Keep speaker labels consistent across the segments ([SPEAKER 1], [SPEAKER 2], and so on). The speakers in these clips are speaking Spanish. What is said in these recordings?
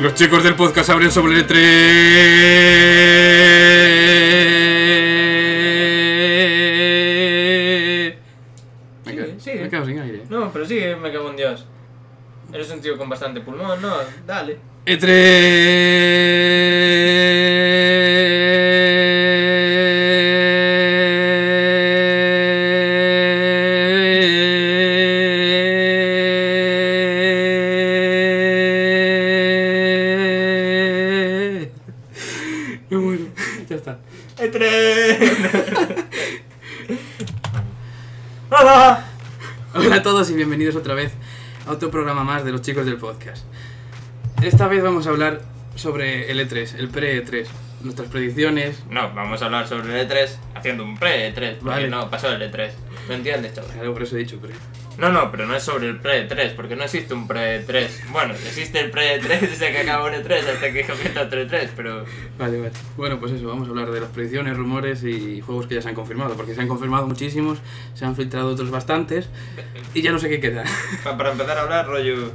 [SPEAKER 1] Los chicos del podcast abren sobre tres. Me he quedado-
[SPEAKER 2] Sí,
[SPEAKER 1] me he quedado sin aire.
[SPEAKER 2] No, pero sí, me cago en Dios. Eres un tío con bastante pulmón, ¿no? Dale.
[SPEAKER 1] E3. Me muero. Ya está.
[SPEAKER 2] ¡Hola!
[SPEAKER 1] Hola a todos y bienvenidos otra vez a otro programa más de los chicos del podcast. Esta vez vamos a hablar sobre el E3, el pre-E3, nuestras predicciones.
[SPEAKER 2] No, vamos a hablar sobre el E3 haciendo un pre-E3. Porque
[SPEAKER 1] Vale.
[SPEAKER 2] no, pasó el E3. ¿Me entiendes, chaval?
[SPEAKER 1] Claro, por eso he dicho pre.
[SPEAKER 2] No, no, pero no es sobre el pre-E3, porque no existe un pre-E3. Bueno, existe el pre-E3 desde que acabó el E3 hasta que comienza el E3, E pero...
[SPEAKER 1] Vale, vale. Bueno, pues eso, vamos a hablar de las predicciones, rumores y juegos que ya se han confirmado, porque se han confirmado muchísimos, se han filtrado otros bastantes y ya no sé qué queda.
[SPEAKER 2] Pa- Para empezar a hablar, rollo...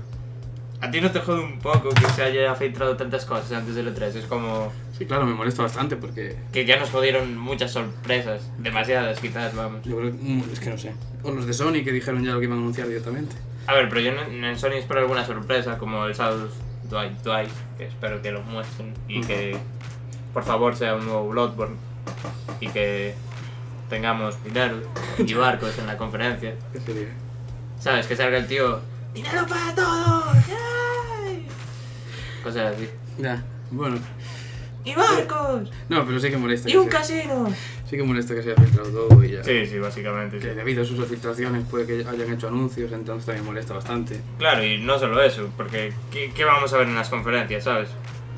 [SPEAKER 2] A ti no te jode un poco que se haya filtrado tantas cosas antes del E3. Es como...
[SPEAKER 1] Sí, claro, me molesto bastante porque
[SPEAKER 2] Que ya nos jodieron muchas sorpresas. Demasiadas, quizás, vamos.
[SPEAKER 1] yo creo- mm, es que no sé. O los de Sony que dijeron ya lo que iban a anunciar directamente.
[SPEAKER 2] A ver, pero yo en, en Sony espero alguna sorpresa, como el Shadows Dwight Dwight, que espero que lo muestren y que por favor sea un nuevo Bloodborne y que tengamos dinero y barcos en la conferencia.
[SPEAKER 1] ¿Qué sería?
[SPEAKER 2] ¿Sabes? Que salga el tío, ¡Dinero para todos! ¡Yay!", Cosas así.
[SPEAKER 1] Ya, bueno.
[SPEAKER 2] ¡Y barcos!
[SPEAKER 1] No, pero sí que molesta.
[SPEAKER 2] ¡Y
[SPEAKER 1] que
[SPEAKER 2] un
[SPEAKER 1] se-
[SPEAKER 2] casino!
[SPEAKER 1] Sí que molesta que se haya filtrado todo y ya.
[SPEAKER 2] Sí, sí, básicamente. sí.
[SPEAKER 1] Que debido a sus filtraciones puede que hayan hecho anuncios, entonces también molesta bastante.
[SPEAKER 2] Claro, y no solo eso, porque ¿qué, qué vamos a ver en las conferencias, sabes?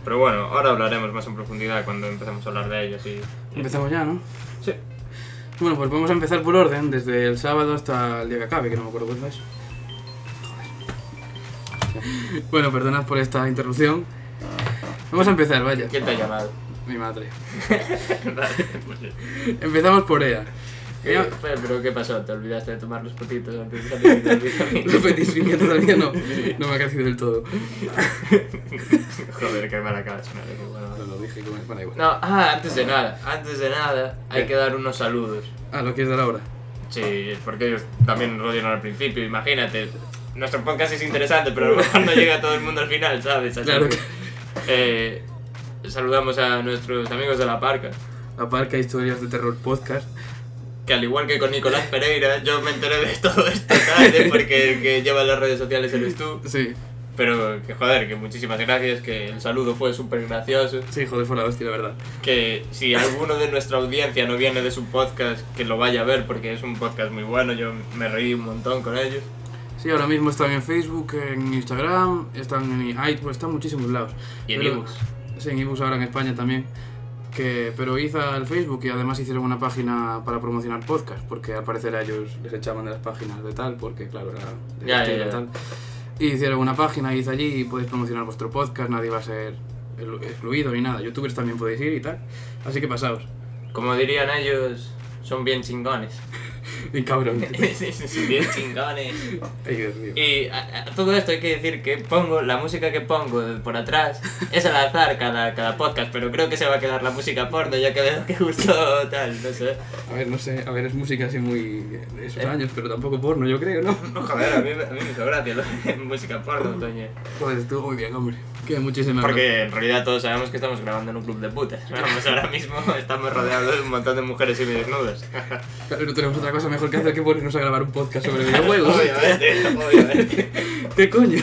[SPEAKER 2] Pero bueno, ahora hablaremos más en profundidad cuando empecemos a hablar de ellos y...
[SPEAKER 1] Empezamos ya, ¿no?
[SPEAKER 2] Sí.
[SPEAKER 1] Bueno, pues vamos a empezar por orden, desde el sábado hasta el día que acabe, que no me acuerdo cuándo es. Joder. Bueno, perdonad por esta interrupción. Vamos a empezar, vaya.
[SPEAKER 2] ¿Quién te ha llamado?
[SPEAKER 1] Mi madre.
[SPEAKER 2] Vale, pues sí.
[SPEAKER 1] Empezamos por EA.
[SPEAKER 2] Eh,
[SPEAKER 1] EA
[SPEAKER 2] pero, pero ¿qué pasó? ¿Te olvidaste de tomar los potitos antes de salir del
[SPEAKER 1] la
[SPEAKER 2] vitamina?
[SPEAKER 1] petición que todavía no, no me ha crecido del todo.
[SPEAKER 2] Joder, qué mala cara suena, qué
[SPEAKER 1] No
[SPEAKER 2] bueno.
[SPEAKER 1] lo dije, como es para igual.
[SPEAKER 2] No, ah, antes de nada, antes de nada, hay
[SPEAKER 1] ¿Qué?
[SPEAKER 2] que dar unos saludos.
[SPEAKER 1] Ah, ¿lo quieres dar ahora?
[SPEAKER 2] Sí, porque ellos también lo dieron al principio, imagínate. Nuestro podcast es interesante, pero a lo mejor no llega a todo el mundo al final, ¿sabes? Así
[SPEAKER 1] Claro.
[SPEAKER 2] que, eh, saludamos a nuestros amigos de la parca.
[SPEAKER 1] Aparca Historias de Terror Podcast.
[SPEAKER 2] Que al igual que con Nicolás Pereira, yo me enteré de todo esto tarde porque el que lleva las redes sociales eres tú.
[SPEAKER 1] Sí,
[SPEAKER 2] Pero que joder, que muchísimas gracias, que el saludo fue súper gracioso.
[SPEAKER 1] sí, joder, fue la hostia, la verdad.
[SPEAKER 2] Que si alguno de nuestra audiencia no viene de su podcast, que lo vaya a ver porque es un podcast muy bueno, yo me reí un montón con ellos.
[SPEAKER 1] Sí, ahora mismo están en Facebook, en Instagram, están en iTunes, están en muchísimos lados.
[SPEAKER 2] Y en
[SPEAKER 1] Pero-
[SPEAKER 2] ebooks.
[SPEAKER 1] Sí, en ebooks ahora en España también. Que, pero hizo el Facebook y además hicieron una página para promocionar podcast, porque al parecer a ellos les echaban de las páginas de tal, porque claro, era de
[SPEAKER 2] Ya,
[SPEAKER 1] estilo
[SPEAKER 2] ya, ya.
[SPEAKER 1] tal. Y hicieron una página, hizo allí y podéis promocionar vuestro podcast, nadie va a ser el- excluido ni nada. Youtubers también podéis ir y tal. Así que pasaos.
[SPEAKER 2] Como dirían ellos, son bien chingones.
[SPEAKER 1] Y cabrón.
[SPEAKER 2] Sí, sí, sí, bien chingones.
[SPEAKER 1] Ay, Dios mío.
[SPEAKER 2] Y a, a todo esto hay que decir que pongo la música que pongo de- por atrás es al azar cada, cada podcast, pero creo que se va a quedar la música porno ya que veo que gustó tal, no sé.
[SPEAKER 1] A ver, no sé, a ver, es música así muy de
[SPEAKER 2] Eh.
[SPEAKER 1] esos años, pero tampoco porno, yo creo, ¿no?
[SPEAKER 2] No, joder, a mí, me- a mí me hizo gracia lo de música porno, Toño.
[SPEAKER 1] Joder, estuvo muy bien, hombre. Que muchísimas
[SPEAKER 2] Porque en realidad todos sabemos que estamos grabando en un club de putas. Vamos, ahora mismo estamos rodeados de un montón de mujeres semidesnudas.
[SPEAKER 1] gracias. Claro, no tenemos otra cosa mejor que hacer que ponernos a grabar un podcast sobre videojuegos.
[SPEAKER 2] obviamente, obviamente.
[SPEAKER 1] ¿Qué coño?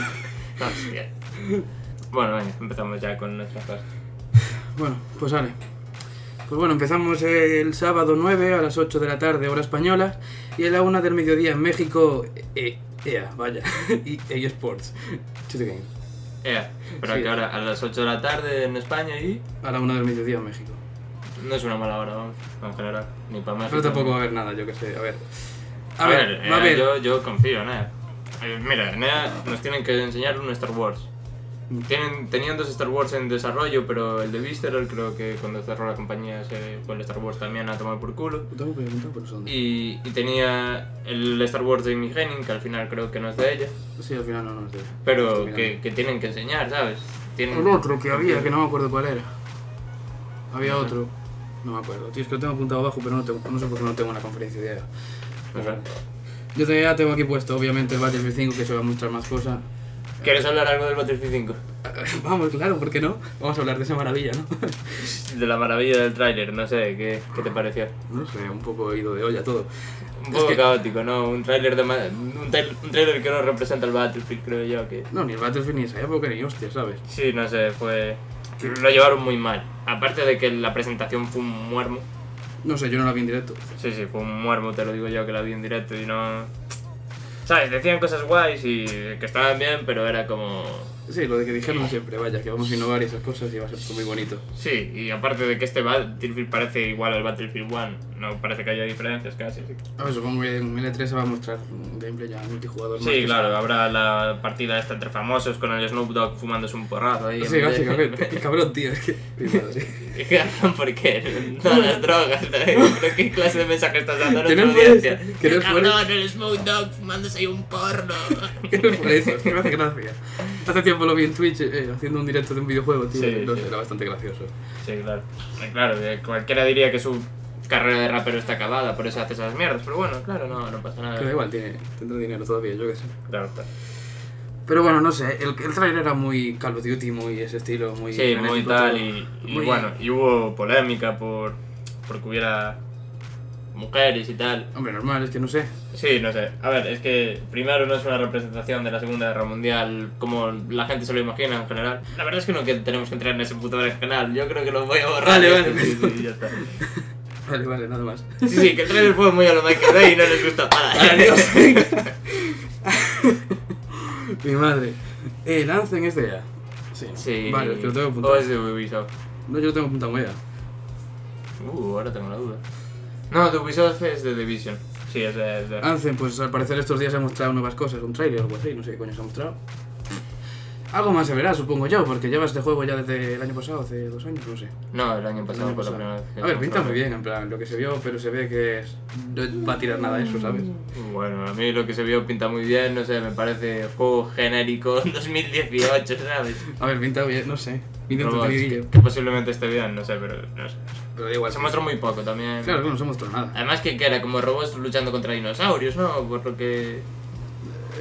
[SPEAKER 2] Hostia. Bueno, venga, empezamos ya con nuestras cosas.
[SPEAKER 1] Bueno, pues vale. Pues bueno, empezamos el sábado 9 a las 8 de la tarde, hora española, y a la 1 del mediodía en México, eh, EA, vaya, y EA Sports. Shoot the game.
[SPEAKER 2] Ea, pero
[SPEAKER 1] Sí.
[SPEAKER 2] que ahora a las 8 de la tarde en España y...
[SPEAKER 1] A la 1 del mediodía en México.
[SPEAKER 2] No es una mala hora, vamos, en general, ni para más.
[SPEAKER 1] Pero tampoco va a haber nada, yo que sé, a ver.
[SPEAKER 2] A, ver,
[SPEAKER 1] va a
[SPEAKER 2] eh,
[SPEAKER 1] haber.
[SPEAKER 2] Yo, yo confío en EA. Eh, Mira, en EA nos tienen que enseñar un Star Wars. Tienen, tenían dos Star Wars en desarrollo, pero el de Visceral creo que cuando cerró la compañía se fue el Star Wars también a tomar por culo.
[SPEAKER 1] Tengo que preguntar por eso.
[SPEAKER 2] Y, y tenía el Star Wars de Amy Henning, que al final creo que no es de ella,
[SPEAKER 1] Sí, al final no nos deja.
[SPEAKER 2] pero
[SPEAKER 1] Estoy
[SPEAKER 2] que, que tienen que enseñar, ¿sabes? tienen.
[SPEAKER 1] El otro que había, que no me acuerdo cuál era. Había otro. No me acuerdo. Tío, es que lo tengo apuntado abajo, pero no, tengo- no sé por qué no tengo una conferencia de EA. Pero bueno. Yo te- ya tengo aquí puesto, obviamente, el Battlefield 5, que se va a mostrar más cosas.
[SPEAKER 2] ¿Quieres hablar algo del Battlefield 5?
[SPEAKER 1] Vamos, claro, ¿por qué no? Vamos a hablar de esa maravilla, ¿no?
[SPEAKER 2] De la maravilla del tráiler, no sé, ¿qué, qué te pareció?
[SPEAKER 1] No sé, un poco ido de olla todo.
[SPEAKER 2] Un poco
[SPEAKER 1] que-
[SPEAKER 2] caótico, ¿no? Un tráiler de ma- un, trail- un tráiler que no representa el Battlefield, creo yo, que...
[SPEAKER 1] No, ni el Battlefield ni esa época, ni hostia, ¿sabes?
[SPEAKER 2] Sí, no sé, fue... Lo llevaron muy mal. Aparte de que la presentación fue un muermo.
[SPEAKER 1] No sé, yo no la vi en directo.
[SPEAKER 2] Sí, sí, fue un muermo, te lo digo yo, que la vi en directo y no... ¿Sabes? Decían cosas guays y que estaban bien, pero era como...
[SPEAKER 1] Sí, lo de que dijeron siempre, vaya, que vamos a innovar y esas cosas y va a ser todo muy bonito.
[SPEAKER 2] Sí, y aparte de que este Battlefield parece igual al Battlefield 1, no parece que haya diferencias casi. Sí,
[SPEAKER 1] A ver, supongo que en L3 se va a mostrar un gameplay ya multijugador. Pues más
[SPEAKER 2] Sí,
[SPEAKER 1] que-
[SPEAKER 2] claro, habrá la partida esta entre famosos con el Snoop Dogg fumándose un porrazo ahí.
[SPEAKER 1] Sí, básicamente. Qué cabrón, tío. Es que... Madre.
[SPEAKER 2] ¿Por qué? No las drogas. ¿no? ¿Qué clase de mensaje estás dando a
[SPEAKER 1] Que
[SPEAKER 2] nuestra
[SPEAKER 1] no puedes-
[SPEAKER 2] audiencia?
[SPEAKER 1] que no
[SPEAKER 2] Cabrón, el Snoop Dogg fumándose ahí un porno.
[SPEAKER 1] ¿Qué no es por eso? Es que me hace gracia. Hace tiempo lo vi en Twitch eh, haciendo un directo de un videojuego, tío.
[SPEAKER 2] Sí,
[SPEAKER 1] no
[SPEAKER 2] sí. Ah.
[SPEAKER 1] sé, era bastante gracioso.
[SPEAKER 2] Sí, claro. Eh, Claro, eh, cualquiera diría que su carrera de rapero está acabada, por eso hace esas mierdas. Pero bueno, claro, no, no pasa
[SPEAKER 1] Pero da
[SPEAKER 2] nada.
[SPEAKER 1] igual, tiene, tendrá dinero todavía, yo qué sé.
[SPEAKER 2] Claro, claro.
[SPEAKER 1] Pero bueno, no sé, el, el trailer era muy Call of Duty, muy ese estilo, muy...
[SPEAKER 2] Sí, muy
[SPEAKER 1] frenético,
[SPEAKER 2] tal
[SPEAKER 1] todo.
[SPEAKER 2] y, y
[SPEAKER 1] Muy-
[SPEAKER 2] bueno, y hubo polémica por porque hubiera mujeres y tal.
[SPEAKER 1] Hombre, normal, es que no sé.
[SPEAKER 2] Sí, no sé. A ver, es que primero no es una representación de la Segunda Guerra Mundial como la gente se lo imagina en general. La verdad es que no que tenemos que entrar en ese puto canal. Yo creo que lo voy a borrar.
[SPEAKER 1] Vale,
[SPEAKER 2] de
[SPEAKER 1] vale.
[SPEAKER 2] este vídeo y ya está.
[SPEAKER 1] Vale, vale, nada más.
[SPEAKER 2] Sí, sí, que el trailer fue muy a lo Michael Bay y no les gustó. Ala,
[SPEAKER 1] Adiós. Mi madre. Eh, lancen este ya. Sí.
[SPEAKER 2] Sí.
[SPEAKER 1] Vale, es que lo tengo
[SPEAKER 2] O
[SPEAKER 1] apuntado.
[SPEAKER 2] es de Ubisoft.
[SPEAKER 1] No, yo lo tengo apuntado ya.
[SPEAKER 2] Uh, ahora tengo la duda. No, de Ubisoft es de Division. Ah. Sí, es de... es de-
[SPEAKER 1] Anzen, pues al parecer estos días se han mostrado nuevas cosas, un trailer o algo así, no sé qué coño se ha mostrado. Algo más se verá, supongo yo, porque lleva este juego ya desde el año pasado, hace dos años, no sé.
[SPEAKER 2] No, el año
[SPEAKER 1] El
[SPEAKER 2] pasado
[SPEAKER 1] año
[SPEAKER 2] fue la
[SPEAKER 1] pasado.
[SPEAKER 2] primera vez que
[SPEAKER 1] A ver, pinta
[SPEAKER 2] mostraron.
[SPEAKER 1] muy bien, en plan, lo que se vio, pero se ve que es- no va a tirar nada eso, ¿sabes?
[SPEAKER 2] Bueno, a mí lo que se vio pinta muy bien, no sé, me parece juego genérico 2018, ¿sabes?
[SPEAKER 1] A ver, pinta bien, no sé. Pinta
[SPEAKER 2] Robots, que,
[SPEAKER 1] entretenidillo.
[SPEAKER 2] que posiblemente esté bien, no sé, pero no sé.
[SPEAKER 1] Pero da igual.
[SPEAKER 2] Se mostró muy poco también.
[SPEAKER 1] Claro, que no se mostró nada.
[SPEAKER 2] Además que, que era como robots luchando contra dinosaurios, ¿no? Por lo que...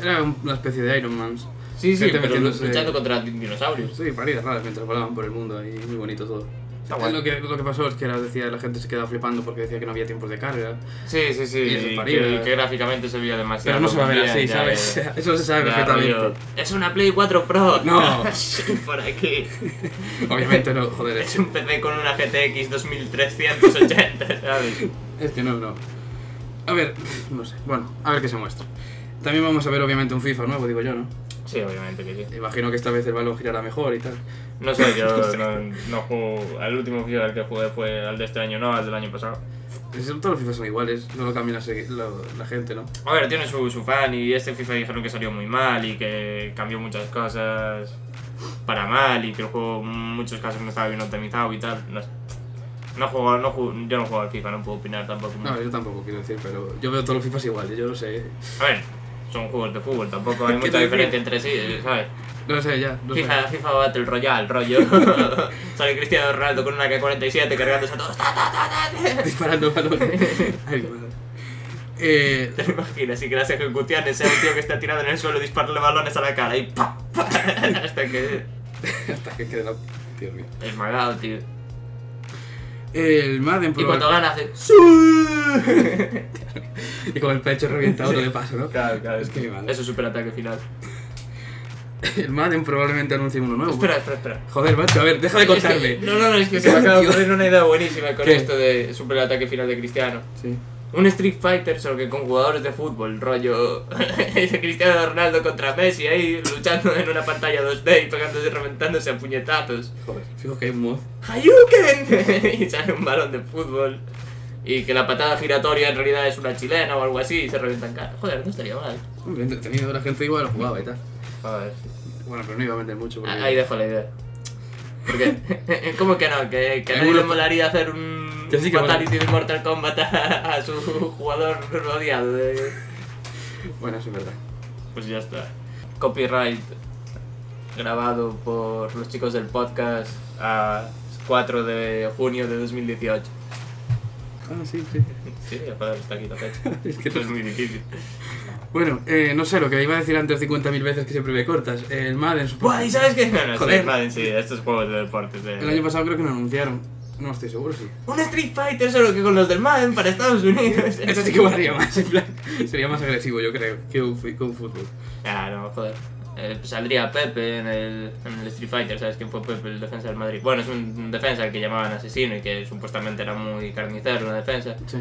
[SPEAKER 1] Era una especie de Iron Man.
[SPEAKER 2] Sí, sí,
[SPEAKER 1] Gente
[SPEAKER 2] pero
[SPEAKER 1] metiéndose-
[SPEAKER 2] luchando contra dinosaurios.
[SPEAKER 1] Sí, paridas raras mientras volaban por el mundo ahí, muy bonito todo.
[SPEAKER 2] Está guay.
[SPEAKER 1] Lo que, lo que pasó es que era, decía, la gente se quedaba flipando porque decía que no había tiempos de carga.
[SPEAKER 2] Sí, sí, sí,
[SPEAKER 1] Y esas
[SPEAKER 2] y que,
[SPEAKER 1] paridas.
[SPEAKER 2] que gráficamente se veía demasiado
[SPEAKER 1] Pero no se va a ver
[SPEAKER 2] bien,
[SPEAKER 1] así,
[SPEAKER 2] ya,
[SPEAKER 1] ¿sabes?
[SPEAKER 2] ya,
[SPEAKER 1] Eso se sabe
[SPEAKER 2] ya, rollo,
[SPEAKER 1] perfectamente.
[SPEAKER 2] Es una Play 4 Pro.
[SPEAKER 1] No.
[SPEAKER 2] Por aquí.
[SPEAKER 1] Obviamente no, joder.
[SPEAKER 2] Es
[SPEAKER 1] Es,
[SPEAKER 2] un PC con una GTX 2380, ¿sabes?
[SPEAKER 1] es que no, no. A ver, no sé. Bueno, a ver qué se muestra. También vamos a ver, obviamente, un FIFA nuevo, digo yo, ¿no?
[SPEAKER 2] Sí, obviamente que sí.
[SPEAKER 1] Imagino que esta vez el balón girará mejor y tal.
[SPEAKER 2] No sé, yo no, no juego. El último FIFA al que jugué fue al de este año, no al del año pasado.
[SPEAKER 1] Es- Todos los FIFA son iguales, no lo cambian la, se- lo- la gente, ¿no?
[SPEAKER 2] A ver, tiene su, su fan y este FIFA dijeron que salió muy mal y que cambió muchas cosas para mal y que el juego en muchos casos no estaba bien optimizado y tal. No sé. No juego, no ju- yo no juego al FIFA, no puedo opinar tampoco. mucho.
[SPEAKER 1] No, yo tampoco quiero decir, pero yo veo todos los FIFAs iguales, yo no sé.
[SPEAKER 2] A ver, son juegos de fútbol, tampoco hay
[SPEAKER 1] ¿Qué
[SPEAKER 2] mucha
[SPEAKER 1] te
[SPEAKER 2] diferencia entre sí, ¿sabes?
[SPEAKER 1] No sé, ya. No sé.
[SPEAKER 2] FIFA, FIFA Battle Royale, rollo. Sale Cristiano Ronaldo con una K47 cargándose a todos.
[SPEAKER 1] disparando balones. Ay, mi madre. Eh,
[SPEAKER 2] ¿Te lo imaginas? Y que las ejecuciones sea un tío que está tirado en el suelo, dispararle balones a la cara y pa, pa, hasta que.
[SPEAKER 1] hasta que quede la. Dios mío.
[SPEAKER 2] Esmagado, tío.
[SPEAKER 1] El Madden,
[SPEAKER 2] Y
[SPEAKER 1] por
[SPEAKER 2] cuando
[SPEAKER 1] lo-
[SPEAKER 2] gana hace.
[SPEAKER 1] y con el pecho revientado todo de paso, ¿no?
[SPEAKER 2] Claro, claro.
[SPEAKER 1] Es que mi madre.
[SPEAKER 2] Eso es superataque final.
[SPEAKER 1] El Madden probablemente anuncie uno nuevo.
[SPEAKER 2] Espera, espera, espera.
[SPEAKER 1] Joder, macho, a ver, deja de contarme.
[SPEAKER 2] Es que- no, no, no, es que se me acaba de
[SPEAKER 1] Dios.
[SPEAKER 2] ocurrir una idea buenísima con
[SPEAKER 1] ¿Qué?
[SPEAKER 2] esto de superataque final de Cristiano.
[SPEAKER 1] Sí.
[SPEAKER 2] Un Street Fighter, solo que con jugadores de fútbol, rollo Cristiano Ronaldo contra Messi ahí luchando en una pantalla 2D y pegándose y reventándose a puñetazos.
[SPEAKER 1] Joder, fijo que hay un mod.
[SPEAKER 2] ¡Hayuken! y sale un balón de fútbol. Y que la patada giratoria en realidad es una chilena o algo así y se revientan cara. Joder, no estaría mal.
[SPEAKER 1] Hombre, entretenido, la gente igual lo jugaba y tal.
[SPEAKER 2] Joder.
[SPEAKER 1] Bueno, pero no iba a vender mucho porque.
[SPEAKER 2] Ah, Ahí dejo la idea. Porque, ¿cómo que no? Que, que a nadie
[SPEAKER 1] Seguro
[SPEAKER 2] le
[SPEAKER 1] que-
[SPEAKER 2] molaría hacer un
[SPEAKER 1] Que sí que mola.
[SPEAKER 2] fatality de Mortal Kombat a, a su jugador rodeado de...
[SPEAKER 1] Bueno, eso es verdad.
[SPEAKER 2] Pues ya está. Copyright. grabado por los chicos del podcast a 4 de junio de 2018.
[SPEAKER 1] Ah, sí, sí.
[SPEAKER 2] Sí, ya puedo está aquí la fecha.
[SPEAKER 1] Es que
[SPEAKER 2] Esto es
[SPEAKER 1] no-
[SPEAKER 2] muy difícil.
[SPEAKER 1] Bueno, eh, no sé, lo que iba a decir antes 50.000 veces que siempre me cortas. El Madden, supongo.
[SPEAKER 2] Buah, ¿y sabes qué? No, no,
[SPEAKER 1] Joder.
[SPEAKER 2] sí, Madden, sí, estos juegos de deportes. de-
[SPEAKER 1] El año pasado creo que lo anunciaron. No estoy seguro, sí.
[SPEAKER 2] Un Street Fighter solo que con los del Madden para Estados Unidos.
[SPEAKER 1] Esto Este sí que volaría más, en plan. Sería más agresivo, yo creo, que un, fu- que un fútbol.
[SPEAKER 2] Ah, no, joder. Eh, saldría Pepe en el, en el Street Fighter, ¿sabes quién fue Pepe, el defensa del Madrid? Bueno, es un, un defensa al que llamaban asesino y que supuestamente era muy carnicero, la defensa.
[SPEAKER 1] Sí.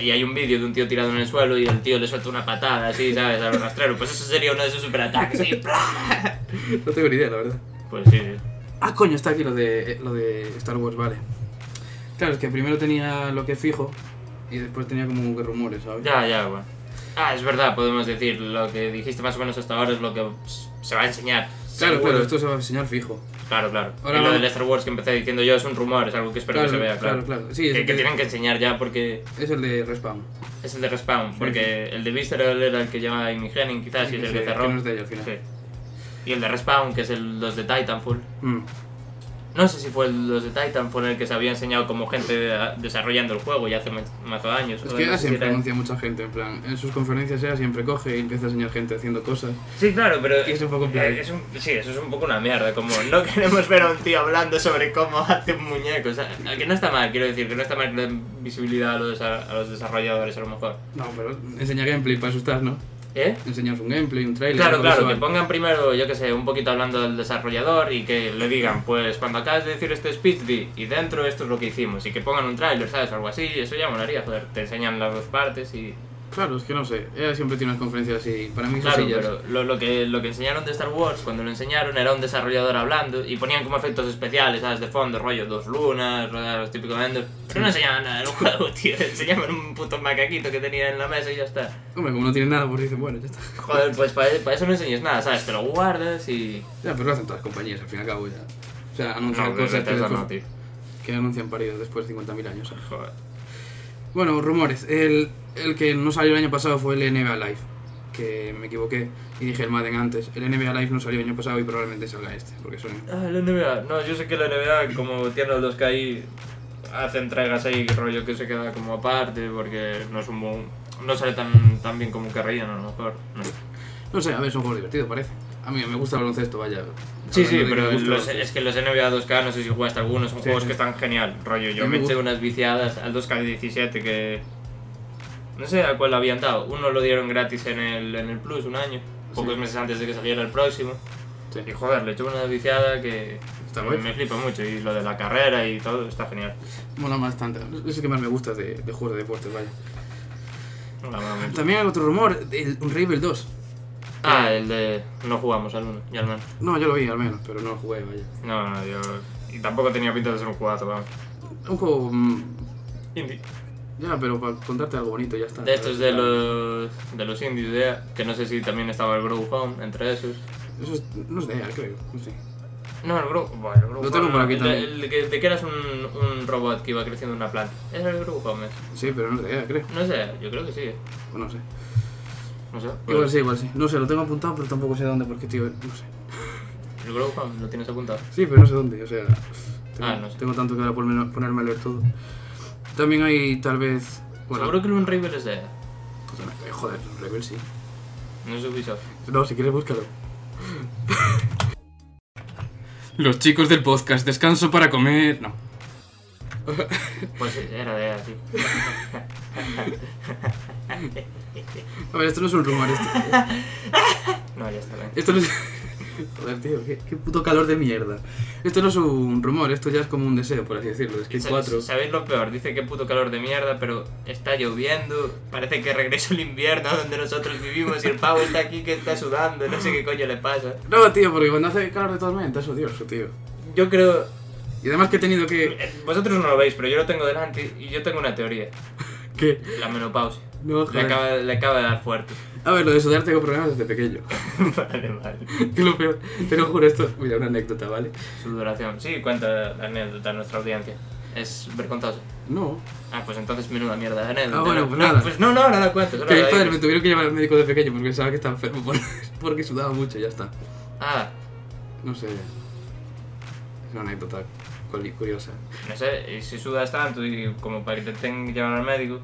[SPEAKER 2] Y hay un vídeo de un tío tirado en el suelo y el tío le suelta una patada así, ¿sabes? Al rastrero. Pues eso sería uno de sus superataques. Y ¡plá!
[SPEAKER 1] No tengo ni idea, la verdad.
[SPEAKER 2] Pues sí, sí.
[SPEAKER 1] Ah, coño, está aquí lo de, eh, lo de Star Wars, vale. Claro, es que primero tenía lo que fijo y después tenía como que rumores, ¿sabes?
[SPEAKER 2] Ya, ya, bueno. Ah, es verdad, podemos decir, lo que dijiste más o menos hasta ahora es lo que s- se va a enseñar.
[SPEAKER 1] claro,
[SPEAKER 2] seguro.
[SPEAKER 1] claro, esto se va a enseñar fijo.
[SPEAKER 2] Claro, claro.
[SPEAKER 1] Ahora
[SPEAKER 2] y lo
[SPEAKER 1] vamos-
[SPEAKER 2] del Star Wars que empecé diciendo yo es un rumor, es algo que espero
[SPEAKER 1] claro,
[SPEAKER 2] que se vea, claro.
[SPEAKER 1] claro, claro. Sí, es,
[SPEAKER 2] Que,
[SPEAKER 1] el
[SPEAKER 2] que
[SPEAKER 1] de-
[SPEAKER 2] tienen que enseñar ya porque
[SPEAKER 1] es el de Respawn.
[SPEAKER 2] es el de Respawn, porque el de Visceral era el que llevaba Amy Henning quizás y es el
[SPEAKER 1] Sí,
[SPEAKER 2] que cerró.
[SPEAKER 1] no es de ellos, al final.
[SPEAKER 2] Sí. Y el de Respawn, que es el, los de Titanfall.
[SPEAKER 1] Mm.
[SPEAKER 2] No sé si fue el- los de Titanfall el que se había enseñado como gente de- desarrollando el juego ya hace ma- mazo de años.
[SPEAKER 1] Es
[SPEAKER 2] o
[SPEAKER 1] que
[SPEAKER 2] no
[SPEAKER 1] ella
[SPEAKER 2] sé si
[SPEAKER 1] siempre
[SPEAKER 2] era-
[SPEAKER 1] anuncia mucha gente, en plan. En sus conferencias ella siempre coge y empieza a enseñar gente haciendo cosas.
[SPEAKER 2] Sí, claro, pero...
[SPEAKER 1] Y es un poco en plan-
[SPEAKER 2] eh, es un- sí, eso es un poco una mierda, como no queremos ver a un tío hablando sobre cómo hace un muñeco. O sea, que no está mal, quiero decir, que no está mal que le den visibilidad a los, a los desarrolladores a lo mejor.
[SPEAKER 1] No, pero enseña gameplay para asustar, ¿no?
[SPEAKER 2] ¿Eh?
[SPEAKER 1] Enseñas un gameplay, un trailer.
[SPEAKER 2] Claro,
[SPEAKER 1] algo
[SPEAKER 2] claro, que
[SPEAKER 1] visual.
[SPEAKER 2] pongan primero, yo que sé, un poquito hablando del desarrollador y que le digan, pues cuando acabas de decir este speech, di, y dentro esto es lo que hicimos, y que pongan un tráiler, ¿sabes? Algo así, eso ya molaría, joder, te enseñan las dos partes y...
[SPEAKER 1] Claro, es que no sé. Ella siempre tiene unas conferencias así. Para mí,
[SPEAKER 2] Claro,
[SPEAKER 1] cosillas.
[SPEAKER 2] pero lo, lo que, lo que enseñaron de Star Wars, cuando lo enseñaron, era un desarrollador hablando y ponían como efectos especiales, ¿sabes? De fondo, rollo dos lunas, rollo los típicos Endor. Pero no enseñaban nada del juego, tío, enseñaban un puto macaquito que tenía en la mesa y ya está.
[SPEAKER 1] Hombre, como no tiene nada, pues dicen, bueno, ya está.
[SPEAKER 2] Joder, pues para, para eso no enseñes nada, ¿sabes? Te lo guardas y...
[SPEAKER 1] Ya, pero lo hacen todas las compañías, al fin y al cabo, ya. O sea, anuncian
[SPEAKER 2] No,
[SPEAKER 1] cosas que,
[SPEAKER 2] Bethesda
[SPEAKER 1] después-
[SPEAKER 2] no, tío.
[SPEAKER 1] que anuncian paridos después de 50.000 años. ¿sabes?
[SPEAKER 2] Joder.
[SPEAKER 1] Bueno, rumores. El, el que no salió el año pasado fue el NBA Live. Que me equivoqué y dije el Madden antes. El NBA Live no salió el año pasado y probablemente salga este, porque son.
[SPEAKER 2] Ah, la NBA. No, yo sé que la NBA, como tiene los que ahí, hace entregas ahí, rollo que se queda como aparte, porque no es un buen... No sale tan, tan bien como querrían, a lo mejor. No.
[SPEAKER 1] No sé, a ver, es un juego divertido, parece. A mí me gusta el baloncesto, vaya. Hablando
[SPEAKER 2] Sí,
[SPEAKER 1] de
[SPEAKER 2] sí,
[SPEAKER 1] que me gusta
[SPEAKER 2] pero
[SPEAKER 1] el
[SPEAKER 2] los-
[SPEAKER 1] baloncesto.
[SPEAKER 2] es que los NBA 2K, no sé si jugaste algunos, son
[SPEAKER 1] Sí,
[SPEAKER 2] juegos
[SPEAKER 1] sí.
[SPEAKER 2] que están genial. Rollo,
[SPEAKER 1] A
[SPEAKER 2] yo
[SPEAKER 1] mí
[SPEAKER 2] me
[SPEAKER 1] me
[SPEAKER 2] eché
[SPEAKER 1] gusta.
[SPEAKER 2] unas viciadas al 2K17 que... No sé a cuál le habían dado. Uno lo dieron gratis en el, en el Plus un año, pocos
[SPEAKER 1] Sí.
[SPEAKER 2] meses antes de que saliera el próximo.
[SPEAKER 1] Sí.
[SPEAKER 2] Y joder, le eché una viciada que
[SPEAKER 1] Está
[SPEAKER 2] me,
[SPEAKER 1] guay.
[SPEAKER 2] me flipa mucho. Y lo de la carrera y todo, está genial.
[SPEAKER 1] Mola bastante. Es el que más me gusta de, de juegos de deportes, vaya.
[SPEAKER 2] La mola mucho.
[SPEAKER 1] También hay otro rumor, el Unravel 2.
[SPEAKER 2] Ah, el de no jugamos al uno y al menos.
[SPEAKER 1] No, yo lo vi al menos, pero no lo jugué, vaya.
[SPEAKER 2] No, no, yo... Y tampoco tenía pinta de ser un jugazo, vamos.
[SPEAKER 1] Un juego. mm,
[SPEAKER 2] Indie.
[SPEAKER 1] Ya, pero para contarte algo bonito, ya está.
[SPEAKER 2] De estos de los, de los indies, de- que no sé si también estaba el Grow Home entre esos.
[SPEAKER 1] Eso es, no es de EA, creo. No sé.
[SPEAKER 2] No, el Grow bueno, el Grow
[SPEAKER 1] Lo tengo
[SPEAKER 2] Home,
[SPEAKER 1] por aquí
[SPEAKER 2] el de-
[SPEAKER 1] también.
[SPEAKER 2] el de que- de que eras un, un robot que iba creciendo en una planta. Ese era el Grow Home. ese.
[SPEAKER 1] Sí, pero no es de EA, creo.
[SPEAKER 2] No sé, yo creo que sí. eh.
[SPEAKER 1] O no sé.
[SPEAKER 2] No sé.
[SPEAKER 1] Igual sí, igual sí. No sé, lo tengo apuntado, pero tampoco sé dónde, porque tío, no sé.
[SPEAKER 2] El Grow Home lo tienes apuntado.
[SPEAKER 1] Sí, pero no sé dónde, o sea. Tengo,
[SPEAKER 2] Ah, no sé.
[SPEAKER 1] tengo tanto que ahora ponerme, ponerme a leer todo. También hay tal vez. Bueno,
[SPEAKER 2] Seguro que el Unravel es de...
[SPEAKER 1] eh, joder, Rebel sí.
[SPEAKER 2] No es de Ubisoft.
[SPEAKER 1] No, si quieres, búscalo. Los chicos del podcast, descanso para comer. No.
[SPEAKER 2] Pues sí, era de así.
[SPEAKER 1] A ver, esto no es un rumor, esto.
[SPEAKER 2] No, ya está bien.
[SPEAKER 1] Esto no es. Joder, tío, qué, qué puto calor de mierda. Esto no es un rumor, esto ya es como un deseo, por así decirlo. Es que
[SPEAKER 2] Sa-
[SPEAKER 1] 4.
[SPEAKER 2] ¿Sabéis lo peor? Dice que puto calor de mierda, pero está lloviendo. Parece que regreso el invierno donde nosotros vivimos y el pavo está aquí que está sudando. No sé qué coño le pasa.
[SPEAKER 1] No, tío, porque cuando hace calor de tormenta es odioso, tío.
[SPEAKER 2] Yo creo.
[SPEAKER 1] Y además que he tenido que.
[SPEAKER 2] eh, Vosotros no lo veis, pero yo lo tengo delante y yo tengo una teoría.
[SPEAKER 1] que...
[SPEAKER 2] La menopausia.
[SPEAKER 1] No,
[SPEAKER 2] Le
[SPEAKER 1] joder.
[SPEAKER 2] acaba, le acaba de dar fuerte.
[SPEAKER 1] A ver, lo de sudar tengo problemas desde pequeño.
[SPEAKER 2] vale, vale.
[SPEAKER 1] que lo peor. Te lo juro, esto. Mira, una anécdota, ¿vale?
[SPEAKER 2] Sudoración. Sí, cuenta la anécdota a nuestra audiencia. Es vergonzoso.
[SPEAKER 1] No.
[SPEAKER 2] Ah, pues entonces menuda mierda de anécdota.
[SPEAKER 1] Ah, bueno,
[SPEAKER 2] No,
[SPEAKER 1] pues
[SPEAKER 2] no,
[SPEAKER 1] nada.
[SPEAKER 2] Pues no, no, ahora la cuento. ahora
[SPEAKER 1] Que
[SPEAKER 2] la
[SPEAKER 1] mi padre me
[SPEAKER 2] digo.
[SPEAKER 1] tuvieron que llevar al médico de pequeño porque pensaba que estaba enfermo por- porque sudaba mucho, ya está.
[SPEAKER 2] Ah,
[SPEAKER 1] No sé. Es una anécdota culi- curiosa.
[SPEAKER 2] No sé, y si sudas tanto y como para que te tengan que llevar al médico,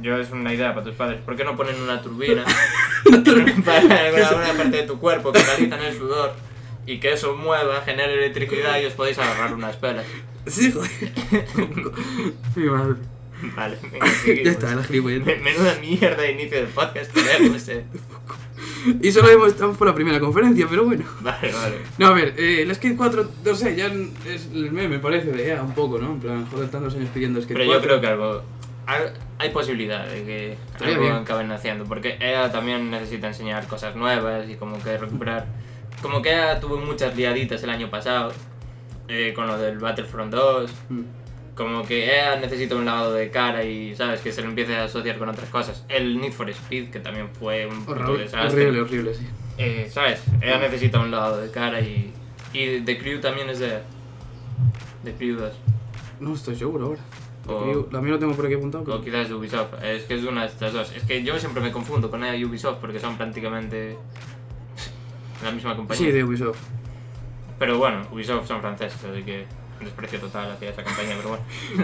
[SPEAKER 2] yo es una idea para tus padres. ¿Por qué no ponen una turbina para alguna, alguna parte de tu cuerpo que calientan el sudor y que eso mueva, genere electricidad y os podéis agarrar unas pelas?
[SPEAKER 1] Sí, joder. Mi madre.
[SPEAKER 2] Vale, venga,
[SPEAKER 1] Ya
[SPEAKER 2] seguimos.
[SPEAKER 1] está, la
[SPEAKER 2] Me-
[SPEAKER 1] gilipollas.
[SPEAKER 2] Menuda mierda de inicio del podcast tenemos, eh.
[SPEAKER 1] Y solo hemos estado por la primera conferencia, pero bueno.
[SPEAKER 2] Vale, vale.
[SPEAKER 1] No, a ver, eh, el Skate 4, no sé, ya es el meme, parece, de EA un poco, ¿no? En plan, joder, tantos años pidiendo Skate
[SPEAKER 2] Pero
[SPEAKER 1] 4.
[SPEAKER 2] yo creo que algo. al- Hay posibilidad de que
[SPEAKER 1] Estaría
[SPEAKER 2] algo
[SPEAKER 1] bien.
[SPEAKER 2] acaben haciendo, porque EA también necesita enseñar cosas nuevas y como que recuperar. Como que EA tuvo muchas liaditas el año pasado eh, con lo del Battlefront 2.
[SPEAKER 1] Mm.
[SPEAKER 2] Como que EA necesita un lavado de cara y, ¿sabes? Que se lo empiece a asociar con otras cosas. El Need for Speed, que también fue un puto
[SPEAKER 1] Horrible,
[SPEAKER 2] desastre.
[SPEAKER 1] horrible, horrible, sí.
[SPEAKER 2] Eh, ¿Sabes? Ella necesita un lavado de cara y. Y The Crew también es de. The Crew 2.
[SPEAKER 1] No estoy seguro ahora.
[SPEAKER 2] O-
[SPEAKER 1] Creo- La mía lo tengo por aquí apuntado.
[SPEAKER 2] O
[SPEAKER 1] creo.
[SPEAKER 2] quizás de Ubisoft. Es que es una de estas dos. Es que yo siempre me confundo con ella y Ubisoft porque son prácticamente. la misma compañía.
[SPEAKER 1] Sí, de Ubisoft.
[SPEAKER 2] Pero bueno, Ubisoft son franceses, así que. Desprecio total hacia esa compañía, pero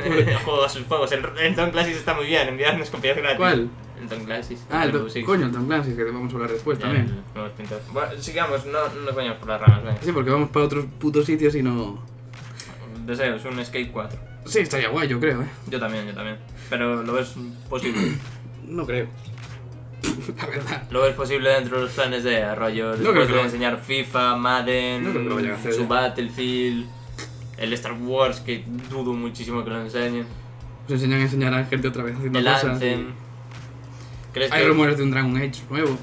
[SPEAKER 2] bueno. Juego a sus juegos. El, el Tom Clancy está muy bien, enviarnos copias gratis.
[SPEAKER 1] ¿Cuál?
[SPEAKER 2] El Tom Clancy.
[SPEAKER 1] Ah, el,
[SPEAKER 2] Rainbow Six.
[SPEAKER 1] coño, el Tom Clancy, que vamos a hablar después
[SPEAKER 2] Ya,
[SPEAKER 1] también.
[SPEAKER 2] el nuevo pintor. Bueno, sigamos, no, no nos vayamos por las ramas, venga.
[SPEAKER 1] Sí, porque vamos para otros putos sitios y no...
[SPEAKER 2] Deseos, un Skate 4.
[SPEAKER 1] Sí, estaría guay, yo creo, ¿eh?
[SPEAKER 2] Yo también, yo también. Pero lo ves posible.
[SPEAKER 1] No creo. la verdad.
[SPEAKER 2] Lo ves posible dentro de los planes de Arroyo.
[SPEAKER 1] No creo
[SPEAKER 2] Después
[SPEAKER 1] que
[SPEAKER 2] de
[SPEAKER 1] lo-
[SPEAKER 2] enseñar FIFA, Madden,
[SPEAKER 1] No creo que lo vayan a hacer,
[SPEAKER 2] su
[SPEAKER 1] ¿eh?
[SPEAKER 2] Battlefield, el Star Wars, que dudo muchísimo que lo enseñen.
[SPEAKER 1] Nos enseñan a enseñar a gente otra vez haciendo
[SPEAKER 2] El
[SPEAKER 1] cosas.
[SPEAKER 2] Anthem. ¿Crees
[SPEAKER 1] Hay
[SPEAKER 2] que-
[SPEAKER 1] rumores de un Dragon Age nuevo.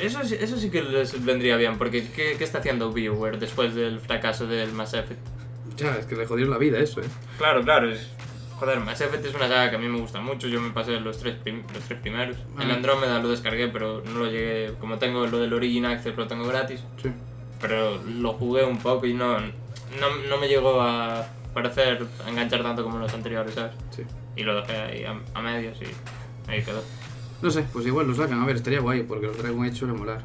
[SPEAKER 2] Eso, sí- eso sí que les vendría bien, porque ¿qué, qué está haciendo BioWare después del fracaso del Mass Effect?
[SPEAKER 1] Ya, es que le jodieron la vida eso, ¿eh?
[SPEAKER 2] Claro, claro, es... Joder, Mass Effect es una saga que a mí me gusta mucho, yo me pasé los tres, prim- los tres primeros. El
[SPEAKER 1] Ah.
[SPEAKER 2] Andrómeda lo descargué, pero no lo llegué... Como tengo lo del Origin Access, lo tengo gratis.
[SPEAKER 1] Sí.
[SPEAKER 2] pero lo jugué un poco y no, no, no me llegó a parecer a enganchar tanto como los anteriores, ¿sabes?
[SPEAKER 1] Sí.
[SPEAKER 2] Y lo dejé ahí a, a medias y ahí quedó.
[SPEAKER 1] No sé, pues igual lo sacan. A ver, estaría guay, porque los Dragon Age suelen molar.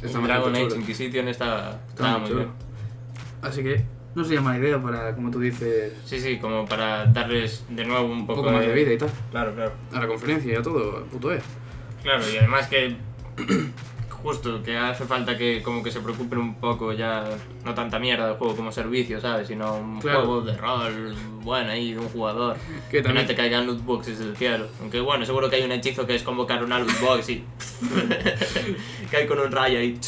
[SPEAKER 1] Está
[SPEAKER 2] Un Dragon
[SPEAKER 1] bastante
[SPEAKER 2] Age
[SPEAKER 1] chulo.
[SPEAKER 2] Inquisition estaba,
[SPEAKER 1] Está
[SPEAKER 2] estaba muy
[SPEAKER 1] chulo.
[SPEAKER 2] bien.
[SPEAKER 1] Así que no sería mala idea para, como tú dices,
[SPEAKER 2] Sí, sí, como para darles de nuevo un
[SPEAKER 1] un
[SPEAKER 2] poco,
[SPEAKER 1] poco más de vida y tal.
[SPEAKER 2] Claro, claro.
[SPEAKER 1] A la conferencia y a todo, puto eh.
[SPEAKER 2] Claro, y además que justo que hace falta que como que se preocupen un poco ya no tanta mierda del juego como servicio, ¿sabes? Sino un
[SPEAKER 1] Claro.
[SPEAKER 2] juego de rol bueno ahí de un jugador.
[SPEAKER 1] Que
[SPEAKER 2] Que
[SPEAKER 1] también-
[SPEAKER 2] no te caigan loot boxes del cielo. Aunque bueno, seguro que hay un hechizo que es convocar una loot box y cae con un rayo y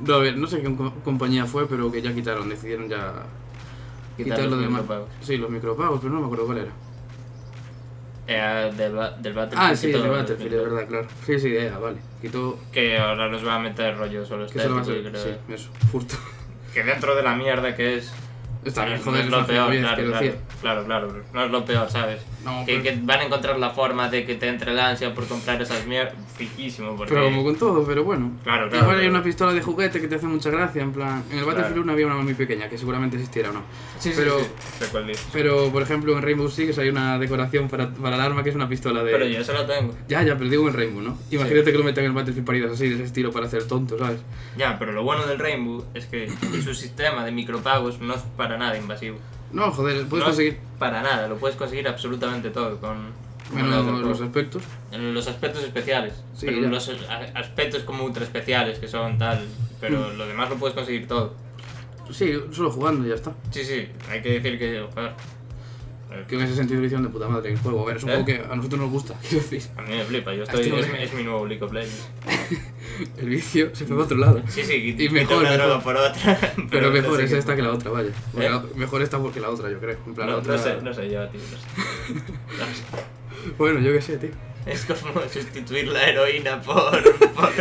[SPEAKER 1] No, a ver, no sé qué co- compañía fue, pero que ya quitaron, decidieron ya
[SPEAKER 2] Quitar
[SPEAKER 1] quitarlo
[SPEAKER 2] los
[SPEAKER 1] del mapa.
[SPEAKER 2] micropagos.
[SPEAKER 1] Sí, los micropagos, pero no me acuerdo cuál era.
[SPEAKER 2] Eh, del, ba- del Battlefield.
[SPEAKER 1] Ah, sí,
[SPEAKER 2] y
[SPEAKER 1] el
[SPEAKER 2] todo,
[SPEAKER 1] de Battlefield, es verdad, claro. Sí, sí, era, vale. Quitó.
[SPEAKER 2] Que ahora los va a meter rollo solo
[SPEAKER 1] Que se lo va a
[SPEAKER 2] estético y
[SPEAKER 1] hacer.
[SPEAKER 2] creo- eh.
[SPEAKER 1] Sí, eso, justo.
[SPEAKER 2] Que dentro de la mierda que es
[SPEAKER 1] Está bien,
[SPEAKER 2] No
[SPEAKER 1] joder,
[SPEAKER 2] es lo
[SPEAKER 1] Rafa,
[SPEAKER 2] peor,
[SPEAKER 1] oye,
[SPEAKER 2] claro,
[SPEAKER 1] quiero
[SPEAKER 2] claro,
[SPEAKER 1] decir.
[SPEAKER 2] claro, claro, no es lo peor, ¿sabes?
[SPEAKER 1] No,
[SPEAKER 2] que,
[SPEAKER 1] pero-
[SPEAKER 2] que van a encontrar la forma de que te entre el ansia por comprar esas mierdas, fijísimo, porque...
[SPEAKER 1] Pero como con todo, pero bueno.
[SPEAKER 2] Claro, claro.
[SPEAKER 1] Igual hay
[SPEAKER 2] pero-
[SPEAKER 1] una pistola de juguete que te hace mucha gracia, en plan... En el Battlefield
[SPEAKER 2] Claro.
[SPEAKER 1] 1 había una muy pequeña, que seguramente existiera o no.
[SPEAKER 2] Sí, sí,
[SPEAKER 1] pero,
[SPEAKER 2] sí, sé cuál dices.
[SPEAKER 1] pero, por ejemplo, en Rainbow Six hay una decoración para, para el arma que es una pistola de...
[SPEAKER 2] Pero yo eso lo tengo.
[SPEAKER 1] Ya, ya, pero digo en Rainbow, ¿no? Imagínate que lo metan en el Battlefield paridas así, de ese estilo, para hacer tonto, ¿sabes?
[SPEAKER 2] Ya, pero lo bueno del Rainbow es que su sistema de micropagos no es para nada invasivo.
[SPEAKER 1] No, joder, puedes
[SPEAKER 2] No es
[SPEAKER 1] conseguir
[SPEAKER 2] Para nada, lo puedes conseguir absolutamente todo con... con
[SPEAKER 1] menos
[SPEAKER 2] monedas del
[SPEAKER 1] los
[SPEAKER 2] juego.
[SPEAKER 1] aspectos.
[SPEAKER 2] los aspectos especiales,
[SPEAKER 1] Sí,
[SPEAKER 2] pero
[SPEAKER 1] ya.
[SPEAKER 2] los a- aspectos como ultra especiales que son tal, pero
[SPEAKER 1] Mm.
[SPEAKER 2] lo demás lo puedes conseguir todo.
[SPEAKER 1] Sí, solo jugando y ya está.
[SPEAKER 2] Sí, sí, hay que decir que, joder, eh,
[SPEAKER 1] Que en ese sentido lo hicieron de puta madre el juego. A ver, es un
[SPEAKER 2] ¿Eh?
[SPEAKER 1] juego que a nosotros nos gusta, quiero decir.
[SPEAKER 2] A mí me flipa, yo estoy.
[SPEAKER 1] Hostia,
[SPEAKER 2] Es,
[SPEAKER 1] hombre.
[SPEAKER 2] es mi nuevo League of Legends.
[SPEAKER 1] El vicio se fue para otro lado.
[SPEAKER 2] Sí, sí, quit-
[SPEAKER 1] Y
[SPEAKER 2] quito
[SPEAKER 1] mejor,
[SPEAKER 2] una
[SPEAKER 1] mejor.
[SPEAKER 2] droga por otra.
[SPEAKER 1] Pero mejor es
[SPEAKER 2] entonces sí que-
[SPEAKER 1] esta que la otra, vaya. Porque
[SPEAKER 2] ¿Eh?
[SPEAKER 1] la- Mejor esta porque la otra, yo creo. En plan, la
[SPEAKER 2] No,
[SPEAKER 1] otra...
[SPEAKER 2] no sé, no sé, yo, tío. no sé.
[SPEAKER 1] Bueno, yo qué sé, tío.
[SPEAKER 2] Es como sustituir la heroína por, por,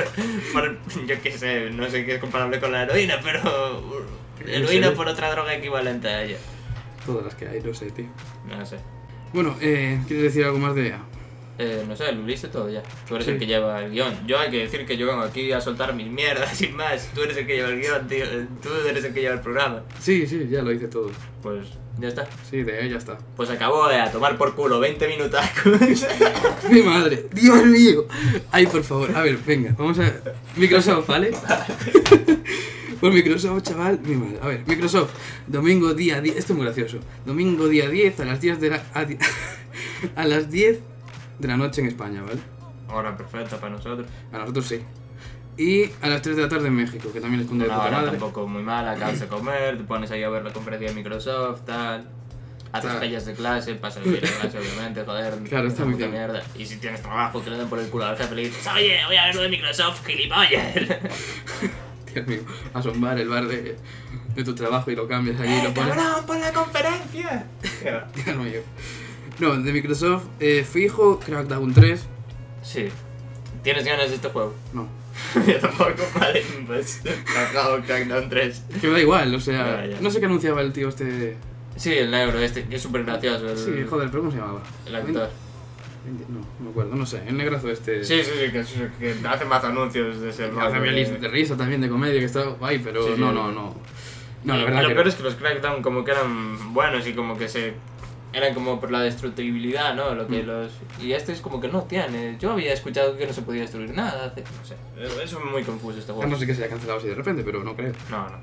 [SPEAKER 2] por- Yo qué sé, no sé qué es comparable con la heroína, pero. uh, Heroína
[SPEAKER 1] serio?
[SPEAKER 2] por otra droga equivalente a ella.
[SPEAKER 1] Todas las que hay, no sé, tío.
[SPEAKER 2] No sé.
[SPEAKER 1] Bueno, eh, ¿quieres decir algo más de EA?
[SPEAKER 2] Eh, no sé, lo leíste todo ya. Tú eres
[SPEAKER 1] Sí.
[SPEAKER 2] el que lleva el guión. Yo hay que decir que yo vengo aquí a soltar mis mierdas sin más. Tú eres el que lleva el guión, tío. Eh, Tú eres el que lleva el programa.
[SPEAKER 1] Sí, sí, ya lo hice todo.
[SPEAKER 2] Pues ya está.
[SPEAKER 1] Sí, de ahí ya está.
[SPEAKER 2] Pues acabó de a tomar por culo 20 minutacos.
[SPEAKER 1] Mi madre, Dios mío. Ay, por favor, a ver, venga, vamos a. Microsoft, ¿vale? Pues Microsoft, chaval, mi madre. A ver, Microsoft, domingo día 10. Esto es muy gracioso. Domingo día 10 a las 10 de la. A, di- a las 10 de la noche en España, ¿vale?
[SPEAKER 2] Hora perfecta para nosotros.
[SPEAKER 1] A nosotros sí. Y a las 3 de la tarde en México, que también les cunde de
[SPEAKER 2] Una
[SPEAKER 1] puta
[SPEAKER 2] hora
[SPEAKER 1] madre.
[SPEAKER 2] tampoco muy mala, acabas de comer, te pones ahí a ver la conferencia de Microsoft, tal. Haces
[SPEAKER 1] Claro.
[SPEAKER 2] calles de clase, pasas el día de clase, obviamente, joder.
[SPEAKER 1] Claro, está
[SPEAKER 2] una
[SPEAKER 1] muy
[SPEAKER 2] puta
[SPEAKER 1] bien.
[SPEAKER 2] mierda. Y si tienes trabajo, que le den por el culo al jefe, le dices, oye, voy a ver lo de Microsoft, gilipollas.
[SPEAKER 1] Dios mío, asombar el bar de, de tu trabajo y lo cambias allí
[SPEAKER 2] ¡Eh,
[SPEAKER 1] y lo pones.
[SPEAKER 2] por la conferencia!
[SPEAKER 1] Dios mío. No, de Microsoft, eh, fijo, Crackdown 3.
[SPEAKER 2] Sí. ¿Tienes ganas de este juego?
[SPEAKER 1] No,
[SPEAKER 2] Yo tampoco, vale, pues. Acabo Crackdown 3.
[SPEAKER 1] Que me da igual, o sea,
[SPEAKER 2] Ya, ya.
[SPEAKER 1] no sé qué anunciaba el tío este.
[SPEAKER 2] Sí, el negro este, que es súper gracioso. El,
[SPEAKER 1] Sí, joder, pero ¿cómo se llamaba?
[SPEAKER 2] El actor.
[SPEAKER 1] No, no me acuerdo, no sé, el negrazo este.
[SPEAKER 2] Sí, sí, sí, que, que hace más anuncios de ese
[SPEAKER 1] Que hace pelis de risa también, de comedia, que está guay, pero
[SPEAKER 2] Sí, sí.
[SPEAKER 1] no, no, no. No, la verdad
[SPEAKER 2] lo
[SPEAKER 1] que.
[SPEAKER 2] peor es que los Crackdown como que eran buenos y como que se eran como por la destructibilidad, ¿no? Lo que
[SPEAKER 1] Mm.
[SPEAKER 2] los y este es como que no tiene. Yo había escuchado que no se podía destruir nada, hace- no sé. Eso es muy confuso este
[SPEAKER 1] Ah,
[SPEAKER 2] juego.
[SPEAKER 1] No sé que se haya cancelado así de repente, pero no creo.
[SPEAKER 2] No, no.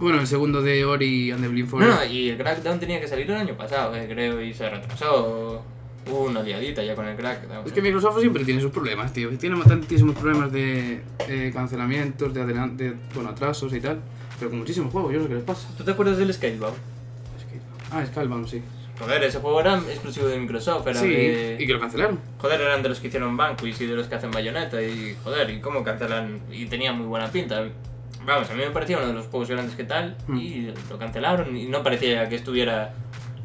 [SPEAKER 1] Bueno, el segundo de Ori and the Blind
[SPEAKER 2] No,
[SPEAKER 1] Forest.
[SPEAKER 2] no, y el Crackdown tenía que salir el año pasado, eh, creo, y se retrasó. Hubo una liadita ya con el Crackdown.
[SPEAKER 1] Es que Microsoft siempre tiene sus problemas, tío. Tiene tantísimos problemas de eh, cancelamientos, de, adelan- de bueno, atrasos y tal. Pero con muchísimos juegos, yo no sé qué les pasa.
[SPEAKER 2] ¿Tú te acuerdas del Scalebound?
[SPEAKER 1] Ah, Scalebound, sí.
[SPEAKER 2] Joder, ese juego era exclusivo de Microsoft, era
[SPEAKER 1] sí,
[SPEAKER 2] de...
[SPEAKER 1] y que lo cancelaron.
[SPEAKER 2] Joder, eran de los que hicieron Banquist y de los que hacen Bayonetta y joder, y cómo cancelan y tenía muy buena pinta. Vamos, a mí me parecía uno de los juegos grandes que tal
[SPEAKER 1] Mm.
[SPEAKER 2] y lo cancelaron y no parecía que estuviera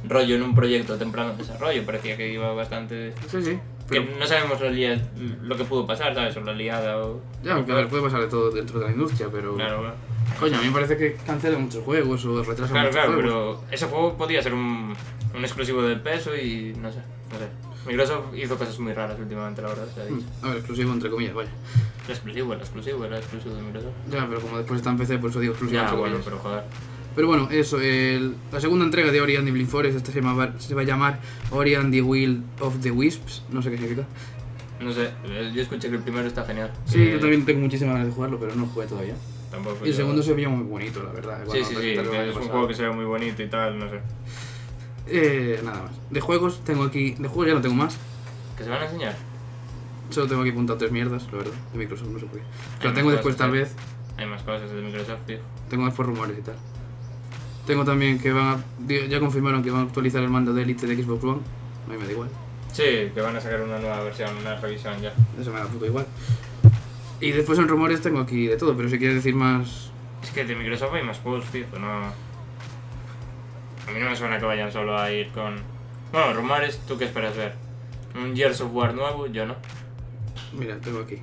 [SPEAKER 2] rollo en un proyecto temprano en desarrollo, parecía que iba bastante...
[SPEAKER 1] Sí, sí.
[SPEAKER 2] Que
[SPEAKER 1] Pero
[SPEAKER 2] no sabemos la lia- lo que pudo pasar, ¿sabes? O la liada o...
[SPEAKER 1] Ya, aunque a ver, puede pasar de todo dentro de la industria, pero.
[SPEAKER 2] Claro, bueno.
[SPEAKER 1] Coño, a mí me parece que cancelan muchos juegos o retrasan
[SPEAKER 2] claro,
[SPEAKER 1] muchos
[SPEAKER 2] claro,
[SPEAKER 1] juegos.
[SPEAKER 2] pero ese juego podía ser un, un exclusivo del peso y no sé, no sé. Microsoft hizo cosas muy raras últimamente, la verdad, se ha dicho.
[SPEAKER 1] Mm, A ver, exclusivo entre comillas, vaya.
[SPEAKER 2] Era exclusivo, era exclusivo, era exclusivo de Microsoft.
[SPEAKER 1] Ya, pero como después está en PC, por eso digo exclusivo
[SPEAKER 2] Ya,
[SPEAKER 1] entre
[SPEAKER 2] bueno,
[SPEAKER 1] comillas.
[SPEAKER 2] pero joder.
[SPEAKER 1] Pero bueno, eso, el- la segunda entrega de Ori and the Blind Forest, esta se, llama- se va a llamar Ori and the Will of the Wisps, no sé qué significa.
[SPEAKER 2] No sé, eh, yo escuché que el primero está genial.
[SPEAKER 1] Sí,
[SPEAKER 2] que
[SPEAKER 1] yo también tengo muchísimas ganas de jugarlo, pero no lo jugué todavía.
[SPEAKER 2] Tampoco
[SPEAKER 1] Y el
[SPEAKER 2] Pues yo-
[SPEAKER 1] segundo se veía muy bonito, la verdad.
[SPEAKER 2] Sí,
[SPEAKER 1] Bueno,
[SPEAKER 2] sí,
[SPEAKER 1] tal- tal
[SPEAKER 2] sí,
[SPEAKER 1] vez
[SPEAKER 2] que
[SPEAKER 1] el año
[SPEAKER 2] es un
[SPEAKER 1] pasado.
[SPEAKER 2] juego que se ve muy bonito y tal, no sé.
[SPEAKER 1] Eh, nada más. De juegos tengo aquí, de juegos ya no tengo más,
[SPEAKER 2] ¿Que se van a enseñar?
[SPEAKER 1] solo tengo aquí apuntado tres mierdas, la verdad, de Microsoft, no sé por qué. Pero
[SPEAKER 2] más
[SPEAKER 1] tengo después
[SPEAKER 2] cosas,
[SPEAKER 1] tal
[SPEAKER 2] ¿eh?
[SPEAKER 1] vez,
[SPEAKER 2] Hay más cosas de Microsoft, fijo.
[SPEAKER 1] Tengo después rumores y tal. Tengo también que van a. di- Ya confirmaron que van a actualizar el mando de Elite de Xbox One. A mí me da igual.
[SPEAKER 2] Sí, que van a sacar una nueva versión, una revisión ya.
[SPEAKER 1] Eso me da poco igual. Y después en rumores tengo aquí de todo, pero si quieres decir más.
[SPEAKER 2] Es que de Microsoft hay más juegos, fijo, no... A mí no me suena que vayan solo a ir con... Bueno, rumores, ¿tú qué esperas ver? ¿Un Gears of War nuevo? Yo no.
[SPEAKER 1] Mira, tengo aquí.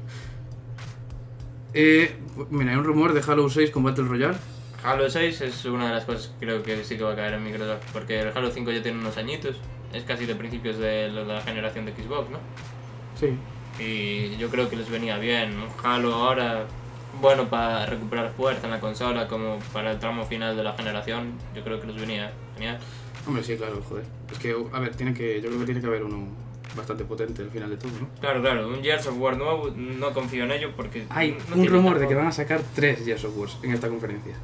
[SPEAKER 1] Eh, mira, hay un rumor de Halo 6 con Battle Royale.
[SPEAKER 2] Halo 6 es una de las cosas que creo que sí que va a caer en Microsoft, porque el Halo 5 ya tiene unos añitos, es casi de principios de lo de la generación de Xbox, ¿no?
[SPEAKER 1] Sí.
[SPEAKER 2] Y yo creo que les venía bien, un Halo ahora, bueno, para recuperar fuerza en la consola, como para el tramo final de la generación, yo creo que les venía genial.
[SPEAKER 1] Hombre, sí, claro, joder. Es que, a ver, tiene que, yo creo que tiene que haber uno bastante potente al final de todo, ¿no?
[SPEAKER 2] Claro, claro, un Gears of War nuevo, no confío en ello porque...
[SPEAKER 1] Hay
[SPEAKER 2] no
[SPEAKER 1] un
[SPEAKER 2] tiene
[SPEAKER 1] rumor de que
[SPEAKER 2] tampoco-
[SPEAKER 1] van a sacar tres Gears of Wars en esta conferencia.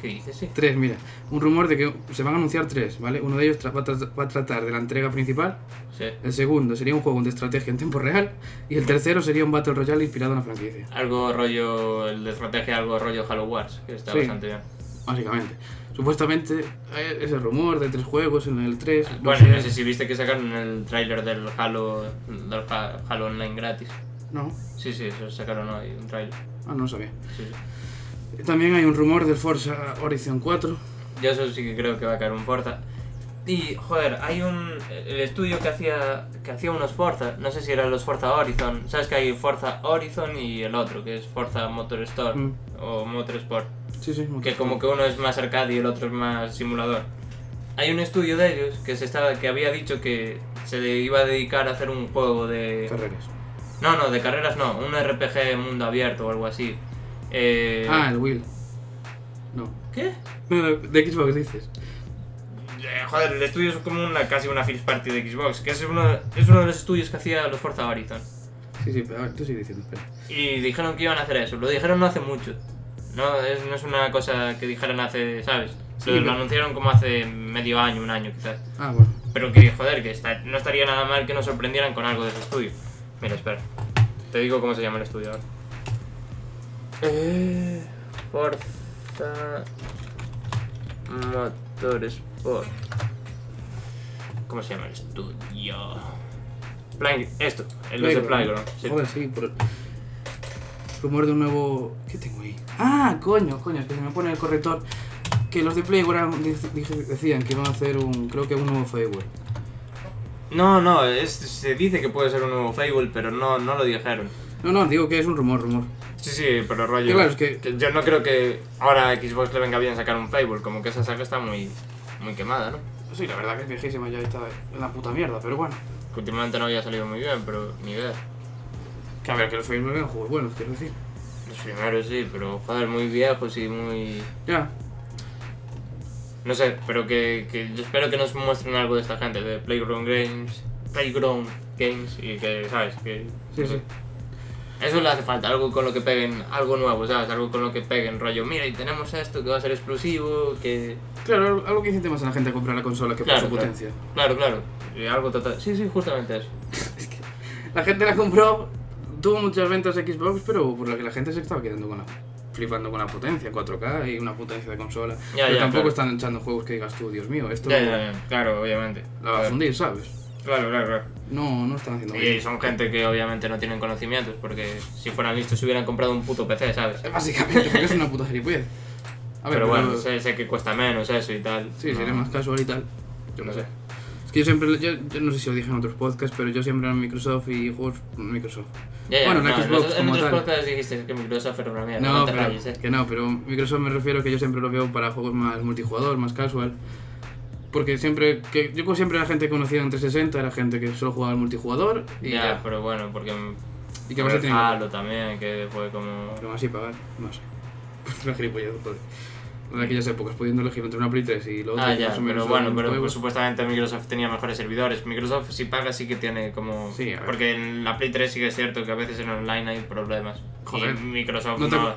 [SPEAKER 2] ¿Qué dices? Sí.
[SPEAKER 1] Tres, mira. Un rumor de que se van a anunciar tres, ¿vale? Uno de ellos tra- va, a tra- va a tratar de la entrega principal,
[SPEAKER 2] sí.
[SPEAKER 1] el segundo sería un juego de estrategia en tiempo real y el tercero sería un Battle Royale inspirado en la franquicia,
[SPEAKER 2] Algo rollo, el de estrategia, algo rollo Halo Wars, que está
[SPEAKER 1] Sí.
[SPEAKER 2] bastante bien.
[SPEAKER 1] básicamente. Supuestamente eh, es el rumor de tres juegos en el 3.
[SPEAKER 2] Bueno, no sé si viste que sacaron el tráiler del Halo, del Ha- Halo Online gratis.
[SPEAKER 1] No,
[SPEAKER 2] Sí, sí, eso sacaron hoy, un tráiler.
[SPEAKER 1] ah, no lo sabía.
[SPEAKER 2] Sí, sí.
[SPEAKER 1] También hay un rumor del Forza Horizon 4.
[SPEAKER 2] Yo eso sí que creo que va a caer un Forza. Y, joder, hay un... El estudio que hacía que hacía unos Forza, no sé si eran los Forza Horizon. Sabes que hay Forza Horizon y el otro, que es Forza Motorsport
[SPEAKER 1] Mm.
[SPEAKER 2] o Motorsport.
[SPEAKER 1] Sí, sí,
[SPEAKER 2] que como que uno es más arcade y el otro es más simulador. Hay un estudio de ellos que se estaba que había dicho que se le iba a dedicar a hacer un juego de...
[SPEAKER 1] Carreras.
[SPEAKER 2] No, no, de carreras no, un RPG mundo abierto o algo así. Eh,
[SPEAKER 1] Ah, el Will. No.
[SPEAKER 2] ¿Qué?
[SPEAKER 1] No, no, de Xbox dices.
[SPEAKER 2] Eh, joder, el estudio es como una, casi una first party de Xbox, que es uno, es uno de los estudios que hacía los Forza Horizon.
[SPEAKER 1] Sí, sí, pero a ver, tú sigue diciendo, espera.
[SPEAKER 2] Y dijeron que iban a hacer eso, lo dijeron no hace mucho. No es, no es una cosa que dijeran hace, ¿sabes?
[SPEAKER 1] Sí,
[SPEAKER 2] lo, lo
[SPEAKER 1] pero-
[SPEAKER 2] anunciaron como hace medio año, un año quizás.
[SPEAKER 1] Ah, bueno.
[SPEAKER 2] Pero que, joder, que está- no estaría nada mal que nos sorprendieran con algo de ese estudio. Mira, espera. Te digo cómo se llama el estudio ahora. Eh, Forza Motorsport. ¿Cómo se llama el estudio? Play- esto, el de Playground. sí.
[SPEAKER 1] Joder, sí, por... Rumor de un nuevo... ¿Qué tengo ahí? Ah, coño, coño, es que se me pone el corrector. Que los de Playground dic- dije- decían que iban a hacer un... Creo que un nuevo firewall.
[SPEAKER 2] No, no, es- se dice que puede ser un nuevo Fable, pero no, no lo dijeron.
[SPEAKER 1] No, no, digo que es un rumor, rumor.
[SPEAKER 2] Sí, sí, pero rollo.
[SPEAKER 1] Y claro, es que-
[SPEAKER 2] Yo no creo que ahora a Xbox le venga bien sacar un Fable, como que esa saga está muy, muy quemada, ¿no?
[SPEAKER 1] Sí, la verdad que es viejísima, ya está en la puta mierda, pero bueno.
[SPEAKER 2] Que últimamente no había salido muy bien, pero ni idea.
[SPEAKER 1] Que a ver, que los firewall eran juegos buenos, quiero decir.
[SPEAKER 2] Los primeros sí, pero joder, muy viejos y muy.
[SPEAKER 1] Ya,
[SPEAKER 2] No sé, pero que, que yo espero que nos muestren algo de esta gente, de Playground Games. Playground Games, y que, ¿sabes? Que,
[SPEAKER 1] sí, sí.
[SPEAKER 2] Eso le hace falta, algo con lo que peguen, algo nuevo, ¿sabes? Algo con lo que peguen, rollo, mira, y tenemos esto que va a ser exclusivo, que...
[SPEAKER 1] Claro, algo- algo que incite más a la gente a comprar la consola que
[SPEAKER 2] Claro,
[SPEAKER 1] por su
[SPEAKER 2] claro.
[SPEAKER 1] potencia.
[SPEAKER 2] Claro, claro, y algo total... Sí, sí, justamente eso.
[SPEAKER 1] La gente la compró, tuvo muchas ventas Xbox, pero por la que la gente se estaba quedando con la, flipando con la potencia, 4K y una potencia de consola. pero
[SPEAKER 2] ya,
[SPEAKER 1] tampoco
[SPEAKER 2] claro.
[SPEAKER 1] están echando juegos que digas tú, Dios mío, esto
[SPEAKER 2] Ya, ya, ya, claro, obviamente.
[SPEAKER 1] la va a
[SPEAKER 2] Claro,
[SPEAKER 1] fundir, ¿sabes?
[SPEAKER 2] Claro, claro, claro.
[SPEAKER 1] No, no están haciendo
[SPEAKER 2] Y
[SPEAKER 1] bien.
[SPEAKER 2] son gente que obviamente no tienen conocimientos, porque si fueran listos hubieran comprado un puto PC, ¿sabes?
[SPEAKER 1] Básicamente, porque es una puta gilipollez. A ver,
[SPEAKER 2] pero bueno,
[SPEAKER 1] sí,
[SPEAKER 2] sé, sé que cuesta menos eso y tal.
[SPEAKER 1] sí,
[SPEAKER 2] No.
[SPEAKER 1] sería más casual y tal. Yo no
[SPEAKER 2] No
[SPEAKER 1] sé.
[SPEAKER 2] sé.
[SPEAKER 1] Es que yo siempre, yo, yo no sé si lo dije en otros podcasts, pero yo siempre en Microsoft y juegos Microsoft.
[SPEAKER 2] Ya, ya,
[SPEAKER 1] Bueno, en
[SPEAKER 2] no,
[SPEAKER 1] Xbox
[SPEAKER 2] nosotros- en
[SPEAKER 1] como
[SPEAKER 2] otros
[SPEAKER 1] tal.
[SPEAKER 2] podcasts dijiste que Microsoft era una mierda, no,
[SPEAKER 1] No,
[SPEAKER 2] te
[SPEAKER 1] pero,
[SPEAKER 2] rayes, eh.
[SPEAKER 1] que no, pero Microsoft me refiero que yo siempre lo veo para juegos más multijugador, más casual. Porque siempre, que yo como siempre la gente conocida en 360 era gente que solo jugaba al multijugador y,
[SPEAKER 2] Ya,
[SPEAKER 1] ya.
[SPEAKER 2] pero bueno, porque...
[SPEAKER 1] y que vas a
[SPEAKER 2] pero
[SPEAKER 1] tener
[SPEAKER 2] el Halo también, que fue como...
[SPEAKER 1] Pero más y pagar, no sé. Una gilipollez, joder. En aquellas épocas, pues, pudiendo elegir entre una Play 3 y lo otro
[SPEAKER 2] Ah,
[SPEAKER 1] y
[SPEAKER 2] ya,
[SPEAKER 1] más o menos
[SPEAKER 2] pero
[SPEAKER 1] un
[SPEAKER 2] bueno, pero
[SPEAKER 1] juego.
[SPEAKER 2] pues, supuestamente Microsoft tenía mejores servidores. Microsoft si paga sí que tiene como...
[SPEAKER 1] Sí, a ver.
[SPEAKER 2] porque en la Play 3 sí que es cierto que a veces en online hay problemas.
[SPEAKER 1] Joder.
[SPEAKER 2] Y Microsoft
[SPEAKER 1] No
[SPEAKER 2] no...
[SPEAKER 1] te acu-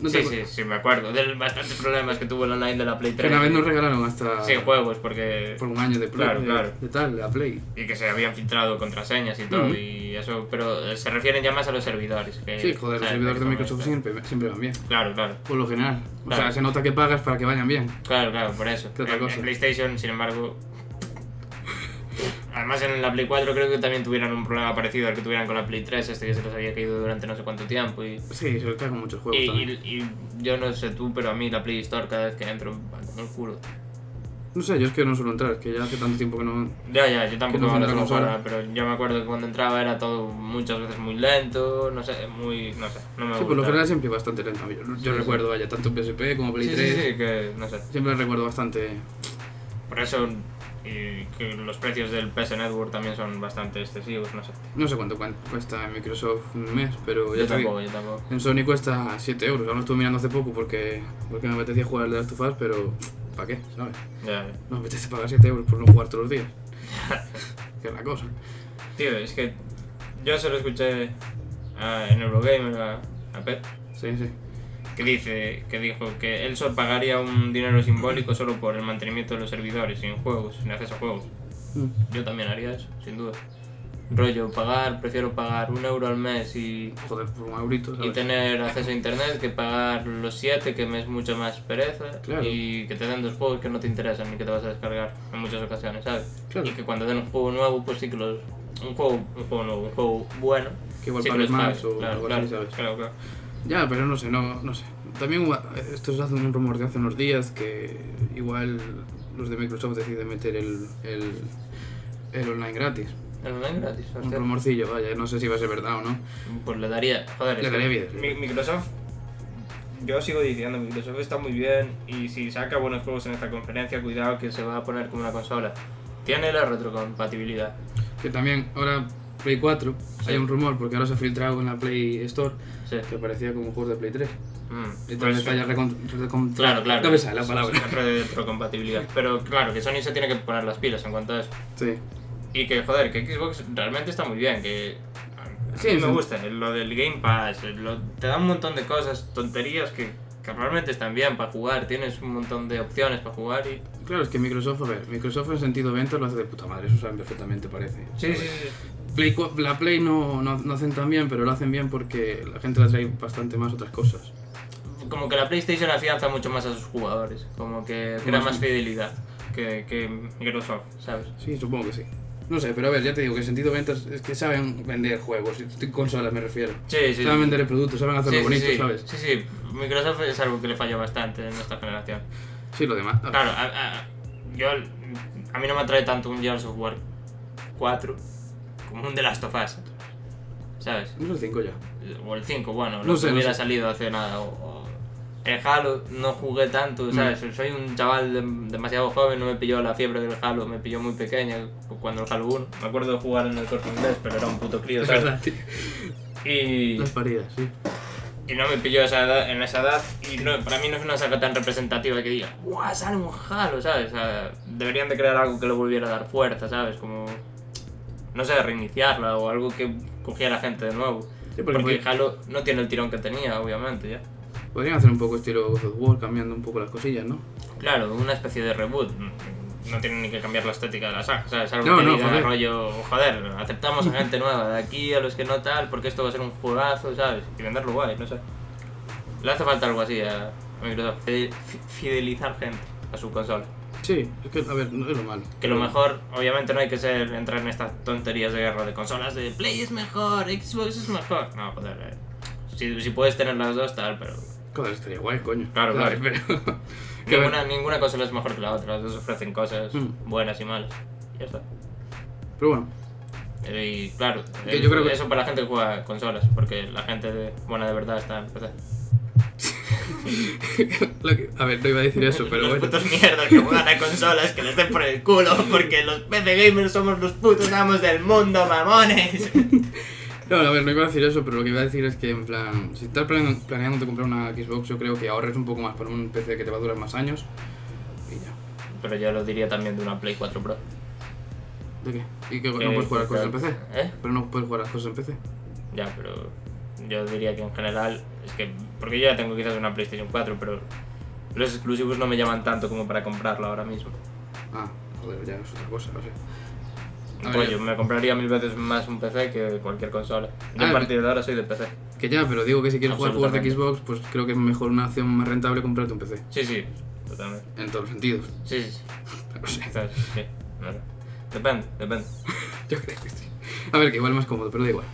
[SPEAKER 1] no te
[SPEAKER 2] sí, sí,
[SPEAKER 1] acu-
[SPEAKER 2] sí, me acuerdo. De bastantes problemas que tuvo el online de la Play
[SPEAKER 1] Que
[SPEAKER 2] 3.
[SPEAKER 1] una vez nos regalaron hasta
[SPEAKER 2] Sí, juegos, porque...
[SPEAKER 1] por un año de Play,
[SPEAKER 2] Claro,
[SPEAKER 1] de,
[SPEAKER 2] claro.
[SPEAKER 1] de tal, de la Play.
[SPEAKER 2] Y que se habían filtrado contraseñas y todo,
[SPEAKER 1] Ujú.
[SPEAKER 2] y eso, pero eh, se refieren ya más a los servidores. Que,
[SPEAKER 1] Sí, joder, los
[SPEAKER 2] ¿sabes?
[SPEAKER 1] servidores de Microsoft
[SPEAKER 2] Exactamente.
[SPEAKER 1] siempre, siempre van bien,
[SPEAKER 2] Claro, claro,
[SPEAKER 1] por lo general. O
[SPEAKER 2] Claro.
[SPEAKER 1] sea, se nota que pagas para que vayan bien.
[SPEAKER 2] claro, claro, por eso.
[SPEAKER 1] ¿Qué
[SPEAKER 2] En,
[SPEAKER 1] otra cosa?
[SPEAKER 2] en PlayStation, sin embargo... Además en la Play 4 creo que también tuvieron un problema parecido al que tuvieron con la Play 3, este que se les había caído durante no sé cuánto tiempo y...
[SPEAKER 1] Sí, se le cagan muchos
[SPEAKER 2] Y,
[SPEAKER 1] juegos también.
[SPEAKER 2] y- y yo no sé tú, pero a mí la Play Store cada vez que entro, va como el culo.
[SPEAKER 1] No sé, yo es que no suelo entrar, es que ya hace tanto tiempo que no...
[SPEAKER 2] Ya, ya, yo
[SPEAKER 1] Que no
[SPEAKER 2] tampoco me
[SPEAKER 1] funciona la
[SPEAKER 2] lo
[SPEAKER 1] consola.
[SPEAKER 2] ahora, pero yo me acuerdo que cuando entraba era todo muchas veces muy lento, no sé, muy. no sé, no me
[SPEAKER 1] Sí, por lo
[SPEAKER 2] gusta.
[SPEAKER 1] general siempre bastante lento. Yo, yo
[SPEAKER 2] Sí, sí.
[SPEAKER 1] recuerdo, vaya, tanto PSP como Play
[SPEAKER 2] Sí,
[SPEAKER 1] 3.
[SPEAKER 2] sí, sí, que no sé.
[SPEAKER 1] Siempre recuerdo bastante...
[SPEAKER 2] Por eso y que los precios del PS Network también son bastante excesivos, no sé.
[SPEAKER 1] No sé cuánto cuan- cuesta en Microsoft un mes, pero ya
[SPEAKER 2] Yo
[SPEAKER 1] te digo,
[SPEAKER 2] tampoco, yo tampoco.
[SPEAKER 1] En Sony cuesta 7 euros. Aún lo estuve mirando hace poco porque, porque me apetecía jugar el de Last of Us, pero ¿para qué? ¿Sabes?
[SPEAKER 2] Ya, ya.
[SPEAKER 1] No me apetece pagar 7 euros por no jugar todos los días. que es la cosa.
[SPEAKER 2] Tío, es que yo se lo escuché a- en Eurogamer a, a Pep,
[SPEAKER 1] Sí, sí.
[SPEAKER 2] que dice, que dijo que él solo pagaría un dinero simbólico solo por el mantenimiento de los servidores, sin juegos, sin acceso a juegos.
[SPEAKER 1] Mm.
[SPEAKER 2] Yo también haría eso, sin duda. Rollo, pagar, prefiero pagar un euro al mes y,
[SPEAKER 1] Joder, por un eurito,
[SPEAKER 2] y
[SPEAKER 1] ¿sabes?
[SPEAKER 2] tener acceso a internet que pagar los 7, que me es mucho más pereza.
[SPEAKER 1] Claro.
[SPEAKER 2] Y que te den dos juegos que no te interesan y que te vas a descargar en muchas ocasiones, ¿sabes?
[SPEAKER 1] Claro.
[SPEAKER 2] Y que cuando den un juego nuevo, pues sí que los. Un juego, un juego nuevo, un juego bueno.
[SPEAKER 1] Que igual
[SPEAKER 2] sí
[SPEAKER 1] pagues
[SPEAKER 2] los
[SPEAKER 1] más
[SPEAKER 2] pagues,
[SPEAKER 1] o
[SPEAKER 2] claro,
[SPEAKER 1] algo
[SPEAKER 2] claro,
[SPEAKER 1] así, ¿sabes?
[SPEAKER 2] Claro, claro.
[SPEAKER 1] Ya, pero no sé, no, no sé. También hubo- esto es hace un rumor de hace unos días que igual los de Microsoft deciden meter el, el, el online gratis.
[SPEAKER 2] El online gratis,
[SPEAKER 1] Un
[SPEAKER 2] hostia.
[SPEAKER 1] rumorcillo, vaya, no sé si va a ser verdad o no.
[SPEAKER 2] Pues le daría. Joder,
[SPEAKER 1] Le
[SPEAKER 2] es que
[SPEAKER 1] daría vida.
[SPEAKER 2] Mi- Microsoft. Yo sigo diciendo, Microsoft está muy bien y si saca buenos juegos en esta conferencia, cuidado que se va a poner como una consola. Tiene la retrocompatibilidad.
[SPEAKER 1] que también ahora Play 4,
[SPEAKER 2] Sí.
[SPEAKER 1] hay un rumor, porque ahora se ha filtrado en la Play Store,
[SPEAKER 2] Sí.
[SPEAKER 1] que parecía como juegos de Play 3.
[SPEAKER 2] Mm,
[SPEAKER 1] Y
[SPEAKER 2] pues-
[SPEAKER 1] también está ya recon- recon-
[SPEAKER 2] Claro, claro.
[SPEAKER 1] No me sale la
[SPEAKER 2] Sí,
[SPEAKER 1] palabra.
[SPEAKER 2] siempre de retrocompatibilidad. Pero claro, que Sony se tiene que poner las pilas en cuanto a eso.
[SPEAKER 1] Sí.
[SPEAKER 2] Y que, joder, que Xbox realmente está muy bien, que... a- A
[SPEAKER 1] Sí,
[SPEAKER 2] mí
[SPEAKER 1] sí.
[SPEAKER 2] me gusta, eh, lo del Game Pass, eh, lo- te da un montón de cosas, tonterías que, que realmente están bien para jugar, tienes un montón de opciones para jugar y...
[SPEAKER 1] Claro, es que Microsoft, a ver, Microsoft en sentido ventas lo hace de puta madre, eso saben perfectamente, parece.
[SPEAKER 2] Sí, sí, sí.
[SPEAKER 1] Play cua- la Play no, no, no hacen tan bien, pero lo hacen bien porque la gente la trae bastante más otras cosas.
[SPEAKER 2] Como que la PlayStation afianza mucho más a sus jugadores, como que crea
[SPEAKER 1] Más-
[SPEAKER 2] más fidelidad que, que Microsoft, ¿sabes?
[SPEAKER 1] Sí, supongo que sí. No sé, pero a ver, ya te digo que en sentido ventas es que saben vender juegos, y consolas me refiero.
[SPEAKER 2] Sí, sí.
[SPEAKER 1] Saben vender el producto, saben hacerlo
[SPEAKER 2] sí,
[SPEAKER 1] bonito,
[SPEAKER 2] sí, sí.
[SPEAKER 1] ¿sabes?
[SPEAKER 2] Sí, sí, Microsoft es algo que le falla bastante en esta generación.
[SPEAKER 1] Sí, lo demás. a ver,
[SPEAKER 2] Claro, a, a- yo, a mí no me atrae tanto un Gears of War 4 como un The Last of Us, ¿sabes?
[SPEAKER 1] No es el 5 ya.
[SPEAKER 2] O el 5, bueno,
[SPEAKER 1] No
[SPEAKER 2] no
[SPEAKER 1] sé,
[SPEAKER 2] que
[SPEAKER 1] no
[SPEAKER 2] hubiera
[SPEAKER 1] sé.
[SPEAKER 2] salido hace nada. O, o- El Halo no jugué
[SPEAKER 1] Mm.
[SPEAKER 2] tanto, ¿sabes? Soy un chaval de- demasiado joven, no me pilló la fiebre del Halo, me pilló muy pequeña cuando el Halo 1. Me acuerdo de jugar en el corte inglés, pero era un puto crío,
[SPEAKER 1] Es
[SPEAKER 2] ¿sabes?
[SPEAKER 1] verdad, tío.
[SPEAKER 2] Y...
[SPEAKER 1] Las paridas, sí.
[SPEAKER 2] Y no me pilló esa edad- en esa edad. Y no- para mí no es una saga tan representativa que diga, ¡guau! Sale un jalo, ¿sabes? O sea, deberían de crear algo que le volviera a dar fuerza, ¿sabes? Como. No sé, reiniciarla o algo que cogiera gente de nuevo.
[SPEAKER 1] Sí, porque
[SPEAKER 2] porque
[SPEAKER 1] podía-
[SPEAKER 2] Halo no tiene el tirón que tenía, obviamente, ya.
[SPEAKER 1] Podrían hacer un poco estilo God of War, cambiando un poco las cosillas, ¿no?
[SPEAKER 2] Claro, una especie de reboot. No tienen ni que cambiar la estética de la saga, ¿sabes? Algo
[SPEAKER 1] No,
[SPEAKER 2] que
[SPEAKER 1] no,
[SPEAKER 2] diga,
[SPEAKER 1] joder.
[SPEAKER 2] rollo, joder, aceptamos a gente nueva de aquí, a los que no tal, porque esto va a ser un juegazo, ¿sabes? Y venderlo guay, no sé. Le hace falta algo así a Microsoft, fi- fi- fidelizar gente a su consola.
[SPEAKER 1] Sí, es que, a ver, no es lo malo.
[SPEAKER 2] Que lo mejor, obviamente no hay que ser entrar en estas tonterías de guerra de consolas de Play es mejor, Xbox es mejor. No, joder, eh. si, si puedes tener las dos tal, pero
[SPEAKER 1] Joder, estaría guay, coño.
[SPEAKER 2] Claro,
[SPEAKER 1] ¿Sabes? Pero... que a ver,
[SPEAKER 2] ninguna, ninguna consola es mejor que la otra, las dos ofrecen cosas
[SPEAKER 1] Mm.
[SPEAKER 2] buenas y malas. Y ya está.
[SPEAKER 1] Pero bueno,
[SPEAKER 2] Y claro,
[SPEAKER 1] Que
[SPEAKER 2] eh,
[SPEAKER 1] yo creo que-
[SPEAKER 2] eso para la gente que juega consolas, porque la gente de- buena de verdad está en PC.
[SPEAKER 1] lo que- a ver, no iba a decir eso, pero
[SPEAKER 2] los
[SPEAKER 1] bueno.
[SPEAKER 2] putos mierdas que juegan a consolas, que les den por el culo, porque los PC gamers somos los putos amos del mundo, mamones.
[SPEAKER 1] No, a ver, no iba a decir eso, pero lo que iba a decir es que, en plan, si estás planeando, planeando comprar una Xbox, yo creo que ahorres un poco más para un PC que te va a durar más años. Y ya.
[SPEAKER 2] Pero yo lo diría también de una Play 4 Pro.
[SPEAKER 1] ¿De qué? ¿Y que no
[SPEAKER 2] Eh,
[SPEAKER 1] puedes jugar a las cosas en PC?
[SPEAKER 2] ¿Eh?
[SPEAKER 1] Pero no puedes jugar a las cosas en PC.
[SPEAKER 2] Ya, pero yo diría que en general, es que, porque yo ya tengo quizás una PlayStation 4, pero los exclusivos no me llaman tanto como para comprarla ahora mismo.
[SPEAKER 1] Ah, joder, ya es otra cosa, no sé. A ver,
[SPEAKER 2] Pues yo me compraría mil veces más un PC que cualquier consola. Yo
[SPEAKER 1] Ah,
[SPEAKER 2] a partir de ahora soy de PC.
[SPEAKER 1] Que ya, pero digo que si quieres jugar juegos de Xbox, pues creo que es mejor una acción más rentable comprarte un PC.
[SPEAKER 2] Sí, sí, totalmente.
[SPEAKER 1] En todos los sentidos.
[SPEAKER 2] Sí, sí, sí.
[SPEAKER 1] No sé,
[SPEAKER 2] Quizás, sí. no sé. Depende, depende.
[SPEAKER 1] yo creo que sí. A ver, que igual es más cómodo, pero da igual.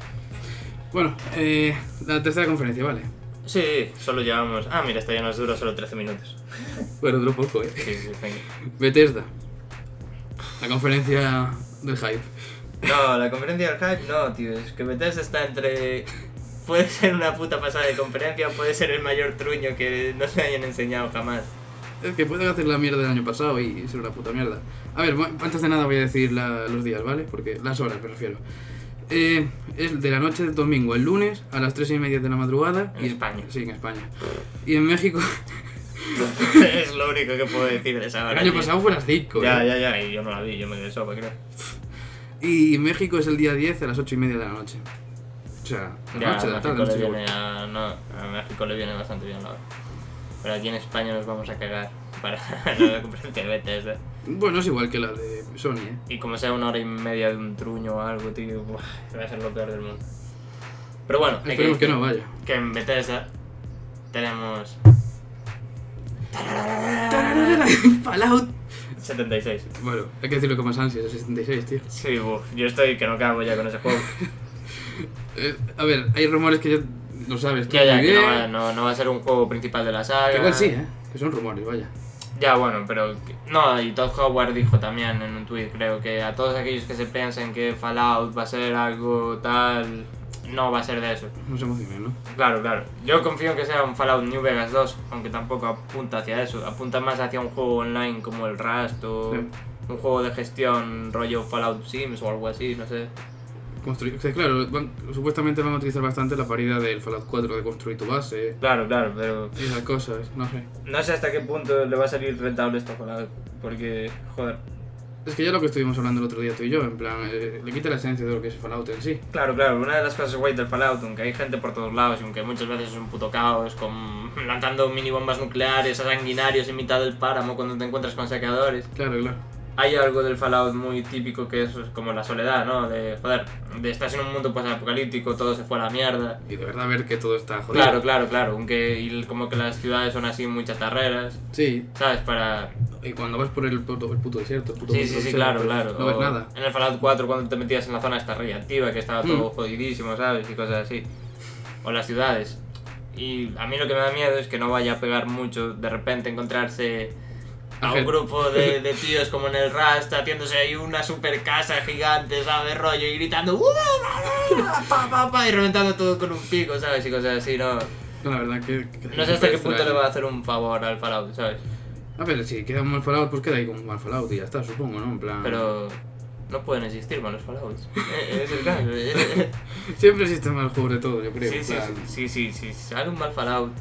[SPEAKER 1] Bueno, eh, la tercera conferencia, vale.
[SPEAKER 2] Sí, solo llevamos. Ah, mira, esta ya nos dura solo 13 minutos.
[SPEAKER 1] Bueno, duró poco, eh.
[SPEAKER 2] Sí, sí, venga.
[SPEAKER 1] Bethesda. La conferencia del hype.
[SPEAKER 2] No, la conferencia del hype no, tío. Es que Bethesda está entre. Puede ser una puta pasada de conferencia, puede ser el mayor truño que no se hayan enseñado jamás.
[SPEAKER 1] Es que pueden hacer la mierda del año pasado y ser una puta mierda. A ver, bueno, antes de nada voy a decir la- los días, ¿vale? Porque las horas me refiero. Eh, es de la noche del domingo al lunes a las 3 y media de la madrugada.
[SPEAKER 2] En
[SPEAKER 1] y
[SPEAKER 2] España.
[SPEAKER 1] Sí, en España. Y en México.
[SPEAKER 2] es lo único que puedo decir de esa
[SPEAKER 1] El
[SPEAKER 2] hora.
[SPEAKER 1] año
[SPEAKER 2] tío.
[SPEAKER 1] pasado fue a las eh. 5.
[SPEAKER 2] Ya, ya, ya, y yo no la vi, yo me quedé sopa, creo.
[SPEAKER 1] Y en México es el día 10 a las 8 y media de la noche. O sea, la
[SPEAKER 2] Ya,
[SPEAKER 1] noche de
[SPEAKER 2] a
[SPEAKER 1] la tarde.
[SPEAKER 2] México
[SPEAKER 1] noche
[SPEAKER 2] le
[SPEAKER 1] de-
[SPEAKER 2] viene a, no, a México le viene bastante bien la hora. Pero aquí en España nos vamos a cagar para la conferencia de Bethesda.
[SPEAKER 1] Bueno, es igual que la de Sony, ¿eh?
[SPEAKER 2] ¿eh? Y como sea una hora y media de un truño o algo, tío, buah, va a ser lo peor del mundo. Pero bueno, hay
[SPEAKER 1] Esperemos que
[SPEAKER 2] decir
[SPEAKER 1] no vaya.
[SPEAKER 2] que en Bethesda tenemos
[SPEAKER 1] Fallout.
[SPEAKER 2] 76.
[SPEAKER 1] Bueno, hay que decirlo con más ansias, el 66, tío.
[SPEAKER 2] Sí, buf, yo estoy que no cago ya con ese juego.
[SPEAKER 1] Eh, a ver, hay rumores que ya lo sabes. tú
[SPEAKER 2] ya, ya,
[SPEAKER 1] muy
[SPEAKER 2] que no
[SPEAKER 1] bien.
[SPEAKER 2] va, no- no va a ser un juego principal de la saga.
[SPEAKER 1] Que igual sí, ¿eh? Que son rumores, vaya.
[SPEAKER 2] Ya, bueno, pero... que- No, y Todd Howard dijo también en un tuit, creo, que a todos aquellos que se piensen que Fallout va a ser algo tal... No va a ser de eso.
[SPEAKER 1] No se emocionen, ¿no?
[SPEAKER 2] Claro, claro. Yo confío en que sea un Fallout New Vegas 2, aunque tampoco apunta hacia eso. Apunta más hacia un juego online como el Rust o...
[SPEAKER 1] Sí.
[SPEAKER 2] un juego de gestión rollo Fallout Sims o algo así, no sé.
[SPEAKER 1] Construir, o sea, claro, van- supuestamente van a utilizar bastante la parida del Fallout 4 de construir tu base
[SPEAKER 2] Claro, claro, pero
[SPEAKER 1] y esas cosas, no sé.
[SPEAKER 2] no sé hasta qué punto le va a salir rentable esto a Fallout, porque, joder,
[SPEAKER 1] Es que ya lo que estuvimos hablando el otro día tú y yo, en plan, eh, le quita la esencia de lo que es Fallout en sí.
[SPEAKER 2] Claro, claro, una de las cosas guay del Fallout, aunque hay gente por todos lados y aunque muchas veces es un puto caos, con lanzando mini bombas nucleares a sanguinarios en mitad del páramo cuando te encuentras con saqueadores,
[SPEAKER 1] Claro, claro.
[SPEAKER 2] hay algo del Fallout muy típico que es como la soledad, ¿no? De, joder, de estás en un mundo apocalíptico, todo se fue a la mierda.
[SPEAKER 1] Y de verdad ver que todo está jodido.
[SPEAKER 2] Claro, claro, claro, aunque y el- como que las ciudades son así muy chatarreras,
[SPEAKER 1] Sí,
[SPEAKER 2] ¿sabes? Para...
[SPEAKER 1] y cuando vas por el puto, el puto desierto, el puto
[SPEAKER 2] Sí,
[SPEAKER 1] puto
[SPEAKER 2] sí, sí,
[SPEAKER 1] desierto,
[SPEAKER 2] claro, claro.
[SPEAKER 1] No ves
[SPEAKER 2] O
[SPEAKER 1] nada.
[SPEAKER 2] En el Fallout 4 cuando te metías en la zona esta radiactiva, que estaba todo
[SPEAKER 1] Mm.
[SPEAKER 2] jodidísimo, ¿sabes? Y cosas así. O las ciudades. Y a mí lo que me da miedo es que no vaya a pegar mucho de repente encontrarse a
[SPEAKER 1] Ángel.
[SPEAKER 2] un grupo de, de tíos como en el Rasta haciéndose ahí una super casa gigante, ¿sabes? Rollo y gritando "¡Uh, uh, uh, uh", pa, pa, pa, y reventando todo con un pico, ¿sabes? Y cosas así, no.
[SPEAKER 1] No, la verdad que... que-
[SPEAKER 2] No sé hasta qué
[SPEAKER 1] que
[SPEAKER 2] punto le va a hacer un favor al Fallout, ¿sabes?
[SPEAKER 1] A ver, si queda un mal Fallout, pues queda ahí como un mal Fallout y ya está, supongo, ¿no? En plan...
[SPEAKER 2] Pero no pueden existir malos Fallouts. Es el caso.
[SPEAKER 1] Siempre existen mal juegos de todo, yo creo.
[SPEAKER 2] Sí, sí,
[SPEAKER 1] claro.
[SPEAKER 2] sí, sí, sí, si sale un mal Fallout,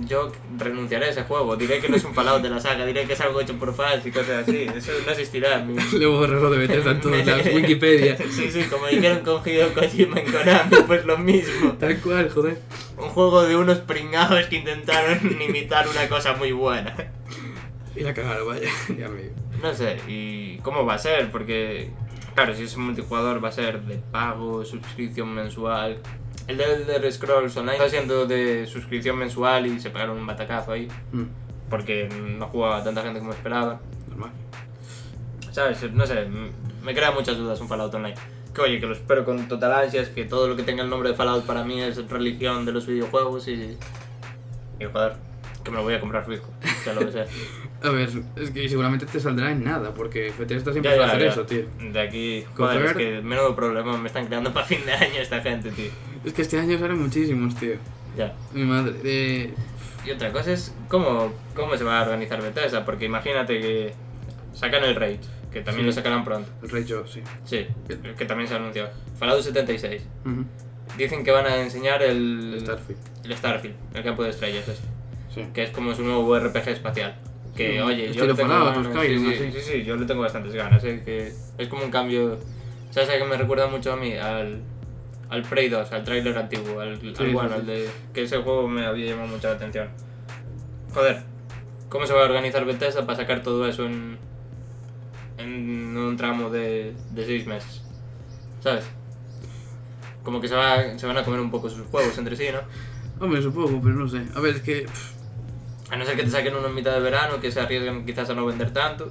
[SPEAKER 2] yo renunciaré a ese juego, diré que no es un Fallout de la saga, diré que es algo hecho por fans y cosas así, eso no existirá. mi-
[SPEAKER 1] Le borro lo de Bethesda en todas las Wikipedia.
[SPEAKER 2] Sí, sí, como dijeron con Hideo Kojima en Konami, pues lo mismo.
[SPEAKER 1] Tal cual, joder.
[SPEAKER 2] Un juego de unos pringados que intentaron imitar una cosa muy buena.
[SPEAKER 1] Y la cagaron, vaya. Ya me...
[SPEAKER 2] No sé, ¿y cómo va a ser? Porque, claro, si es multijugador va a ser de pago, suscripción mensual. El de Elder Scrolls Online está siendo de suscripción mensual y se pegaron un batacazo ahí.
[SPEAKER 1] Mm,
[SPEAKER 2] Porque no jugaba tanta gente como esperaba.
[SPEAKER 1] normal.
[SPEAKER 2] ¿Sabes? No sé, m- me crea muchas dudas un Fallout Online. Que oye, que lo espero con total ansias, que todo lo que tenga el nombre de Fallout para mí es religión de los videojuegos y... Y joder, que me lo voy a comprar fijo, sea lo que sea.
[SPEAKER 1] A ver, es que seguramente te saldrá en nada, porque Bethesda siempre
[SPEAKER 2] Ya,
[SPEAKER 1] va
[SPEAKER 2] ya,
[SPEAKER 1] a hacer
[SPEAKER 2] ya.
[SPEAKER 1] eso, tío.
[SPEAKER 2] De aquí,
[SPEAKER 1] Coger.
[SPEAKER 2] joder, es que menudo problema me están creando para fin de año esta gente, tío.
[SPEAKER 1] Es que este año salen muchísimos, tío.
[SPEAKER 2] Ya.
[SPEAKER 1] Mi madre. Eh,
[SPEAKER 2] Y otra cosa es cómo, cómo se va a organizar Bethesda, porque imagínate que sacan el Rage, que también
[SPEAKER 1] Sí.
[SPEAKER 2] lo sacarán pronto.
[SPEAKER 1] el Rey Joe, sí.
[SPEAKER 2] Sí, que, que también se anunció. Fallout 76.
[SPEAKER 1] Ujú.
[SPEAKER 2] Dicen que van a enseñar el,
[SPEAKER 1] El Starfield.
[SPEAKER 2] el Starfield, el campo de estrellas, este,
[SPEAKER 1] Sí.
[SPEAKER 2] que es como su nuevo RPG espacial. Que
[SPEAKER 1] Sí,
[SPEAKER 2] oye, yo
[SPEAKER 1] estilo
[SPEAKER 2] le tengo
[SPEAKER 1] Fallout,
[SPEAKER 2] ganas,
[SPEAKER 1] Skyrim,
[SPEAKER 2] sí,
[SPEAKER 1] así.
[SPEAKER 2] sí, sí, sí, yo le tengo bastantes ganas, eh, que es como un cambio, ¿sabes a qué me recuerda mucho a mí? Al, al Prey 2, al tráiler antiguo, al, al
[SPEAKER 1] Sí, sí,
[SPEAKER 2] bueno,
[SPEAKER 1] sí.
[SPEAKER 2] al de, que ese juego me había llamado mucho la atención. Joder, ¿cómo se va a organizar Bethesda para sacar todo eso en, en un tramo de, de seis meses? ¿Sabes? Como que se, va, se van a comer un poco sus juegos entre sí, ¿no?
[SPEAKER 1] Hombre, supongo, pero no sé. A ver, es que. pff,
[SPEAKER 2] A no ser que te saquen uno en mitad de verano, que se arriesguen quizás a no vender tanto.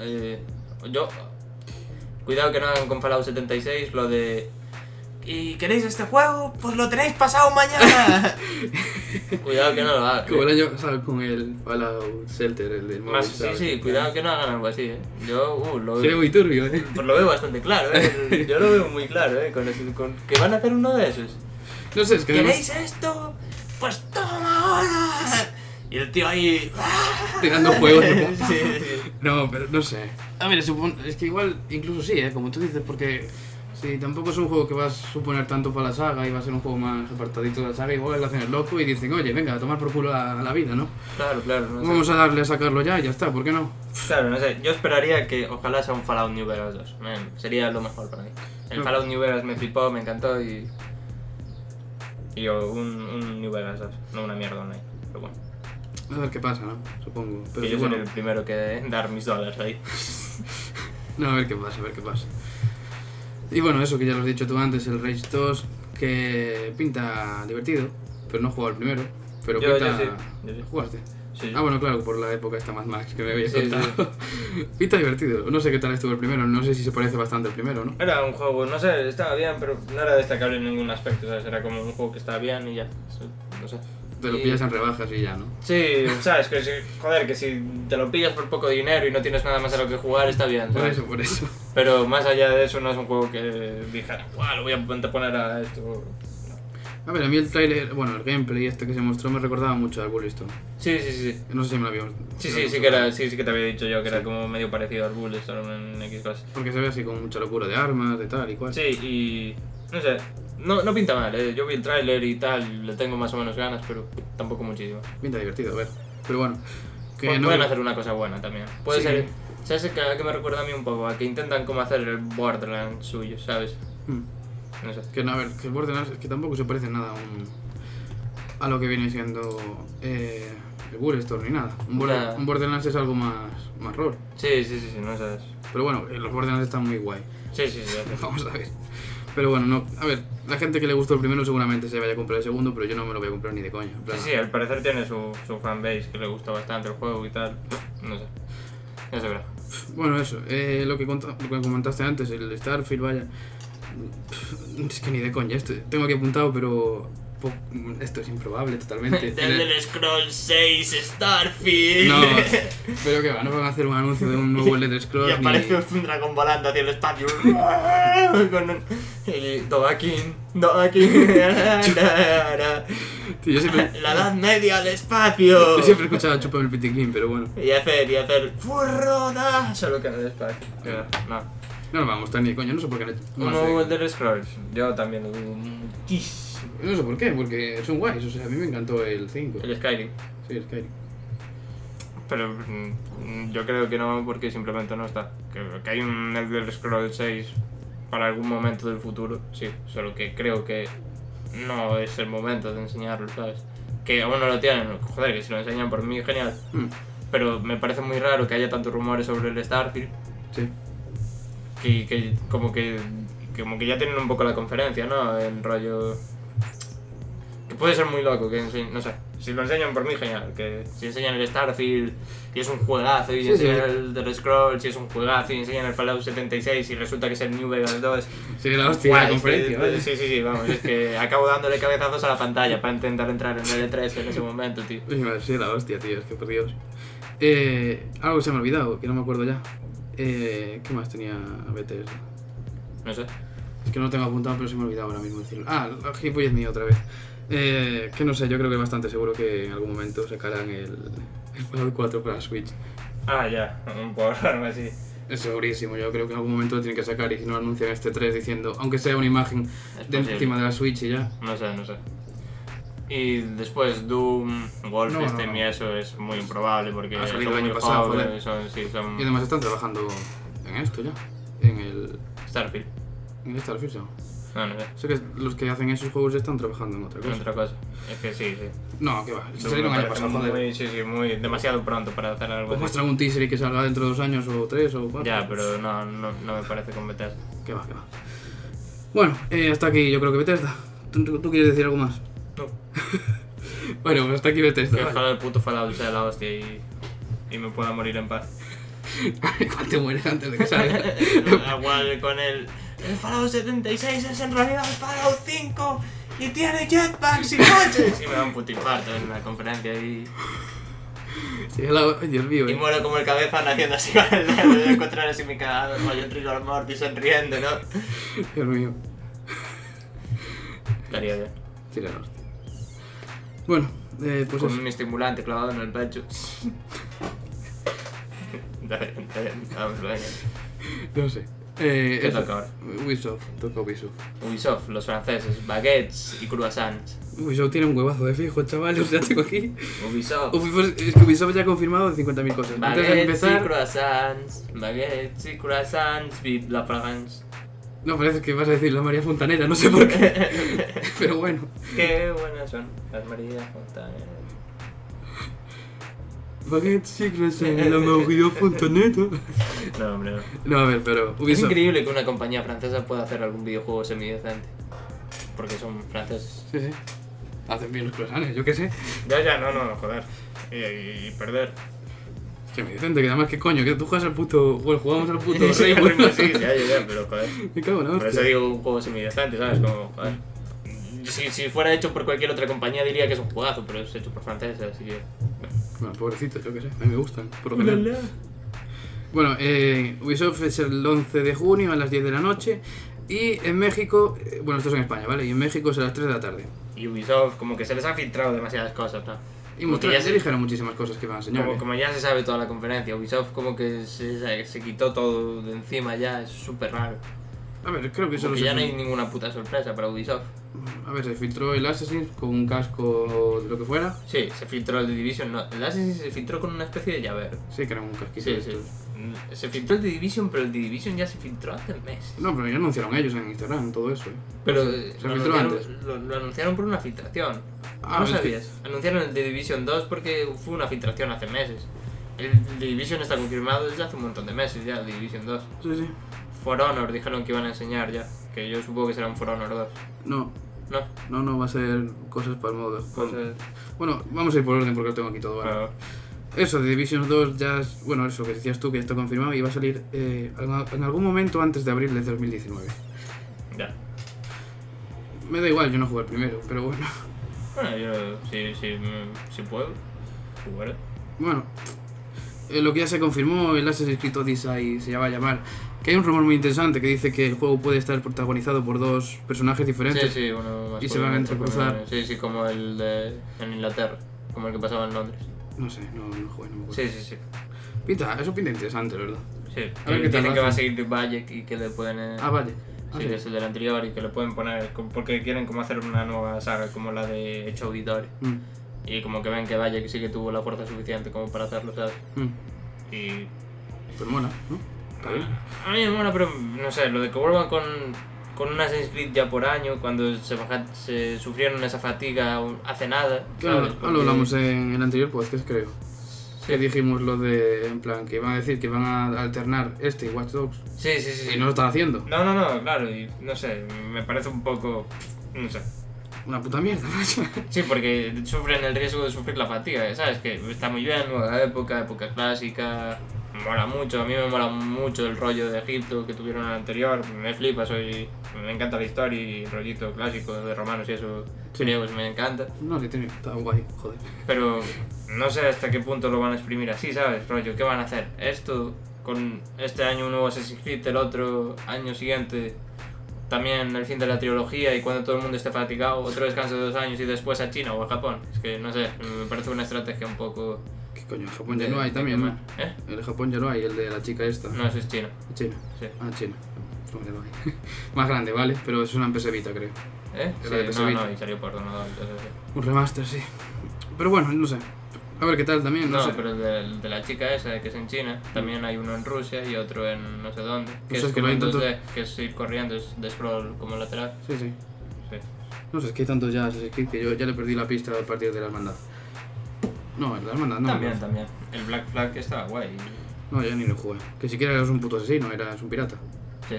[SPEAKER 2] Eh, yo. Cuidado que no hagan con Fallout 76 lo de. ¿Y queréis este juego? Pues lo tenéis pasado mañana. cuidado que no lo hagan.
[SPEAKER 1] como el año pasado con el Fallout Shelter, el del móvil.
[SPEAKER 2] Más, sí,
[SPEAKER 1] ¿sabes?
[SPEAKER 2] sí, cuidado que no hagan algo así, eh. Yo, uh, lo
[SPEAKER 1] Sería muy turbio, eh.
[SPEAKER 2] Pues lo veo bastante claro, eh. Yo lo veo muy claro, eh. Con ese- con- que van a hacer uno de esos.
[SPEAKER 1] No sé, es que además,
[SPEAKER 2] esto? Pues toma ahora. Y el tío ahí.
[SPEAKER 1] tirando juegos.
[SPEAKER 2] sí,
[SPEAKER 1] tipo,
[SPEAKER 2] sí.
[SPEAKER 1] No, pero no sé. A ver, supon- es que igual, incluso sí, ¿eh? como tú dices, porque si tampoco es un juego que va a suponer tanto para la saga y va a ser un juego más apartadito de la saga, igual le hacen el loco y dicen, oye, venga, a tomar por culo a, a la vida, ¿no?
[SPEAKER 2] Claro, claro. No sé.
[SPEAKER 1] Vamos a darle a sacarlo ya y ya está, ¿por qué no?
[SPEAKER 2] Claro, no sé, yo esperaría que ojalá sea un Fallout New Vegas 2. Man, sería lo mejor para mí. El
[SPEAKER 1] No.
[SPEAKER 2] Fallout New Vegas me flipó, me encantó y. Y yo, un, un New Vegas 2, no una mierda online. Pero bueno,
[SPEAKER 1] A ver qué pasa, ¿no? Supongo. Pero
[SPEAKER 2] que
[SPEAKER 1] sí,
[SPEAKER 2] yo
[SPEAKER 1] bueno,
[SPEAKER 2] seré el primero que dar mis dólares ahí.
[SPEAKER 1] no, a ver qué pasa, a ver qué pasa. Y bueno, eso que ya lo has dicho tú antes, el Rage 2, que pinta divertido, pero no he jugado el primero. Pero
[SPEAKER 2] Yo- yo
[SPEAKER 1] pinta...
[SPEAKER 2] sí, yo sí.
[SPEAKER 1] ¿Jugaste?
[SPEAKER 2] Sí,
[SPEAKER 1] Ah, bueno, claro, por la época está más Max que me había
[SPEAKER 2] Sí,
[SPEAKER 1] contado. Pinta divertido. No sé qué tal estuvo el primero, no sé si se parece bastante al primero, ¿no?
[SPEAKER 2] Era un juego, no sé, estaba bien, pero no era destacable en ningún aspecto, ¿sabes? Era como un juego que estaba bien y ya. eso, No sé.
[SPEAKER 1] Te lo
[SPEAKER 2] Y-
[SPEAKER 1] pillas en rebajas y ya, ¿no?
[SPEAKER 2] Sí, sabes, que si, joder, que si te lo pillas por poco dinero y no tienes nada más a lo que jugar, está bien.
[SPEAKER 1] Por
[SPEAKER 2] ¿sabes?
[SPEAKER 1] eso, por eso.
[SPEAKER 2] Pero más allá de eso, no es un juego que dijera, "Buah, lo voy a poner a esto.
[SPEAKER 1] A ver, a mí el tráiler, bueno, el gameplay este que se mostró me recordaba mucho al Bullistone.
[SPEAKER 2] Sí, sí, sí.
[SPEAKER 1] No sé si me lo habíamos...
[SPEAKER 2] Sí,
[SPEAKER 1] lo
[SPEAKER 2] sí,
[SPEAKER 1] habíamos
[SPEAKER 2] sí que, era, sí, sí que te había dicho yo que
[SPEAKER 1] Sí.
[SPEAKER 2] era como medio parecido al Bulletstorm en X cosas.
[SPEAKER 1] Porque se ve así con mucha locura de armas, de tal y cual.
[SPEAKER 2] Sí, y. No sé, no, no pinta mal, eh. yo vi el tráiler y tal, le tengo más o menos ganas, pero tampoco muchísimo.
[SPEAKER 1] Pinta divertido, a ver. Pero bueno. Que
[SPEAKER 2] Pu-
[SPEAKER 1] no...
[SPEAKER 2] Pueden hacer una cosa buena también. Puede
[SPEAKER 1] Sí.
[SPEAKER 2] ser. ¿Sabes a qué- a qué me recuerda a mí un poco? A que intentan como hacer el Borderlands suyo, ¿sabes?
[SPEAKER 1] Hmm.
[SPEAKER 2] No sé.
[SPEAKER 1] Que no, a ver, que el Borderlands es que tampoco se parece nada a, un- a lo que viene siendo eh, el Bulletstorm ni nada. Un, Border-
[SPEAKER 2] Nada.
[SPEAKER 1] un Borderlands es algo más, más rol.
[SPEAKER 2] Sí, sí, sí, sí, no sabes.
[SPEAKER 1] Pero bueno, eh, los Borderlands están muy guay.
[SPEAKER 2] Sí, sí, sí. sí.
[SPEAKER 1] Vamos a ver. Pero bueno, no, a ver, la gente que le gustó el primero seguramente se vaya a comprar el segundo, pero yo no me lo voy a comprar ni de coña. en plan,
[SPEAKER 2] Sí, sí, al parecer tiene su, su fanbase que le gusta bastante el juego y tal. No sé. Ya se verá.
[SPEAKER 1] Bueno, eso, eh, lo, que cont- lo que comentaste antes, el Starfield, vaya. Pff, Es que ni de coña, esto, tengo aquí apuntado, pero po- esto es improbable totalmente.
[SPEAKER 2] Scroll 6 Starfield.
[SPEAKER 1] No, pero que va, no van a hacer un anuncio de un nuevo Elder Scrolls ni-
[SPEAKER 2] un dragón volando hacia el espacio. Con un... Y Doakin, Doakin.
[SPEAKER 1] Tío, yo siempre,
[SPEAKER 2] La edad media al espacio.
[SPEAKER 1] yo siempre escuchaba Chupame el Piticlin, pero bueno,
[SPEAKER 2] Y hacer, y hacer. ¡Furrona! Solo que al espacio. No.
[SPEAKER 1] no nos va a gustar ni de coña, no sé por qué han hecho
[SPEAKER 2] Un
[SPEAKER 1] más
[SPEAKER 2] nuevo
[SPEAKER 1] de-
[SPEAKER 2] Elder Scrolls. Yo también lo dudo muchísimo.
[SPEAKER 1] No sé por qué, porque son guays, o sea, a mí me encantó el 5,
[SPEAKER 2] El Skyrim.
[SPEAKER 1] sí, el Skyrim.
[SPEAKER 2] Pero mm, yo creo que no, porque simplemente no está. Que, que hay un Elder Scrolls 6 para algún momento del futuro, sí. Solo que creo que no es el momento de enseñarlo, ¿sabes? Que aún no lo tienen, joder, que si lo enseñan por mí, genial.
[SPEAKER 1] Hmm,
[SPEAKER 2] Pero me parece muy raro que haya tantos rumores sobre el Starfield,
[SPEAKER 1] sí,
[SPEAKER 2] que, que como que como que ya tienen un poco la conferencia, ¿no? En rollo... Que puede ser muy loco, que ense- no sé. Si lo enseñan por mí, genial. Que si enseñan el Starfield y es un juegazo, y
[SPEAKER 1] Sí,
[SPEAKER 2] enseñan
[SPEAKER 1] sí.
[SPEAKER 2] el The Scrolls y es un juegazo, y enseñan el Fallout 76 y resulta que es el New Vegas 2.
[SPEAKER 1] sí, la hostia,
[SPEAKER 2] Guau,
[SPEAKER 1] la
[SPEAKER 2] es que-
[SPEAKER 1] conferencia, vaya.
[SPEAKER 2] Sí, sí, sí, vamos. Es que acabo dándole cabezazos a la pantalla para intentar entrar en el E3 en ese momento, tío.
[SPEAKER 1] Uy, madre, sí, la hostia, tío, es que por Dios. Eh, algo que se me ha olvidado, que no me acuerdo ya. Eh, ¿Qué más tenía Bethesda?
[SPEAKER 2] No sé.
[SPEAKER 1] Es que no lo tengo apuntado, pero se me ha olvidado ahora mismo decirlo. Ah, la gilipollez mía otra vez. Eh, que no sé, yo creo que es bastante seguro que en algún momento sacarán el, el Fallout 4 para Switch.
[SPEAKER 2] Ah, ya. Un poco algo así.
[SPEAKER 1] Es segurísimo, yo creo que en algún momento lo tienen que sacar y si no lo anuncian este 3 diciendo, aunque sea una imagen
[SPEAKER 2] Es
[SPEAKER 1] de
[SPEAKER 2] posible.
[SPEAKER 1] encima de la Switch y ya.
[SPEAKER 2] No sé, no sé. Y después Doom, Wolfenstein
[SPEAKER 1] No, no, no.
[SPEAKER 2] y eso es muy improbable porque
[SPEAKER 1] Ha
[SPEAKER 2] son
[SPEAKER 1] salido el
[SPEAKER 2] muy
[SPEAKER 1] año pasado,
[SPEAKER 2] jóvenes,
[SPEAKER 1] joder.
[SPEAKER 2] son, sí, son
[SPEAKER 1] Y además están trabajando en esto ya. En el.
[SPEAKER 2] Starfield.
[SPEAKER 1] En el Starfield, ¿no?
[SPEAKER 2] No, no sé.
[SPEAKER 1] Sé que los que hacen esos juegos ya están trabajando en otra
[SPEAKER 2] es
[SPEAKER 1] cosa.
[SPEAKER 2] Otra cosa. Es que sí, sí.
[SPEAKER 1] No, que va.
[SPEAKER 2] Doom
[SPEAKER 1] Salieron
[SPEAKER 2] me
[SPEAKER 1] año
[SPEAKER 2] parece
[SPEAKER 1] pasado,
[SPEAKER 2] muy,
[SPEAKER 1] joder.
[SPEAKER 2] sí, sí, muy demasiado pronto para hacer algo
[SPEAKER 1] Pues
[SPEAKER 2] así.
[SPEAKER 1] muestran un teaser y que salga dentro de dos años o tres o cuatro.
[SPEAKER 2] Ya, pero no, no, no me parece con Bethesda.
[SPEAKER 1] Que va, que va. Bueno, eh, hasta aquí yo creo que Bethesda. ¿Tú, tú- tú quieres decir algo más?
[SPEAKER 2] No.
[SPEAKER 1] Bueno, pues hasta aquí Bethesda.
[SPEAKER 2] Que
[SPEAKER 1] vale.
[SPEAKER 2] ojalá el puto Fallout sea la hostia y, y me pueda morir en paz.
[SPEAKER 1] Igual te mueres antes de que salga.
[SPEAKER 2] Igual Ah, con el... El Fallout 76 es en realidad el Fallout 5 y tiene jetpacks y coches. Sí, me da un puto infarto en la conferencia y...
[SPEAKER 1] Sí, la- ay, Dios mío.
[SPEAKER 2] Y
[SPEAKER 1] eh.
[SPEAKER 2] muero como el cabeza naciendo así con el dedo de encontrar así mi cagado, rollo Trigger Morty sonriendo, ¿no?
[SPEAKER 1] Dios mío.
[SPEAKER 2] Estaría bien.
[SPEAKER 1] Tira la hostia. Bueno, eh, pues
[SPEAKER 2] Con
[SPEAKER 1] eso.
[SPEAKER 2] un estimulante clavado en el pecho. Está bien, está bien, vamos, venga.
[SPEAKER 1] No sé. Eh,
[SPEAKER 2] ¿Qué
[SPEAKER 1] eso.
[SPEAKER 2] toca ahora?
[SPEAKER 1] Ubisoft. Toca Ubisoft.
[SPEAKER 2] Ubisoft, los franceses, baguettes y croissants.
[SPEAKER 1] Ubisoft tiene un huevazo de fijo, chaval. O sea, tengo aquí.
[SPEAKER 2] Ubisoft,
[SPEAKER 1] Ubisoft, pues, es que Ubisoft ya ha confirmado 50.000 cosas. Antes de
[SPEAKER 2] baguettes y
[SPEAKER 1] empezar.
[SPEAKER 2] croissants, baguettes y croissants, vive la France.
[SPEAKER 1] No, parece que vas a decir la María Fontanera, no sé por qué. Pero bueno.
[SPEAKER 2] Qué buenas son las María Fontanes.
[SPEAKER 1] Baguette Secrets en la Mauricio.net.
[SPEAKER 2] No, hombre, no.
[SPEAKER 1] No, a ver, pero
[SPEAKER 2] Es
[SPEAKER 1] Ubisoft.
[SPEAKER 2] increíble que una compañía francesa pueda hacer algún videojuego semidecente. Porque son franceses.
[SPEAKER 1] Sí, sí. Hacen bien los croissants, yo qué sé.
[SPEAKER 2] Ya, ya, no, no, joder. Y, perder.
[SPEAKER 1] Que me dicen que además, ¿qué coño? Que tú juegas al puto. Bueno, jugamos al puto
[SPEAKER 2] sí,
[SPEAKER 1] rey.
[SPEAKER 2] sí, Pues ya, ya, ya, pero joder.
[SPEAKER 1] Me cago en la
[SPEAKER 2] Por eso
[SPEAKER 1] hostia.
[SPEAKER 2] digo un juego semidecente, ¿sabes? Como, joder. Si, si fuera hecho por cualquier otra compañía diría que es un juegazo, pero es hecho por franceses, así que.
[SPEAKER 1] Bueno, pobrecito, yo qué sé. A mí me gustan, por lo general. Bueno, eh, Ubisoft es el 11 de junio a las 10 de la noche. Y en México. eh, Bueno, esto es en España, ¿vale? Y en México es a las 3 de la tarde.
[SPEAKER 2] Ubisoft, como que se les ha filtrado demasiadas cosas, ¿no?
[SPEAKER 1] Y
[SPEAKER 2] Como que
[SPEAKER 1] mostraron-
[SPEAKER 2] ya se-
[SPEAKER 1] dijeron muchísimas cosas que van a enseñar.
[SPEAKER 2] Como,
[SPEAKER 1] ¿eh?
[SPEAKER 2] como ya se sabe toda la conferencia, Ubisoft como que se, se quitó todo de encima ya, es súper raro.
[SPEAKER 1] A ver, creo que
[SPEAKER 2] Como
[SPEAKER 1] solo
[SPEAKER 2] que
[SPEAKER 1] se...
[SPEAKER 2] ya no hay ninguna puta sorpresa para Ubisoft.
[SPEAKER 1] A ver, se filtró el Assassin con un casco de lo que fuera.
[SPEAKER 2] Sí, se filtró el The Division, no, el Assassin se filtró con una especie de llavero.
[SPEAKER 1] Sí, que era un casquito.
[SPEAKER 2] Sí,
[SPEAKER 1] de
[SPEAKER 2] sí.
[SPEAKER 1] estos.
[SPEAKER 2] Mm, Se filtró el The Division, pero el The Division ya se filtró hace meses.
[SPEAKER 1] No, pero ya anunciaron ellos en Instagram todo eso. ¿eh?
[SPEAKER 2] Pero eh,
[SPEAKER 1] se
[SPEAKER 2] lo,
[SPEAKER 1] filtró
[SPEAKER 2] anunciaron,
[SPEAKER 1] antes.
[SPEAKER 2] lo- lo anunciaron por una filtración.
[SPEAKER 1] Ah,
[SPEAKER 2] no
[SPEAKER 1] es que-
[SPEAKER 2] sabías. Anunciaron el The Division 2 porque fue una filtración hace meses. El The Division está confirmado desde hace un montón de meses ya, el The Division 2.
[SPEAKER 1] Sí, sí.
[SPEAKER 2] For Honor dijeron que iban a enseñar ya, que yo supongo que será un For Honor 2.
[SPEAKER 1] No,
[SPEAKER 2] No,
[SPEAKER 1] no, no, va a ser cosas para el modo.
[SPEAKER 2] pues,
[SPEAKER 1] Bueno,
[SPEAKER 2] eh,
[SPEAKER 1] Bueno, vamos a ir por orden porque lo tengo aquí todo. ¿vale?
[SPEAKER 2] pero-
[SPEAKER 1] Eso, de Division 2 ya... es- Bueno, eso que decías tú, que ya está confirmado y va a salir eh, al- en algún momento antes de abril de 2019.
[SPEAKER 2] ya.
[SPEAKER 1] Me da igual, yo no jugué el primero, pero bueno.
[SPEAKER 2] Bueno, yo si, si, mm, si puedo, jugaré.
[SPEAKER 1] Bueno, eh, lo que ya se confirmó, el Assassin's Creed Odyssey se va a llamar. Que hay un rumor muy interesante que dice que el juego puede estar protagonizado por dos personajes
[SPEAKER 2] Sí,
[SPEAKER 1] diferentes.
[SPEAKER 2] sí, uno más
[SPEAKER 1] este Y se
[SPEAKER 2] joven,
[SPEAKER 1] van a
[SPEAKER 2] otro más
[SPEAKER 1] entrecruzar.
[SPEAKER 2] joven. Sí, sí, como el de en Inglaterra, como el que pasaba en Londres.
[SPEAKER 1] No sé, no, no jugué, no me acuerdo.
[SPEAKER 2] Sí, sí, sí.
[SPEAKER 1] Pinta, eso pinta interesante, la ¿verdad?
[SPEAKER 2] sí.
[SPEAKER 1] A ver
[SPEAKER 2] Y
[SPEAKER 1] qué tal
[SPEAKER 2] dicen que va a
[SPEAKER 1] hacen.
[SPEAKER 2] seguir Bayek y que le pueden... eh,
[SPEAKER 1] Ah, vale. Ah,
[SPEAKER 2] sí,
[SPEAKER 1] sí.
[SPEAKER 2] que es el del anterior y que le pueden poner... como- Porque quieren como hacer una nueva saga, como la de Hecho Auditores.
[SPEAKER 1] Mm,
[SPEAKER 2] Y como que ven que Bayek sí que tuvo la fuerza suficiente como para hacerlo, ¿sabes?
[SPEAKER 1] mm.
[SPEAKER 2] Y
[SPEAKER 1] Pues mola, ¿no? Está bien.
[SPEAKER 2] A mí me mola, pero no sé, lo de que vuelvan con, con un Assassin's Creed ya por año, cuando se, baja- se sufrieron esa fatiga hace nada.
[SPEAKER 1] Claro,
[SPEAKER 2] ¿sabes?
[SPEAKER 1] ah, lo hablamos en el anterior podcast, creo. Que
[SPEAKER 2] Sí,
[SPEAKER 1] dijimos lo de, en plan, que van a decir que van a alternar este y Watch Dogs.
[SPEAKER 2] sí, sí. sí, sí.
[SPEAKER 1] Y no lo están haciendo.
[SPEAKER 2] No, no, no, claro, y no sé, me parece un poco. No sé.
[SPEAKER 1] Una puta mierda, macho.
[SPEAKER 2] Sí, porque sufren el riesgo de sufrir la fatiga, ¿sabes? Que está muy bien, nueva época, época clásica. Mola mucho, a mí me mola mucho el rollo de Egipto que tuvieron en el anterior. Me flipa, soy. Me encanta la historia y el rollito clásico de romanos y eso.
[SPEAKER 1] Sí.
[SPEAKER 2] griegos, me encanta.
[SPEAKER 1] No, que tiene, está guay, joder.
[SPEAKER 2] Pero no sé hasta qué punto lo van a exprimir así, ¿sabes? Rollo, ¿qué van a hacer? Esto, con este año un nuevo Assassin's Creed, el otro año siguiente también el fin de la trilogía y cuando todo el mundo esté fatigado, otro descanso de dos años y después a China o a Japón. Es que no sé, me parece una estrategia un poco...
[SPEAKER 1] ¿Qué coño? En Japón ya
[SPEAKER 2] de-
[SPEAKER 1] no hay
[SPEAKER 2] de
[SPEAKER 1] también,
[SPEAKER 2] quemar.
[SPEAKER 1] ¿no?
[SPEAKER 2] ¿Eh?
[SPEAKER 1] El de Japón ya lo hay, el de la chica esta.
[SPEAKER 2] No, eso es China,
[SPEAKER 1] China.
[SPEAKER 2] sí.
[SPEAKER 1] Ah, China. Vale, vale. Más grande, ¿vale? Pero es una empecevita, creo.
[SPEAKER 2] ¿Eh?
[SPEAKER 1] Era de
[SPEAKER 2] Sí, no,
[SPEAKER 1] Sevilla.
[SPEAKER 2] no, y salió por donador, entonces sí.
[SPEAKER 1] Un remaster, sí. Pero bueno, no sé. A ver qué tal también, no,
[SPEAKER 2] No,
[SPEAKER 1] sé.
[SPEAKER 2] pero el de, el de la chica esa que es en China, también hay uno en Rusia y otro en no sé dónde. Que
[SPEAKER 1] Pues
[SPEAKER 2] es,
[SPEAKER 1] es que
[SPEAKER 2] como
[SPEAKER 1] lo
[SPEAKER 2] en
[SPEAKER 1] intento-
[SPEAKER 2] 2D, que es ir corriendo, es de scroll como lateral.
[SPEAKER 1] Sí, sí.
[SPEAKER 2] Sí.
[SPEAKER 1] No sé, es que hay tantos ya Assassin's Creed que yo ya le perdí la pista a partir de la hermandad. No, el de la hermandad no.
[SPEAKER 2] también,
[SPEAKER 1] no,
[SPEAKER 2] también. El Black Flag estaba guay.
[SPEAKER 1] No, ya ni lo jugué. Que siquiera eras un puto asesino, eras un pirata.
[SPEAKER 2] Sí.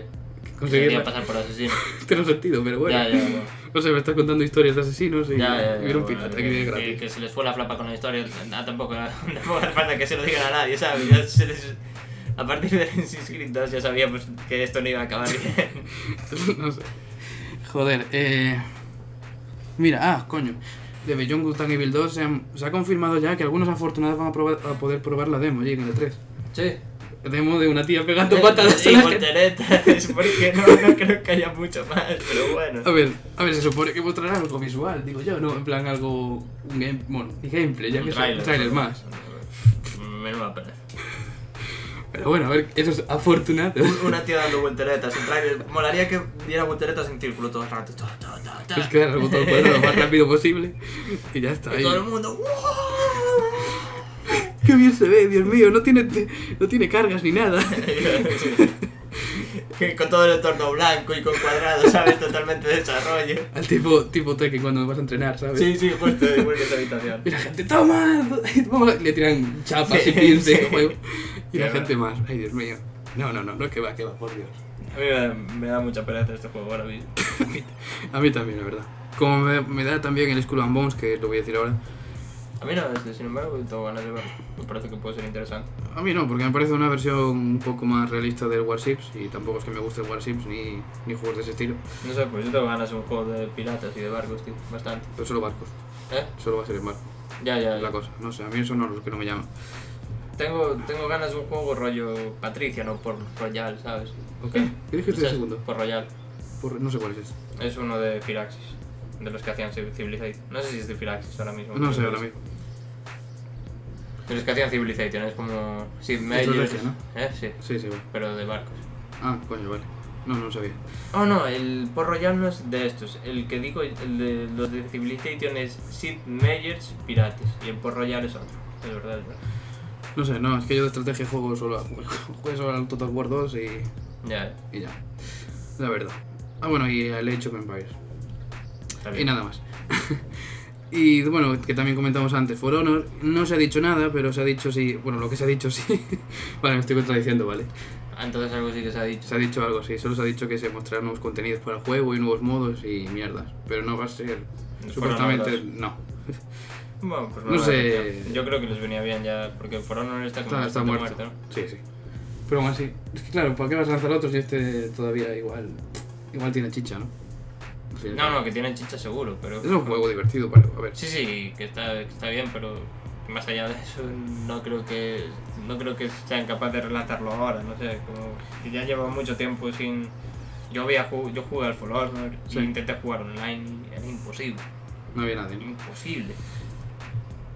[SPEAKER 1] Conseguir
[SPEAKER 2] Quería pasar por asesino.
[SPEAKER 1] tiene un sentido, pero bueno.
[SPEAKER 2] Ya, ya, bueno.
[SPEAKER 1] No sé, me estás contando historias de asesinos y,
[SPEAKER 2] ya, ya, ya,
[SPEAKER 1] y era un
[SPEAKER 2] bueno,
[SPEAKER 1] pirata que
[SPEAKER 2] que,
[SPEAKER 1] viene
[SPEAKER 2] que-
[SPEAKER 1] gratis.
[SPEAKER 2] que se les fue la flapa con la historia, nada, tampoco, tampoco hace falta que se lo digan a nadie, ¿sabes? Ya se les- a partir de Assassin's Creed 2 ya sabíamos que esto no iba a acabar bien.
[SPEAKER 1] no sé. Joder, eh... Mira, ah, coño. De Beyond Good and Evil 2 se, han- se ha confirmado ya que algunos afortunados van a, probar- a poder probar la demo allí en el 3.
[SPEAKER 2] Sí.
[SPEAKER 1] Demo de una tía pegando patadas a la gente.
[SPEAKER 2] volteretas, porque no, no creo que haya mucho más, pero bueno.
[SPEAKER 1] A ver, a ver, se supone que mostrarán algo visual, digo yo, ¿no? En plan algo... Un game, bueno, ni gameplay, ya
[SPEAKER 2] Un
[SPEAKER 1] que sé, un trailer más.
[SPEAKER 2] Menuda pereza.
[SPEAKER 1] Pero bueno, a ver, eso es afortunado.
[SPEAKER 2] Un- Una tía dando volteretas, un trailer. Molaría que diera volteretas en círculo todo el rato. Ta, ta, ta, ta.
[SPEAKER 1] Es que al botón cuadrado lo más rápido posible y ya está.
[SPEAKER 2] Y
[SPEAKER 1] Ahí.
[SPEAKER 2] todo el mundo. ¡guau!
[SPEAKER 1] Qué bien se ve, Dios mío, no tiene, no tiene cargas ni nada.
[SPEAKER 2] Que con todo el entorno blanco y con cuadrado, ¿sabes? Totalmente de desarrollo.
[SPEAKER 1] Al tipo, tipo Tekken cuando vas a entrenar, ¿sabes?
[SPEAKER 2] Sí, sí, puesto de vuelta a esa habitación.
[SPEAKER 1] Y la gente, ¡toma! toma", Le tiran chapas y
[SPEAKER 2] Sí,
[SPEAKER 1] pins de
[SPEAKER 2] sí.
[SPEAKER 1] juego. Y
[SPEAKER 2] Qué
[SPEAKER 1] la
[SPEAKER 2] va.
[SPEAKER 1] gente más, ay Dios mío. No, no, no, no, que va, que va, por Dios.
[SPEAKER 2] A mí me, me da mucha pereza este juego ahora mismo.
[SPEAKER 1] A mí también, la verdad. Como me, me da también el Skull and Bones, que lo voy a decir ahora.
[SPEAKER 2] A mí no, es que, sin embargo, tengo ganas de verlo. Me parece que puede ser interesante.
[SPEAKER 1] A mí no, porque me parece una versión un poco más realista del Warships. Y tampoco es que me guste el Warships ni, ni juegos de ese estilo.
[SPEAKER 2] No sé, pues yo tengo ganas de un juego de piratas y de barcos, tío. Bastante.
[SPEAKER 1] Pero solo barcos.
[SPEAKER 2] ¿Eh?
[SPEAKER 1] Solo va a ser en barco.
[SPEAKER 2] Ya, ya.
[SPEAKER 1] Es la cosa. No sé, a mí eso no es lo que no me llama.
[SPEAKER 2] Tengo, tengo ganas de un juego rollo Patricia, no por Royal, ¿sabes?
[SPEAKER 1] ¿Ok? ¿Qué dijiste
[SPEAKER 2] O sea,
[SPEAKER 1] de segundo?
[SPEAKER 2] Por Royal.
[SPEAKER 1] Por- no sé cuál es. ese.
[SPEAKER 2] Es uno de Firaxis. de los que hacían Civilization. No sé si es Diphylaxis ahora mismo.
[SPEAKER 1] No sé
[SPEAKER 2] pero
[SPEAKER 1] ahora
[SPEAKER 2] es-
[SPEAKER 1] mismo.
[SPEAKER 2] De los que hacían Civilization, es como. Sí, medio.
[SPEAKER 1] Rusia, ¿no?
[SPEAKER 2] ¿Eh? Sí,
[SPEAKER 1] Sí, sí, vale.
[SPEAKER 2] pero de barcos.
[SPEAKER 1] Ah, coño, vale. No, no lo sabía.
[SPEAKER 2] Oh no, el Port Royal no es de estos. El que digo, el de los de Civilization es Sid Meier's Pirates. Y el Port Royal es otro. Es verdad, es verdad.
[SPEAKER 1] No sé, no, es que yo de estrategia juego solo a, juego solo al Total War 2 y,
[SPEAKER 2] Ya,
[SPEAKER 1] y ya. La verdad. Ah, bueno, y el Age of Empires.
[SPEAKER 2] está
[SPEAKER 1] Y
[SPEAKER 2] bien.
[SPEAKER 1] nada más. y bueno, que también comentamos antes, For Honor, no se ha dicho nada, pero se ha dicho sí. Bueno, lo que se ha dicho sí. vale, me estoy contradiciendo, vale.
[SPEAKER 2] Ah, Entonces algo sí que se ha dicho.
[SPEAKER 1] Se ha dicho algo, sí. Solo se ha dicho que se mostrarán nuevos contenidos para el juego y nuevos modos y mierdas. Pero no va a ser.
[SPEAKER 2] Fueron
[SPEAKER 1] Supuestamente,
[SPEAKER 2] hablados.
[SPEAKER 1] no.
[SPEAKER 2] Bueno, pues
[SPEAKER 1] No
[SPEAKER 2] la
[SPEAKER 1] sé.
[SPEAKER 2] verdad, tío. Yo creo que les venía bien ya, porque For Honor está como
[SPEAKER 1] Está, está
[SPEAKER 2] bastante
[SPEAKER 1] muerto.
[SPEAKER 2] ¿no?
[SPEAKER 1] Sí, sí. Pero aún así. Es que claro, ¿para qué vas a lanzar otro si este todavía igual. Igual tiene chicha, ¿no? Al fin y al
[SPEAKER 2] No,
[SPEAKER 1] cabo.
[SPEAKER 2] no, que tienen chicha seguro, pero.
[SPEAKER 1] Es un juego divertido para. A ver.
[SPEAKER 2] Sí, sí, que está, que está bien, pero más allá de eso no creo que no creo que sean capaces de relatarlo ahora, no sé, como que ya lleva mucho tiempo sin yo había ju- yo jugué al For Honor
[SPEAKER 1] Sí.
[SPEAKER 2] y intenté jugar online, y era imposible,
[SPEAKER 1] No había nadie. ¿no?
[SPEAKER 2] imposible.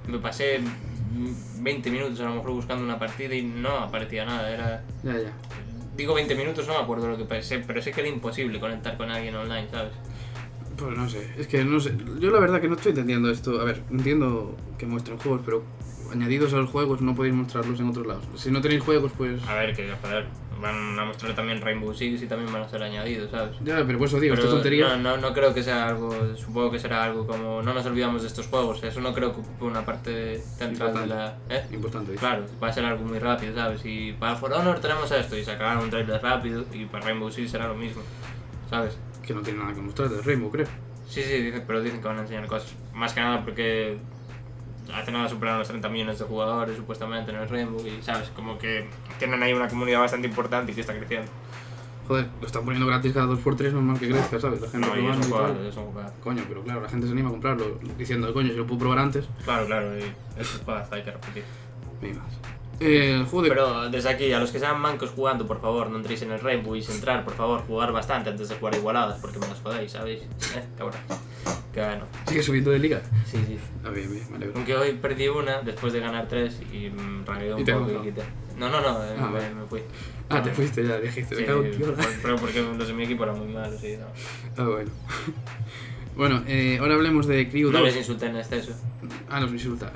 [SPEAKER 2] Me pasé 20 minutos a lo mejor buscando una partida y no aparecía nada, era
[SPEAKER 1] Ya, ya.
[SPEAKER 2] digo 20 minutos, no me acuerdo lo que pasé, pero sé que era imposible conectar con alguien online, ¿sabes?
[SPEAKER 1] Pues no sé, es que no sé. Yo la verdad que no estoy entendiendo esto. A ver, entiendo que muestren juegos, pero añadidos a los juegos no podéis mostrarlos en otros lados. Si no tenéis juegos, pues.
[SPEAKER 2] A ver, que joder, van a mostrar también Rainbow Six y también van a ser añadidos, ¿sabes?
[SPEAKER 1] Ya, pero por eso digo,
[SPEAKER 2] Pero
[SPEAKER 1] esta tontería.
[SPEAKER 2] No, no, no creo que sea algo, supongo que será algo como no nos olvidamos de estos juegos, eso no creo que ocupe una parte central de la... ¿eh?
[SPEAKER 1] Importante, dice.
[SPEAKER 2] Claro, va a ser algo muy rápido, ¿sabes? Y para For Honor tenemos esto y sacarán un trailer rápido y para Rainbow Six será lo mismo, ¿sabes?
[SPEAKER 1] Que no tiene nada que mostrar de Rainbow, creo.
[SPEAKER 2] Sí, sí, dicen, pero dicen que van a enseñar cosas. Más que nada porque hace nada superaron los 30 millones de jugadores supuestamente en el Rainbow y, ¿sabes? Como que tienen ahí una comunidad bastante importante y que está creciendo.
[SPEAKER 1] Joder, lo están poniendo gratis cada 2x3, normal que crezca, ¿sabes? La gente
[SPEAKER 2] No, y eh.
[SPEAKER 1] probando
[SPEAKER 2] es un
[SPEAKER 1] y tal.
[SPEAKER 2] jugador, es un jugador.
[SPEAKER 1] Coño, pero claro, la gente se anima a comprarlo diciendo, coño, si lo puedo probar antes.
[SPEAKER 2] Claro, claro, y es un jugador, hay que repetir.
[SPEAKER 1] Me más. Eh, el juego de.
[SPEAKER 2] Pero desde aquí, a los que sean mancos jugando, por favor, no entréis en el Rainbow y si entrar, por favor, jugar bastante antes de jugar igualadas, porque me las jodéis, ¿sabéis? Eh, cabrón. Que gano.
[SPEAKER 1] Sigue subiendo de liga.
[SPEAKER 2] Sí, sí.
[SPEAKER 1] Ah, bien, bien, me alegro.
[SPEAKER 2] Aunque hoy perdí una después de ganar tres y mm, rangueé
[SPEAKER 1] Y
[SPEAKER 2] un
[SPEAKER 1] te
[SPEAKER 2] poco
[SPEAKER 1] gustó.
[SPEAKER 2] y quité. No, no, no, eh,
[SPEAKER 1] Ah,
[SPEAKER 2] me,
[SPEAKER 1] vale.
[SPEAKER 2] me fui.
[SPEAKER 1] Ah, te fuiste ya, dijiste,
[SPEAKER 2] Sí,
[SPEAKER 1] me cago en tío.
[SPEAKER 2] por- pero porque los de mi equipo eran muy malos, sí, no.
[SPEAKER 1] Ah, bueno. bueno, eh, ahora hablemos de Crew 2.
[SPEAKER 2] No les insulté en exceso.
[SPEAKER 1] Ah, los insulta.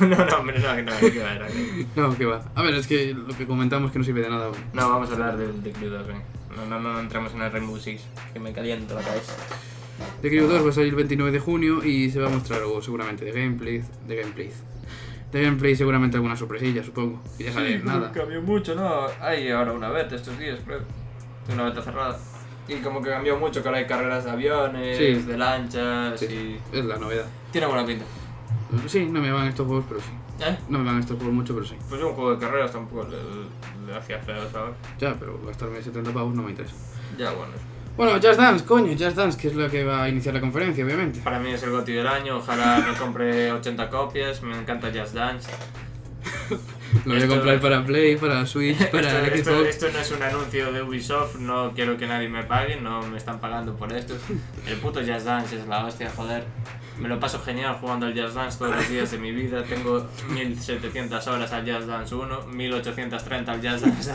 [SPEAKER 2] no, no, hombre, no, que no, que va, era que-
[SPEAKER 1] No, que va. A ver, es que lo que comentamos que no sirve de nada. güey.
[SPEAKER 2] No, vamos a hablar del de Crew 2, venga. No, no, no entremos en el Rainbow Six, que me caliento la cabeza.
[SPEAKER 1] The Crew 2 va a salir el 29 de junio y se va a mostrar algo seguramente de gameplay. De gameplay. De gameplay seguramente alguna sorpresilla, supongo. Y ya sale
[SPEAKER 2] Sí,
[SPEAKER 1] nada.
[SPEAKER 2] Cambió mucho, ¿no? Hay ahora una beta estos días, creo. Una beta cerrada. Y como que cambió mucho, que ahora hay carreras de aviones,
[SPEAKER 1] Sí.
[SPEAKER 2] de lanchas
[SPEAKER 1] Sí, es la novedad.
[SPEAKER 2] y... Tiene buena pinta.
[SPEAKER 1] Sí, no me van estos juegos, pero sí.
[SPEAKER 2] ¿Eh?
[SPEAKER 1] No me van estos juegos mucho, pero sí.
[SPEAKER 2] Pues yo un juego de carreras tampoco le, le hacía feo, ¿sabes?
[SPEAKER 1] Ya, pero gastarme 70 pavos no me interesa.
[SPEAKER 2] Ya, bueno.
[SPEAKER 1] Bueno, Just Dance, coño, Just Dance, que es lo que va a iniciar la conferencia, obviamente.
[SPEAKER 2] Para mí es el goti del año, ojalá me compre 80 copias, me encanta Just Dance.
[SPEAKER 1] Lo voy a
[SPEAKER 2] Esto-
[SPEAKER 1] comprar para Play, para Switch, para
[SPEAKER 2] esto, esto-
[SPEAKER 1] Xbox.
[SPEAKER 2] esto no es un anuncio de Ubisoft, no quiero que nadie me pague, no me están pagando por esto. El puto Jazz Dance es la hostia, joder. Me lo paso genial jugando al Jazz Dance todos los días de mi vida. Tengo 1700 horas al Jazz Dance 1, 1830 al Jazz Dance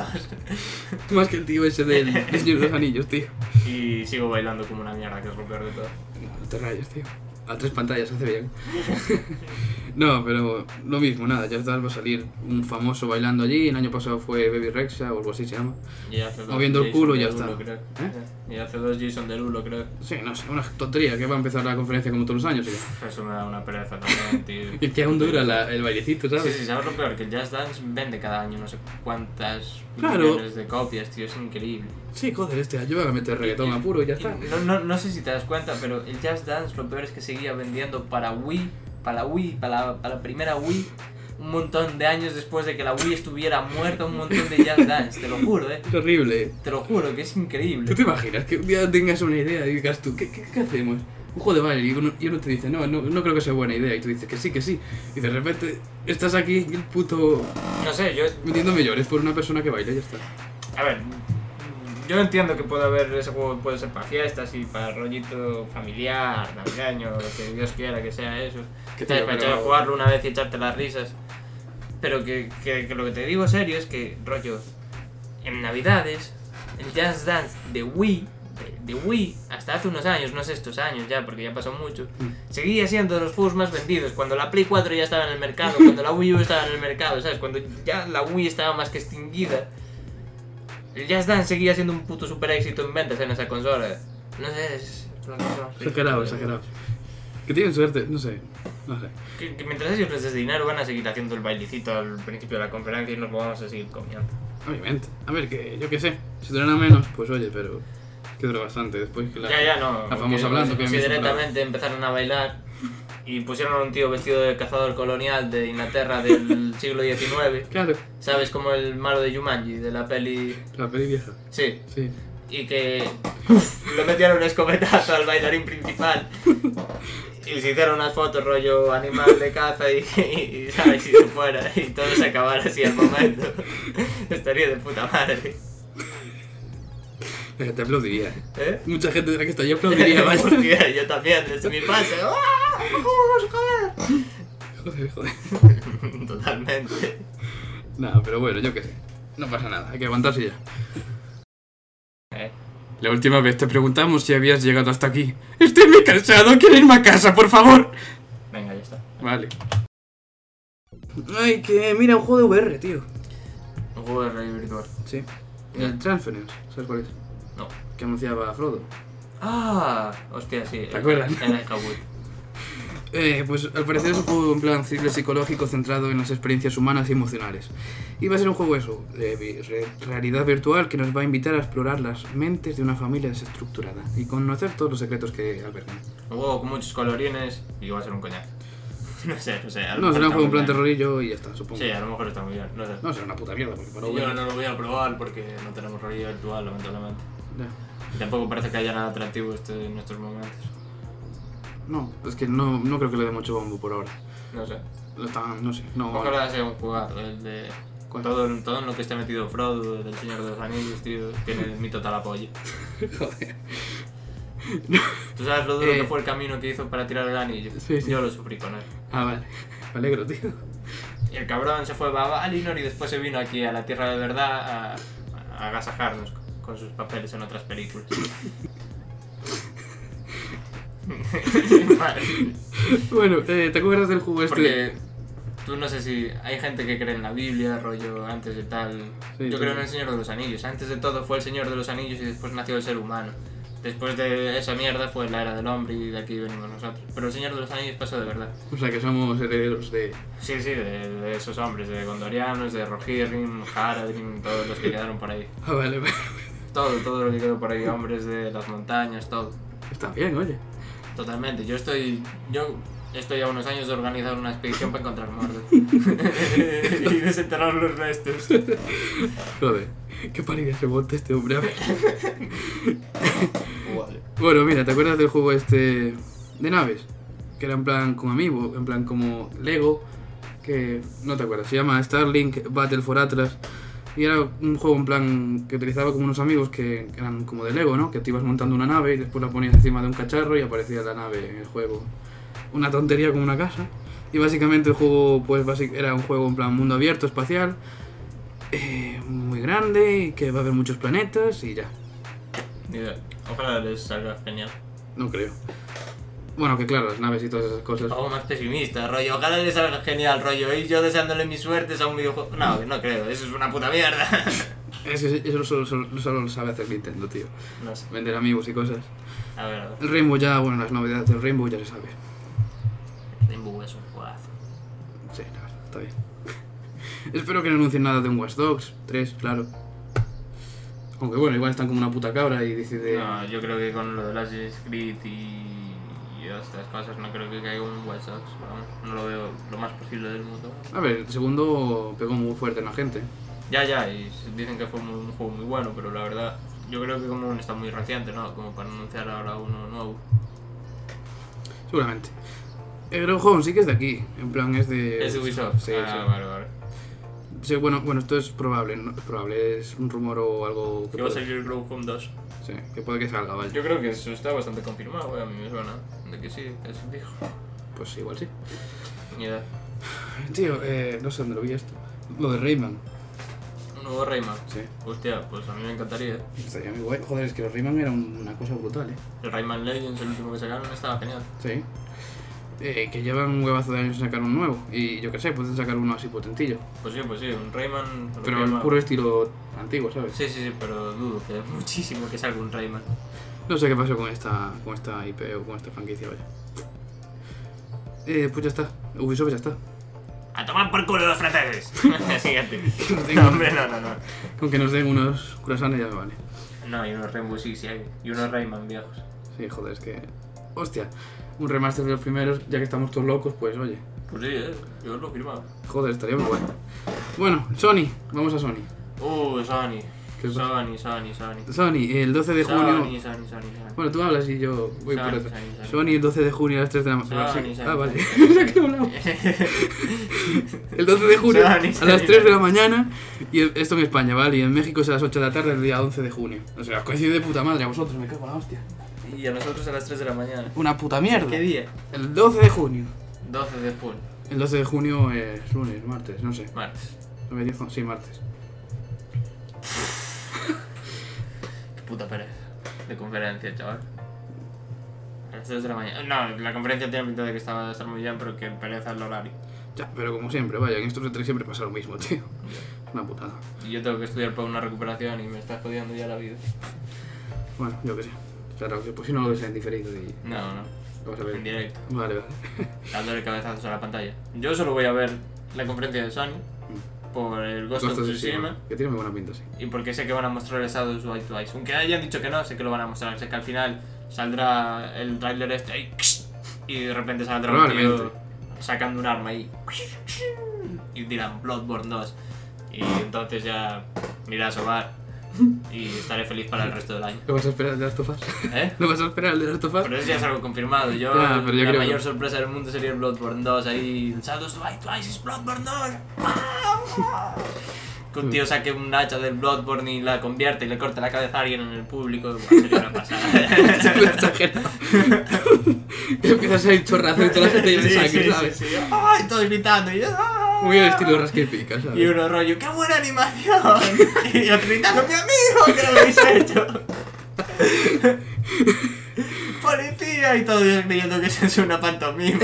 [SPEAKER 2] 2
[SPEAKER 1] Más que el tío ese del del Señor de los Anillos, tío.
[SPEAKER 2] y sigo bailando como una mierda, que es lo peor de todo.
[SPEAKER 1] No te rayes, tío. A tres pantallas hace bien. no, pero lo mismo, nada. Just Dance va a salir un famoso bailando allí. El año pasado fue Baby Rexa o algo así se llama.
[SPEAKER 2] Y hace dos
[SPEAKER 1] Moviendo el
[SPEAKER 2] Jason
[SPEAKER 1] culo y ya
[SPEAKER 2] Derulo,
[SPEAKER 1] está.
[SPEAKER 2] creo.
[SPEAKER 1] ¿Eh?
[SPEAKER 2] Y hace dos Jason Derulo, creo.
[SPEAKER 1] Sí, no sé, una tontería que va a empezar la conferencia como todos los años. tío.
[SPEAKER 2] Eso me da una pereza también, tío.
[SPEAKER 1] Y que aún dura la- el bailecito,
[SPEAKER 2] Sí,
[SPEAKER 1] ¿sabes?
[SPEAKER 2] sí, sabes lo peor, que Just Dance vende cada año no sé cuántas
[SPEAKER 1] Claro.
[SPEAKER 2] millones de copias, tío, es increíble.
[SPEAKER 1] Sí, joder, este año van a meter reggaetón
[SPEAKER 2] Y-
[SPEAKER 1] a puro y ya
[SPEAKER 2] y
[SPEAKER 1] está.
[SPEAKER 2] No, no, no sé si te das cuenta, pero el Just Dance lo peor es que seguía vendiendo para Wii, para la Wii, para la, para la primera Wii, un montón de años después de que la Wii estuviera muerta, un montón de Just Dance, te lo juro, eh.
[SPEAKER 1] Es horrible.
[SPEAKER 2] Te lo juro, que es increíble.
[SPEAKER 1] ¿Tú te imaginas que un día tengas una idea y digas tú, ¿qué, qué, qué hacemos? Un juego de baile y uno, y uno te dice, no, no, no creo que sea buena idea. Y tú dices que sí, que sí. Y de repente estás aquí, el puto,
[SPEAKER 2] No sé, yo...
[SPEAKER 1] metiéndome llores por una persona que baila y ya está.
[SPEAKER 2] A ver, Yo entiendo que puede haber ese juego puede ser para fiestas y para rollito familiar, navideño, lo que Dios quiera que sea eso.
[SPEAKER 1] Que
[SPEAKER 2] Que
[SPEAKER 1] te
[SPEAKER 2] te
[SPEAKER 1] lo
[SPEAKER 2] a
[SPEAKER 1] creo.
[SPEAKER 2] jugarlo una vez y echarte las risas. Pero que, que- que lo que te digo serio es que, rollo, en Navidades, el Just Dance de Wii, de, de Wii, hasta hace unos años, no sé estos años ya, porque ya pasó mucho, seguía siendo de los juegos más vendidos. Cuando la Play 4 ya estaba en el mercado, cuando la Wii U estaba en el mercado, ¿sabes? Cuando ya la Wii estaba más que extinguida. El Just Dance seguía siendo un puto super éxito en ventas en esa consola. No sé, es una cosa más
[SPEAKER 1] Exagerado,
[SPEAKER 2] ridícula.
[SPEAKER 1] exagerado. Que tienen suerte, no sé. No sé.
[SPEAKER 2] Que, que mientras ellos les des dinero van a seguir haciendo el bailecito al principio de la conferencia y nos vamos a seguir comiendo.
[SPEAKER 1] Obviamente. A ver, que yo qué sé. Si duran a menos, pues oye, pero. Que dura bastante después que la.
[SPEAKER 2] ya, ya, no.
[SPEAKER 1] La famosa hablando que
[SPEAKER 2] sí,
[SPEAKER 1] me hizo
[SPEAKER 2] directamente empezaron a bailar y pusieron a un tío vestido de cazador colonial de Inglaterra del siglo XIX.
[SPEAKER 1] Claro,
[SPEAKER 2] ¿Sabes? Como el malo de Jumanji, de la peli...
[SPEAKER 1] la peli vieja.
[SPEAKER 2] Sí.
[SPEAKER 1] Sí.
[SPEAKER 2] Y que le metieron un escopetazo al bailarín principal. Y se hicieron unas fotos rollo animal de caza y, y, y, ¿sabes? Y se fuera y todo se acabara así al momento. Estaría de puta madre.
[SPEAKER 1] La gente aplaudiría.
[SPEAKER 2] ¿Eh?
[SPEAKER 1] Mucha gente de la que está allí aplaudiría, vaya.
[SPEAKER 2] Hostia, yo también, desde mi pase. ¡Ah! ¡Vamos, joder!
[SPEAKER 1] joder, joder.
[SPEAKER 2] Totalmente.
[SPEAKER 1] Nada, pero bueno, yo qué sé. No pasa nada, hay que aguantarse ya.
[SPEAKER 2] Eh.
[SPEAKER 1] La última vez te preguntamos si habías llegado hasta aquí. Estoy muy cansado, quiero irme a casa, por favor.
[SPEAKER 2] Venga, ya está.
[SPEAKER 1] Vale. Ay, que mira, un juego de VR, tío.
[SPEAKER 2] Un juego de rey virtual.
[SPEAKER 1] Sí.
[SPEAKER 2] Ya.
[SPEAKER 1] El Transference, ¿sabes cuál es?
[SPEAKER 2] No.
[SPEAKER 1] Que anunciaba Frodo.
[SPEAKER 2] Ah, hostia, sí.
[SPEAKER 1] ¿Te acuerdas?
[SPEAKER 2] Era Kabul.
[SPEAKER 1] Eh, pues al parecer es un juego en plan thriller psicológico centrado en las experiencias humanas y emocionales. Y va a ser un juego eso, de vi- re- realidad virtual que nos va a invitar a explorar las mentes de una familia desestructurada y conocer todos los secretos que albergan.
[SPEAKER 2] Un juego con muchos colorines y va a ser un coñazo. No sé, no sé. a lo
[SPEAKER 1] No,
[SPEAKER 2] mejor
[SPEAKER 1] será un
[SPEAKER 2] está
[SPEAKER 1] juego en
[SPEAKER 2] muy
[SPEAKER 1] plan
[SPEAKER 2] bien.
[SPEAKER 1] terrorillo y ya está, supongo.
[SPEAKER 2] Sí, a lo mejor está muy bien. No sé.
[SPEAKER 1] No, será una puta mierda porque para
[SPEAKER 2] Yo
[SPEAKER 1] VR-
[SPEAKER 2] no lo voy a probar porque no tenemos realidad virtual, lamentablemente.
[SPEAKER 1] Ya.
[SPEAKER 2] Y tampoco parece que haya nada atractivo este- en estos momentos.
[SPEAKER 1] No, es que no, no creo que le dé mucho bombo por ahora.
[SPEAKER 2] No sé.
[SPEAKER 1] Lo están- no sé, no.
[SPEAKER 2] Ojalá sea un jugazo, el de...
[SPEAKER 1] ¿Cuál?
[SPEAKER 2] Todo, en- todo en lo que esté metido Frodo, del Señor de los Anillos, tío, tiene mi total apoyo.
[SPEAKER 1] Joder.
[SPEAKER 2] ¿Tú sabes lo duro
[SPEAKER 1] Eh.
[SPEAKER 2] que fue el camino que hizo para tirar el anillo?
[SPEAKER 1] Sí, sí.
[SPEAKER 2] Yo lo sufrí con él.
[SPEAKER 1] Ah, vale. Me alegro, tío.
[SPEAKER 2] El cabrón se fue a Valinor y después se vino aquí a la Tierra de Verdad a, a agasajarnos con sus papeles en otras películas. Vale.
[SPEAKER 1] Bueno, eh, ¿te acuerdas del juego este?
[SPEAKER 2] Porque tú no sé si hay gente que cree en la Biblia, rollo, antes de tal.
[SPEAKER 1] Sí,
[SPEAKER 2] Yo creo
[SPEAKER 1] sí.
[SPEAKER 2] en el Señor de los Anillos. Antes de todo fue el Señor de los Anillos y después nació el ser humano. Después de esa mierda fue la era del hombre y de aquí venimos nosotros. Pero el Señor de los Anillos pasó de verdad.
[SPEAKER 1] O sea, que somos herederos de.
[SPEAKER 2] Sí, sí, de, de esos hombres, de Gondorianos, de Rohirrim, Haradrim, todos los que quedaron por ahí.
[SPEAKER 1] Ah, vale, vale.
[SPEAKER 2] Todo, todo lo que quedó por ahí, hombres de las montañas, todo.
[SPEAKER 1] Está bien, oye.
[SPEAKER 2] Totalmente. Yo estoy. Yo estoy a unos años de organizar una expedición para encontrar Mordor. y desenterrar los restos.
[SPEAKER 1] Joder, qué parida se monta este hombre. a ver. bueno, mira, ¿te acuerdas del juego este de naves? Que era en plan como Amiibo, en plan como Lego, que no te acuerdas, se llama Starlink Battle for Atlas. Y era un juego en plan que utilizaba como unos amigos que eran como de Lego, ¿no? Que te ibas montando una nave y después la ponías encima de un cacharro y aparecía la nave en el juego. Una tontería como una casa. Y básicamente el juego pues basic- era un juego en plan mundo abierto, espacial, eh, muy grande y que va a haber muchos planetas y ya.
[SPEAKER 2] Ni idea. Ojalá les salga genial.
[SPEAKER 1] No creo. Bueno, que claro, las naves y todas esas cosas.
[SPEAKER 2] Pues, Algo más pesimista, rollo. Ojalá les salga genial, rollo. Y yo deseándole mis suertes a un videojuego. No, no creo. Eso es una puta mierda.
[SPEAKER 1] Es que eso solo, solo- solo lo sabe hacer Nintendo, tío.
[SPEAKER 2] no sé.
[SPEAKER 1] Vender amigos y cosas.
[SPEAKER 2] A ver, a ver.
[SPEAKER 1] El Rainbow ya, bueno, las novedades del Rainbow ya se sabe.
[SPEAKER 2] Rainbow es un juegazo.
[SPEAKER 1] Sí, la verdad, está bien. Espero que no anuncien nada de un Watch Dogs 3, claro. Aunque bueno, igual están como una puta cabra y decide...
[SPEAKER 2] No, yo creo que con lo de las Creed y, y estas cosas no creo que caiga un White Sox. No, no lo veo lo más posible del mundo.
[SPEAKER 1] A ver, el segundo pegó muy fuerte en la gente.
[SPEAKER 2] Ya, ya, y s- dicen que fue un, un juego muy bueno, pero la verdad, yo creo que como aún está muy reciente, ¿no? Como para anunciar ahora uno nuevo.
[SPEAKER 1] Seguramente. Eh, El Groundhog sí que es de aquí. En plan, es de...
[SPEAKER 2] Es de Ubisoft.
[SPEAKER 1] Sí,
[SPEAKER 2] ah,
[SPEAKER 1] sí.
[SPEAKER 2] vale, vale.
[SPEAKER 1] Sí, bueno, bueno, esto es probable, ¿no? Es probable, es un rumor o algo que
[SPEAKER 2] Que va a
[SPEAKER 1] puede-
[SPEAKER 2] salir Grow Home 2.
[SPEAKER 1] sí, que puede que salga, vaya.
[SPEAKER 2] Yo creo que eso está bastante confirmado, eh, a mí me suena de que sí, es fijo.
[SPEAKER 1] Pues igual sí.
[SPEAKER 2] Ni idea.
[SPEAKER 1] Tío, eh, no sé dónde lo vi esto. Lo de Rayman.
[SPEAKER 2] Un nuevo Rayman.
[SPEAKER 1] Sí.
[SPEAKER 2] Hostia, pues a mí me encantaría. eh.
[SPEAKER 1] Estaría muy guay. Joder, es que los Rayman era un- una cosa brutal, ¿eh?
[SPEAKER 2] El Rayman Legends, el último que sacaron, estaba genial.
[SPEAKER 1] Sí. Eh, que llevan un huevazo de años sin sacar un nuevo. Y yo qué sé, pueden sacar uno así potentillo.
[SPEAKER 2] Pues sí, pues sí, un Rayman. lo
[SPEAKER 1] Pero
[SPEAKER 2] que
[SPEAKER 1] al
[SPEAKER 2] llama-
[SPEAKER 1] puro estilo antiguo, ¿sabes?
[SPEAKER 2] Sí, sí, sí, pero dudo que muchísimo que salga un Rayman.
[SPEAKER 1] No sé qué pasó con esta, con esta IP o con esta franquicia, vaya. Eh, pues ya está. Ubisoft ya está.
[SPEAKER 2] ¡A tomar por culo los franceses! Siguiente.
[SPEAKER 1] No tengo-
[SPEAKER 2] Hombre, no, no, no.
[SPEAKER 1] Con que nos den unos curasanes ya me vale.
[SPEAKER 2] No, y unos Rainbow Six y, hay- y unos Rayman viejos.
[SPEAKER 1] Sí, joder, es que... Hostia, un remaster de los primeros, ya que estamos todos locos, pues oye.
[SPEAKER 2] Pues sí, eh, yo lo firmaba.
[SPEAKER 1] Joder, estaría muy bueno. Bueno, Sony, vamos a Sony.
[SPEAKER 2] Uh, Sony.
[SPEAKER 1] ¿Qué pasa?
[SPEAKER 2] Sony, Sony, Sony.
[SPEAKER 1] Sony, el 12 de
[SPEAKER 2] Sony,
[SPEAKER 1] junio...
[SPEAKER 2] Sony, Sony, Sony.
[SPEAKER 1] Bueno, tú hablas y yo voy por
[SPEAKER 2] Sony,
[SPEAKER 1] otro.
[SPEAKER 2] Sony, Sony.
[SPEAKER 1] Sony, el 12 de junio a las 3 de la mañana.
[SPEAKER 2] Sony, Sony,
[SPEAKER 1] ah, vale.
[SPEAKER 2] Sony,
[SPEAKER 1] Ya que hablamos. El 12 de junio
[SPEAKER 2] Sony,
[SPEAKER 1] a
[SPEAKER 2] Sony,
[SPEAKER 1] las 3 de la
[SPEAKER 2] Sony.
[SPEAKER 1] mañana. Y esto en España, ¿vale? Y en México es a las 8 de la tarde el día 11 de junio. O sea, coincide de puta madre a vosotros, me cago en la hostia.
[SPEAKER 2] Y a nosotros a las 3 de la mañana.
[SPEAKER 1] Una puta mierda.
[SPEAKER 2] ¿Qué día?
[SPEAKER 1] El 12 de junio.
[SPEAKER 2] 12 de junio,
[SPEAKER 1] El 12 de junio es lunes, martes, no sé.
[SPEAKER 2] martes.
[SPEAKER 1] ¿Lo me dijo? Sí, martes.
[SPEAKER 2] Qué puta pereza de conferencia, chaval. A las 3 de la mañana. No, la conferencia tiene pinta de que estaba de estar muy bien, pero que pereza el horario.
[SPEAKER 1] Ya, pero como siempre, vaya, en estos E3 siempre pasa lo mismo, tío. Una putada.
[SPEAKER 2] Y yo tengo que estudiar para una recuperación y me está jodiendo ya la vida.
[SPEAKER 1] Bueno, yo qué sé. Claro, que pues si no lo ves en diferido y
[SPEAKER 2] No, no.
[SPEAKER 1] lo vas a ver.
[SPEAKER 2] En directo.
[SPEAKER 1] Vale, vale.
[SPEAKER 2] Dándole cabezazos a la pantalla. Yo solo voy a ver la conferencia de Sony por el Mm. Ghost,
[SPEAKER 1] Ghost
[SPEAKER 2] of
[SPEAKER 1] of
[SPEAKER 2] Tsushima.
[SPEAKER 1] Tsushima, Que tiene muy buena pinta, sí.
[SPEAKER 2] Y porque sé que van a mostrar el Shadows White Twice. Aunque hayan dicho que no, sé que lo van a mostrar. Sé que al final saldrá el tráiler este ahí, y de repente saldrá un tío
[SPEAKER 1] Probablemente.
[SPEAKER 2] sacando un arma ahí. Y dirán Bloodborne 2. Y entonces ya me iré a sobar y estaré feliz para el resto del año.
[SPEAKER 1] ¿Lo vas a esperar al de Last of Us?
[SPEAKER 2] ¿Eh?
[SPEAKER 1] ¿Lo vas a esperar al de Last of Us?
[SPEAKER 2] Pero eso ya es algo confirmado. Yo,
[SPEAKER 1] Ya, pero yo
[SPEAKER 2] la
[SPEAKER 1] creo-
[SPEAKER 2] mayor sorpresa del mundo sería el Bloodborne 2. Ahí, el Shadows Die Twice es Bloodborne 2. que un tío saque un hacha del Bloodborne y la convierte y le corte la cabeza a alguien en el público. Buah, sería una pasada.
[SPEAKER 1] Lo he exagerado. que empiezas a ir chorrazo y toda la gente llena de sangre, ¿sabes?
[SPEAKER 2] sí. ¡Ay! Todos gritando. Y, ¡ah!
[SPEAKER 1] Muy al estilo rasca y pica, ¿sabes?
[SPEAKER 2] Y uno rollo, ¡qué buena animación! y otro gritando, ¡mi amigo! ¿Qué lo habéis hecho? ¡Policía! Y todos creyendo que eso es una pantomima.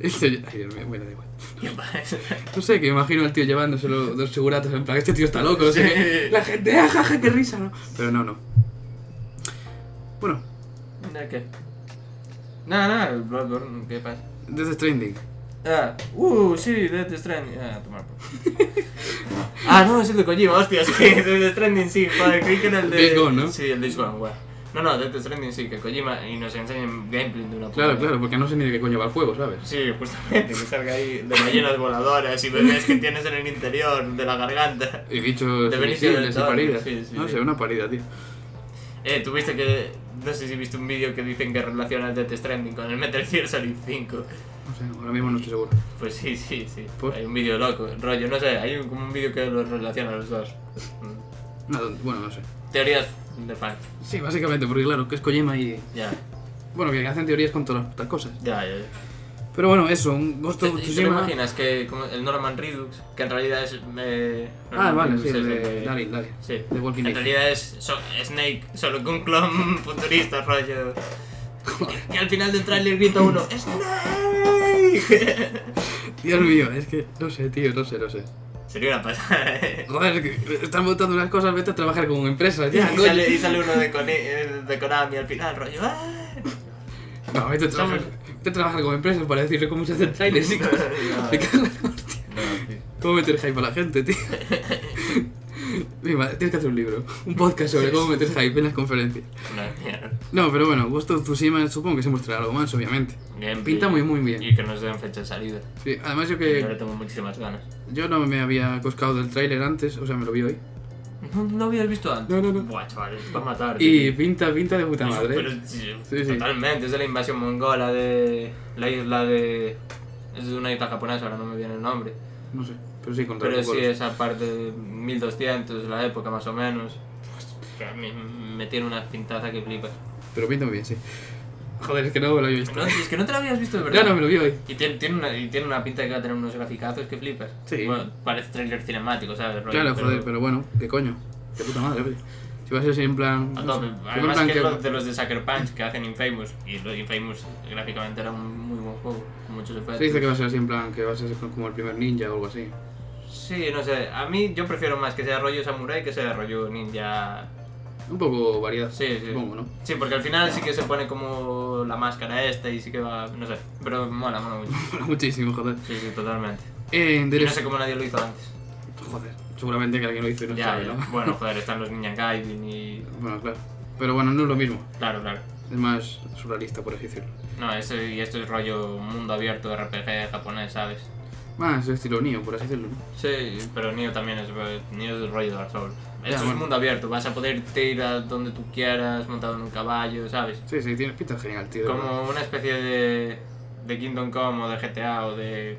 [SPEAKER 1] Esto ya- Ay, Dios mío, bueno, da igual.
[SPEAKER 2] ¿Qué pasa?
[SPEAKER 1] No sé, que me imagino al tío llevándoselo dos seguratas en plan, este tío está loco, no sé
[SPEAKER 2] Sí.
[SPEAKER 1] qué. La gente, ajaja, qué risa, ¿no? Pero no, no. Bueno,
[SPEAKER 2] ¿De qué? Nada, nada, el Bloodborne, ¿qué pasa?
[SPEAKER 1] Death Stranding.
[SPEAKER 2] Ah, uh, sí, Death Stranding. Ah, a tomar por. ah, no, es el de Kojima, hostia, sí, Death Stranding sí, joder, creí que era el de.
[SPEAKER 1] Days Gone, ¿no?
[SPEAKER 2] Sí, el Days Gone, guau. No, no, Death Stranding sí, que Kojima y nos enseñen gameplay de una puta.
[SPEAKER 1] Claro, claro, porque no sé ni de qué coño va el juego, ¿sabes?
[SPEAKER 2] Sí, justamente, que salga ahí de ballenas voladoras y bebés que tienes en el interior de la garganta.
[SPEAKER 1] Y bichos
[SPEAKER 2] De Benicio del
[SPEAKER 1] invisibles y
[SPEAKER 2] Toro,
[SPEAKER 1] paridas.
[SPEAKER 2] sí, sí,
[SPEAKER 1] no
[SPEAKER 2] sí.
[SPEAKER 1] sé, una parida, tío.
[SPEAKER 2] Eh, tuviste que. No sé si viste un vídeo que dicen que relaciona el Death Stranding con el Metal Gear Solid 5.
[SPEAKER 1] No sé, ahora mismo no estoy seguro.
[SPEAKER 2] Pues sí, sí, sí.
[SPEAKER 1] ¿Por?
[SPEAKER 2] Hay un vídeo loco, rollo, no sé, hay un, como un vídeo que los relaciona a los dos. Mm.
[SPEAKER 1] Nada, bueno, no sé.
[SPEAKER 2] Teorías de fan.
[SPEAKER 1] Sí, básicamente, porque claro, que es Kojima y...
[SPEAKER 2] Ya,
[SPEAKER 1] Bueno, que hacen teorías con todas las putas cosas.
[SPEAKER 2] ya, ya. ya.
[SPEAKER 1] Pero bueno, eso, un Ghost
[SPEAKER 2] ¿Te,
[SPEAKER 1] of
[SPEAKER 2] te
[SPEAKER 1] Tsushima...
[SPEAKER 2] imaginas que como el Norman Redux, que en realidad es. eh,
[SPEAKER 1] Ah,
[SPEAKER 2] Norman
[SPEAKER 1] vale,
[SPEAKER 2] Reedus
[SPEAKER 1] sí,
[SPEAKER 2] es
[SPEAKER 1] el
[SPEAKER 2] el
[SPEAKER 1] de
[SPEAKER 2] que-
[SPEAKER 1] Dali, Dali.
[SPEAKER 2] Sí.
[SPEAKER 1] De Walking
[SPEAKER 2] En
[SPEAKER 1] Dead.
[SPEAKER 2] realidad es so- Snake, solo que un clon futurista, rollo. Que al final del tráiler grita uno, ¡Snake!
[SPEAKER 1] Dios mío, es que no sé, tío, no sé, no sé.
[SPEAKER 2] Sería una pasada, eh.
[SPEAKER 1] Joder, es que están votando unas cosas, vete a trabajar como empresa,
[SPEAKER 2] Y
[SPEAKER 1] tío. coño.
[SPEAKER 2] sale, y sale uno de, Kone- eh, de Konami al final, rollo. "Ah".
[SPEAKER 1] No, vete a, trabajar, vete a trabajar como empresa para decirle cómo se hace el trailer, sí. Me cago en la hostia. ¿Cómo meter hype a la gente, tío? Mi madre, tienes que hacer un libro, un podcast sobre cómo meter hype en las conferencias.
[SPEAKER 2] Una mierda.
[SPEAKER 1] No, pero bueno, Ghost of Tsushima supongo que se mostrará algo más, obviamente. Pinta muy, muy bien.
[SPEAKER 2] Y que nos den fecha de salida.
[SPEAKER 1] Sí, además yo
[SPEAKER 2] Yo le
[SPEAKER 1] que
[SPEAKER 2] tengo muchísimas ganas.
[SPEAKER 1] yo no me había coscado del tráiler antes, o sea, me lo vi hoy.
[SPEAKER 2] No no lo habías visto antes.
[SPEAKER 1] No, no, no.
[SPEAKER 2] Buah, chaval, va a matar.
[SPEAKER 1] Y
[SPEAKER 2] tío.
[SPEAKER 1] pinta, pinta de puta
[SPEAKER 2] Ah, Pero,
[SPEAKER 1] madre. ¿eh?
[SPEAKER 2] sí,
[SPEAKER 1] Sí, sí.
[SPEAKER 2] Totalmente, es de la invasión mongola de la isla de. Es de una isla japonesa, ahora no me viene el nombre.
[SPEAKER 1] No sé, pero sí contra
[SPEAKER 2] Pero
[SPEAKER 1] los
[SPEAKER 2] sí,
[SPEAKER 1] golos.
[SPEAKER 2] esa parte de 1200, la época más o menos. Pues, que a mí me tiene unas pintadas que flipas.
[SPEAKER 1] Pero pinta muy bien, sí. Joder, es que no me lo había visto.
[SPEAKER 2] No, es que no te la habías visto de verdad.
[SPEAKER 1] Ya no me lo vi hoy.
[SPEAKER 2] Y tiene, tiene una, y tiene una pinta de que va a tener unos graficazos que flipas.
[SPEAKER 1] Sí.
[SPEAKER 2] Bueno, parece trailer cinemático, ¿sabes? Rollo,
[SPEAKER 1] Claro, joder, pero bueno, qué coño. Qué puta madre, oye. Si va a ser así en plan.
[SPEAKER 2] A
[SPEAKER 1] no sé,
[SPEAKER 2] tope.
[SPEAKER 1] si va en
[SPEAKER 2] Además
[SPEAKER 1] plan
[SPEAKER 2] que es
[SPEAKER 1] que-
[SPEAKER 2] lo de los de Sucker Punch que hacen Infamous. Y lo de Infamous gráficamente era un muy buen juego, con muchos efectos.
[SPEAKER 1] Se dice que va a ser así en plan, que va a ser como el primer ninja o algo así.
[SPEAKER 2] Sí, no sé. A mí yo prefiero más que sea rollo samurai que sea rollo ninja.
[SPEAKER 1] Un poco variedad,
[SPEAKER 2] Sí, sí.
[SPEAKER 1] supongo, ¿no?
[SPEAKER 2] Sí, porque al final sí que se pone como la máscara esta y sí que va. No sé. Pero mola, mola mucho.
[SPEAKER 1] Muchísimo, joder.
[SPEAKER 2] Sí, sí, totalmente.
[SPEAKER 1] Eh,
[SPEAKER 2] Y
[SPEAKER 1] interés-
[SPEAKER 2] no sé cómo nadie lo hizo antes.
[SPEAKER 1] Joder, seguramente que alguien lo hizo y no
[SPEAKER 2] ya,
[SPEAKER 1] sabe,
[SPEAKER 2] ya.
[SPEAKER 1] ¿no?
[SPEAKER 2] Bueno, joder, están los Ninja Gaiden y.
[SPEAKER 1] Bueno, claro. Pero bueno, no es lo mismo.
[SPEAKER 2] Claro, claro.
[SPEAKER 1] Es más surrealista, por así decirlo.
[SPEAKER 2] No, eso, y esto es rollo mundo abierto RPG japonés, ¿sabes?
[SPEAKER 1] Más estilo Neo, por así decirlo. ¿no?
[SPEAKER 2] Sí, pero Neo también es, Neo es el rollo de Dark Souls. Esto es
[SPEAKER 1] bueno.
[SPEAKER 2] mundo abierto, vas a poder ir a donde tú quieras, montado en un caballo, ¿sabes?
[SPEAKER 1] Sí, sí, tiene pinta genial, tío. de verdad.
[SPEAKER 2] Como una especie de, de Kingdom Come o de GTA o de...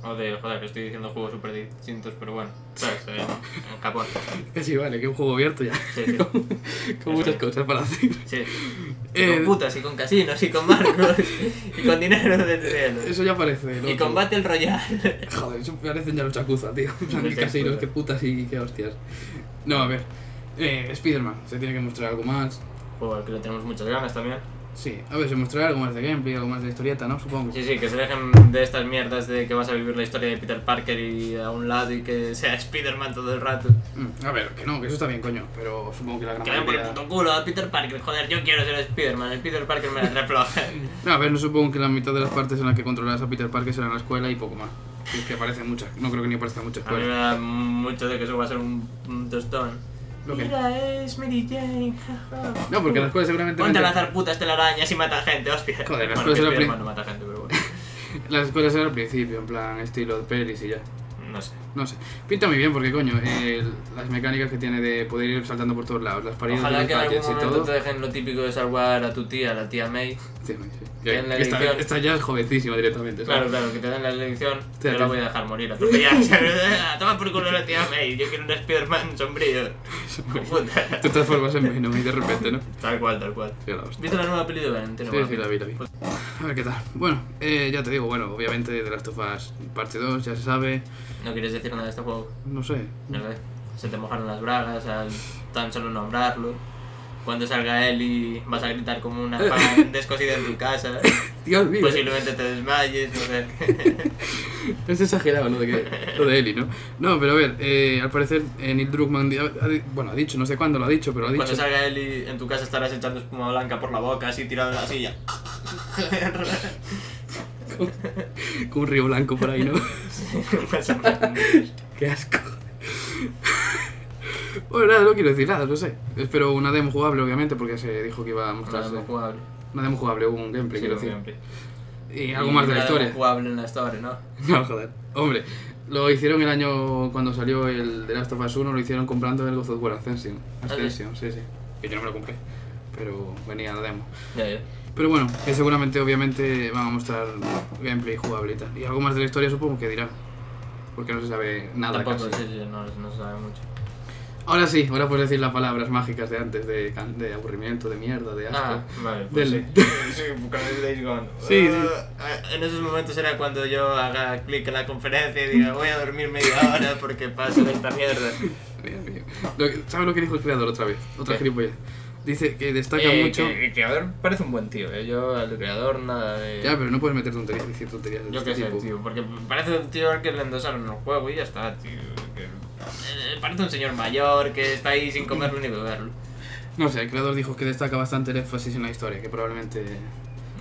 [SPEAKER 2] O de, joder, que estoy diciendo juegos súper distintos, pero bueno, ¿sabes? En, en Japón.
[SPEAKER 1] Casi vale, que un juego abierto ya.
[SPEAKER 2] Sí, sí.
[SPEAKER 1] Con muchas cosas para hacer.
[SPEAKER 2] sí. Y
[SPEAKER 1] Eh,
[SPEAKER 2] con putas, y con casinos, y con barcos, y con dinero del cielo.
[SPEAKER 1] Eso ya parece. ¿no?
[SPEAKER 2] Y con Battle Royale.
[SPEAKER 1] Joder, eso parecen ya los Yakuza, tío. En plan,
[SPEAKER 2] Los
[SPEAKER 1] qué casinos,
[SPEAKER 2] Yakuza.
[SPEAKER 1] qué putas y qué hostias. No, a ver. Eh, Spider-Man, se tiene que mostrar algo más.
[SPEAKER 2] Juego al que le tenemos muchas ganas también.
[SPEAKER 1] Sí, a ver, se mostrará algo más de gameplay, algo más de historieta, ¿no? Supongo.
[SPEAKER 2] Sí, sí, que se dejen de estas mierdas de que vas a vivir la historia de Peter Parker y a un lado y que sea Spider-Man todo el rato.
[SPEAKER 1] Mm, a ver, que no, que eso está bien, coño. Pero supongo que la gran
[SPEAKER 2] Que den por el
[SPEAKER 1] mayoría.
[SPEAKER 2] puto culo a Peter Parker. Joder, yo quiero ser Spider-Man. El Peter Parker me la trae floja.
[SPEAKER 1] No, a ver, no supongo que la mitad de las partes en las que controlarás a Peter Parker serán la escuela y poco más. Si es que aparecen muchas, no creo que ni aparezcan muchas
[SPEAKER 2] A mí me
[SPEAKER 1] escuelas.
[SPEAKER 2] da mucho de que eso va a ser un, un tostón.
[SPEAKER 1] Lo que-
[SPEAKER 2] Mira, es Mary Jane. jaja.
[SPEAKER 1] No, porque la escuela seguramente.
[SPEAKER 2] Ponte a lanzar putas telarañas y mata gente, hostia.
[SPEAKER 1] Joder, las
[SPEAKER 2] bueno, que
[SPEAKER 1] cosas de la
[SPEAKER 2] Spider-Man
[SPEAKER 1] prim-
[SPEAKER 2] no mata gente, pero bueno.
[SPEAKER 1] Las escuelas eran al principio, en plan estilo de pelis y ya.
[SPEAKER 2] No sé.
[SPEAKER 1] No sé. Pinta muy bien porque, coño, eh, las mecánicas que tiene de poder ir saltando por todos lados, las paredes,
[SPEAKER 2] Ojalá
[SPEAKER 1] los
[SPEAKER 2] que en algún
[SPEAKER 1] gadgets y
[SPEAKER 2] momento
[SPEAKER 1] todo.
[SPEAKER 2] te dejen lo típico de salvar a tu tía, la tía May.
[SPEAKER 1] Sí, sí.
[SPEAKER 2] Que en la
[SPEAKER 1] Que Esta,
[SPEAKER 2] edición-
[SPEAKER 1] esta ya es jovencísima directamente. ¿sabes?
[SPEAKER 2] Claro, claro, que te den la elección,
[SPEAKER 1] Sí,
[SPEAKER 2] yo
[SPEAKER 1] sí.
[SPEAKER 2] la voy a dejar morir, atropellar. A tomar por culo la tía May, yo quiero un Spider-Man sombrío. Puta.
[SPEAKER 1] Te transformas en Venom y de repente, ¿no?
[SPEAKER 2] Tal cual, tal cual.
[SPEAKER 1] Sí, la hostia.
[SPEAKER 2] ¿Viste la nueva peli de Venom? Tiene
[SPEAKER 1] Sí,
[SPEAKER 2] buena
[SPEAKER 1] sí, la
[SPEAKER 2] pinta.
[SPEAKER 1] vi, la vi. A ver qué tal. Bueno, eh, ya te digo, bueno, obviamente de las tofas parte 2, ya se sabe.
[SPEAKER 2] No quieres decir nada de este juego,
[SPEAKER 1] No sé.
[SPEAKER 2] no sé. Se te mojaron las bragas al tan solo nombrarlo. Cuando salga él y vas a gritar como una fan descosida en tu casa,
[SPEAKER 1] Dios mío. eh.
[SPEAKER 2] posiblemente te desmayes, no sé.
[SPEAKER 1] Es exagerado lo de, que, lo de Eli, ¿no? No, pero a ver, eh, al parecer eh, Neil Druckmann, di- ha- ha di- bueno, ha dicho, no sé cuándo lo ha dicho, pero lo ha
[SPEAKER 2] Cuando
[SPEAKER 1] dicho.
[SPEAKER 2] salga él y en tu casa estarás echando espuma blanca por la boca, así tirado en la silla.
[SPEAKER 1] Con un río blanco por ahí, ¿no?
[SPEAKER 2] Más o menos.
[SPEAKER 1] Qué asco. bueno, nada, no quiero decir nada, no sé. Espero una demo jugable, obviamente, porque se dijo que iba a mostrarse.
[SPEAKER 2] Nada, jugable.
[SPEAKER 1] Una demo jugable, un gameplay,
[SPEAKER 2] Sí,
[SPEAKER 1] quiero
[SPEAKER 2] como
[SPEAKER 1] decir.
[SPEAKER 2] siempre.
[SPEAKER 1] Y algo más de la
[SPEAKER 2] nada,
[SPEAKER 1] historia.
[SPEAKER 2] jugable en la historia, ¿no?
[SPEAKER 1] No, joder. Hombre, lo hicieron el año cuando salió el The Last of Us 1, lo hicieron comprando el God of War Ascension.
[SPEAKER 2] ¿Ah, sí?
[SPEAKER 1] Ascension, sí, sí. Que yo no me lo compré, pero venía la demo.
[SPEAKER 2] Ya, ya.
[SPEAKER 1] Pero bueno, que seguramente, obviamente, van a mostrar gameplay jugable y tal. Y algo más de la historia supongo que dirán. Porque no se sabe nada
[SPEAKER 2] Tampoco,
[SPEAKER 1] casi.
[SPEAKER 2] sí, sí, no, no se sabe mucho.
[SPEAKER 1] Ahora sí, ahora puedes decir las palabras mágicas de antes, de, can- de aburrimiento, de mierda, de asco.
[SPEAKER 2] Ah, vale, pues
[SPEAKER 1] Dele.
[SPEAKER 2] sí. Sí, con el Days Gone.
[SPEAKER 1] Sí, sí.
[SPEAKER 2] Uh, en esos momentos era cuando yo haga clic en la conferencia y diga voy a dormir media hora porque paso de esta mierda.
[SPEAKER 1] Dios mío. Lo que- ¿Sabes lo que dijo el creador otra vez? Otra
[SPEAKER 2] ¿Qué?
[SPEAKER 1] gilipollez. Dice que destaca
[SPEAKER 2] Eh,
[SPEAKER 1] mucho...
[SPEAKER 2] que el creador parece un buen tío, eh. yo el creador nada de...
[SPEAKER 1] Ya, pero no puedes meter tonterías, decir tonterías de
[SPEAKER 2] Yo
[SPEAKER 1] este
[SPEAKER 2] qué sé,
[SPEAKER 1] tipo.
[SPEAKER 2] tío, porque parece un tío al que le endosaron el juego y ya está, tío. que- eh, Parece un señor mayor que está ahí sin comerlo ni beberlo.
[SPEAKER 1] No sé, el creador dijo que destaca bastante el énfasis en la historia, que probablemente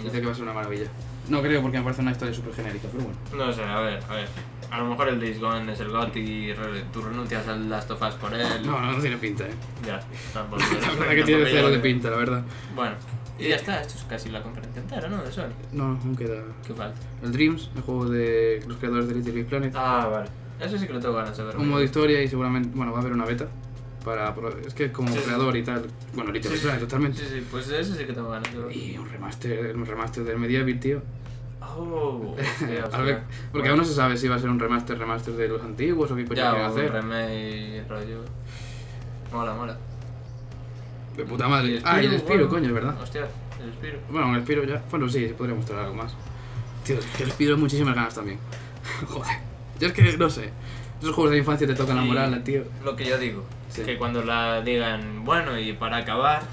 [SPEAKER 1] dice que va a ser una maravilla. No creo porque me parece una historia súper genérica, pero bueno.
[SPEAKER 2] No sé, a ver, a ver. A lo mejor el Days Gone es el GOT y re- tú renuncias al Last of Us por él.
[SPEAKER 1] No, no, no tiene pinta, eh.
[SPEAKER 2] Ya, tampoco.
[SPEAKER 1] La
[SPEAKER 2] tampoco
[SPEAKER 1] verdad que tiene
[SPEAKER 2] yo-
[SPEAKER 1] cero de Eh. pinta, la verdad.
[SPEAKER 2] Bueno, y ya está, esto es casi la conferencia entera, ¿no? De Sony.
[SPEAKER 1] No, aún queda.
[SPEAKER 2] ¿Qué falta?
[SPEAKER 1] El Dreams, el juego de los creadores de Little Big Planet.
[SPEAKER 2] Ah, vale. Eso sí que lo tengo ganas de ver.
[SPEAKER 1] Un modo de historia y seguramente, bueno, va a haber una beta. Para, pro- es que como
[SPEAKER 2] Sí, sí.
[SPEAKER 1] creador y tal. Bueno, Little
[SPEAKER 2] Sí,
[SPEAKER 1] Big
[SPEAKER 2] sí.
[SPEAKER 1] Planet,
[SPEAKER 2] Sí,
[SPEAKER 1] totalmente.
[SPEAKER 2] sí, pues de eso sí que tengo ganas de ver.
[SPEAKER 1] Y un remaster, el remaster del Medieval, tío.
[SPEAKER 2] Ah, Oh,
[SPEAKER 1] A
[SPEAKER 2] hostia,
[SPEAKER 1] ver,
[SPEAKER 2] hostia.
[SPEAKER 1] porque aún no se sabe si va a ser un remaster, remaster de los antiguos o qué coño
[SPEAKER 2] Ya,
[SPEAKER 1] quieren
[SPEAKER 2] un
[SPEAKER 1] hacer.
[SPEAKER 2] remake rollo. Mola, mola.
[SPEAKER 1] De puta
[SPEAKER 2] Y
[SPEAKER 1] madre. Ah, y el Spiro,
[SPEAKER 2] bueno.
[SPEAKER 1] coño, es verdad.
[SPEAKER 2] Hostia, el Spiro.
[SPEAKER 1] Bueno, el Spiro ya. Bueno, sí, podría mostrar algo más. Tío, es que el Spiro muchísimas ganas también. Joder. Yo es que no sé. Esos juegos de infancia te tocan la
[SPEAKER 2] Y-
[SPEAKER 1] moral, tío.
[SPEAKER 2] Lo que yo digo,
[SPEAKER 1] Sí.
[SPEAKER 2] que cuando la digan, bueno, y para acabar,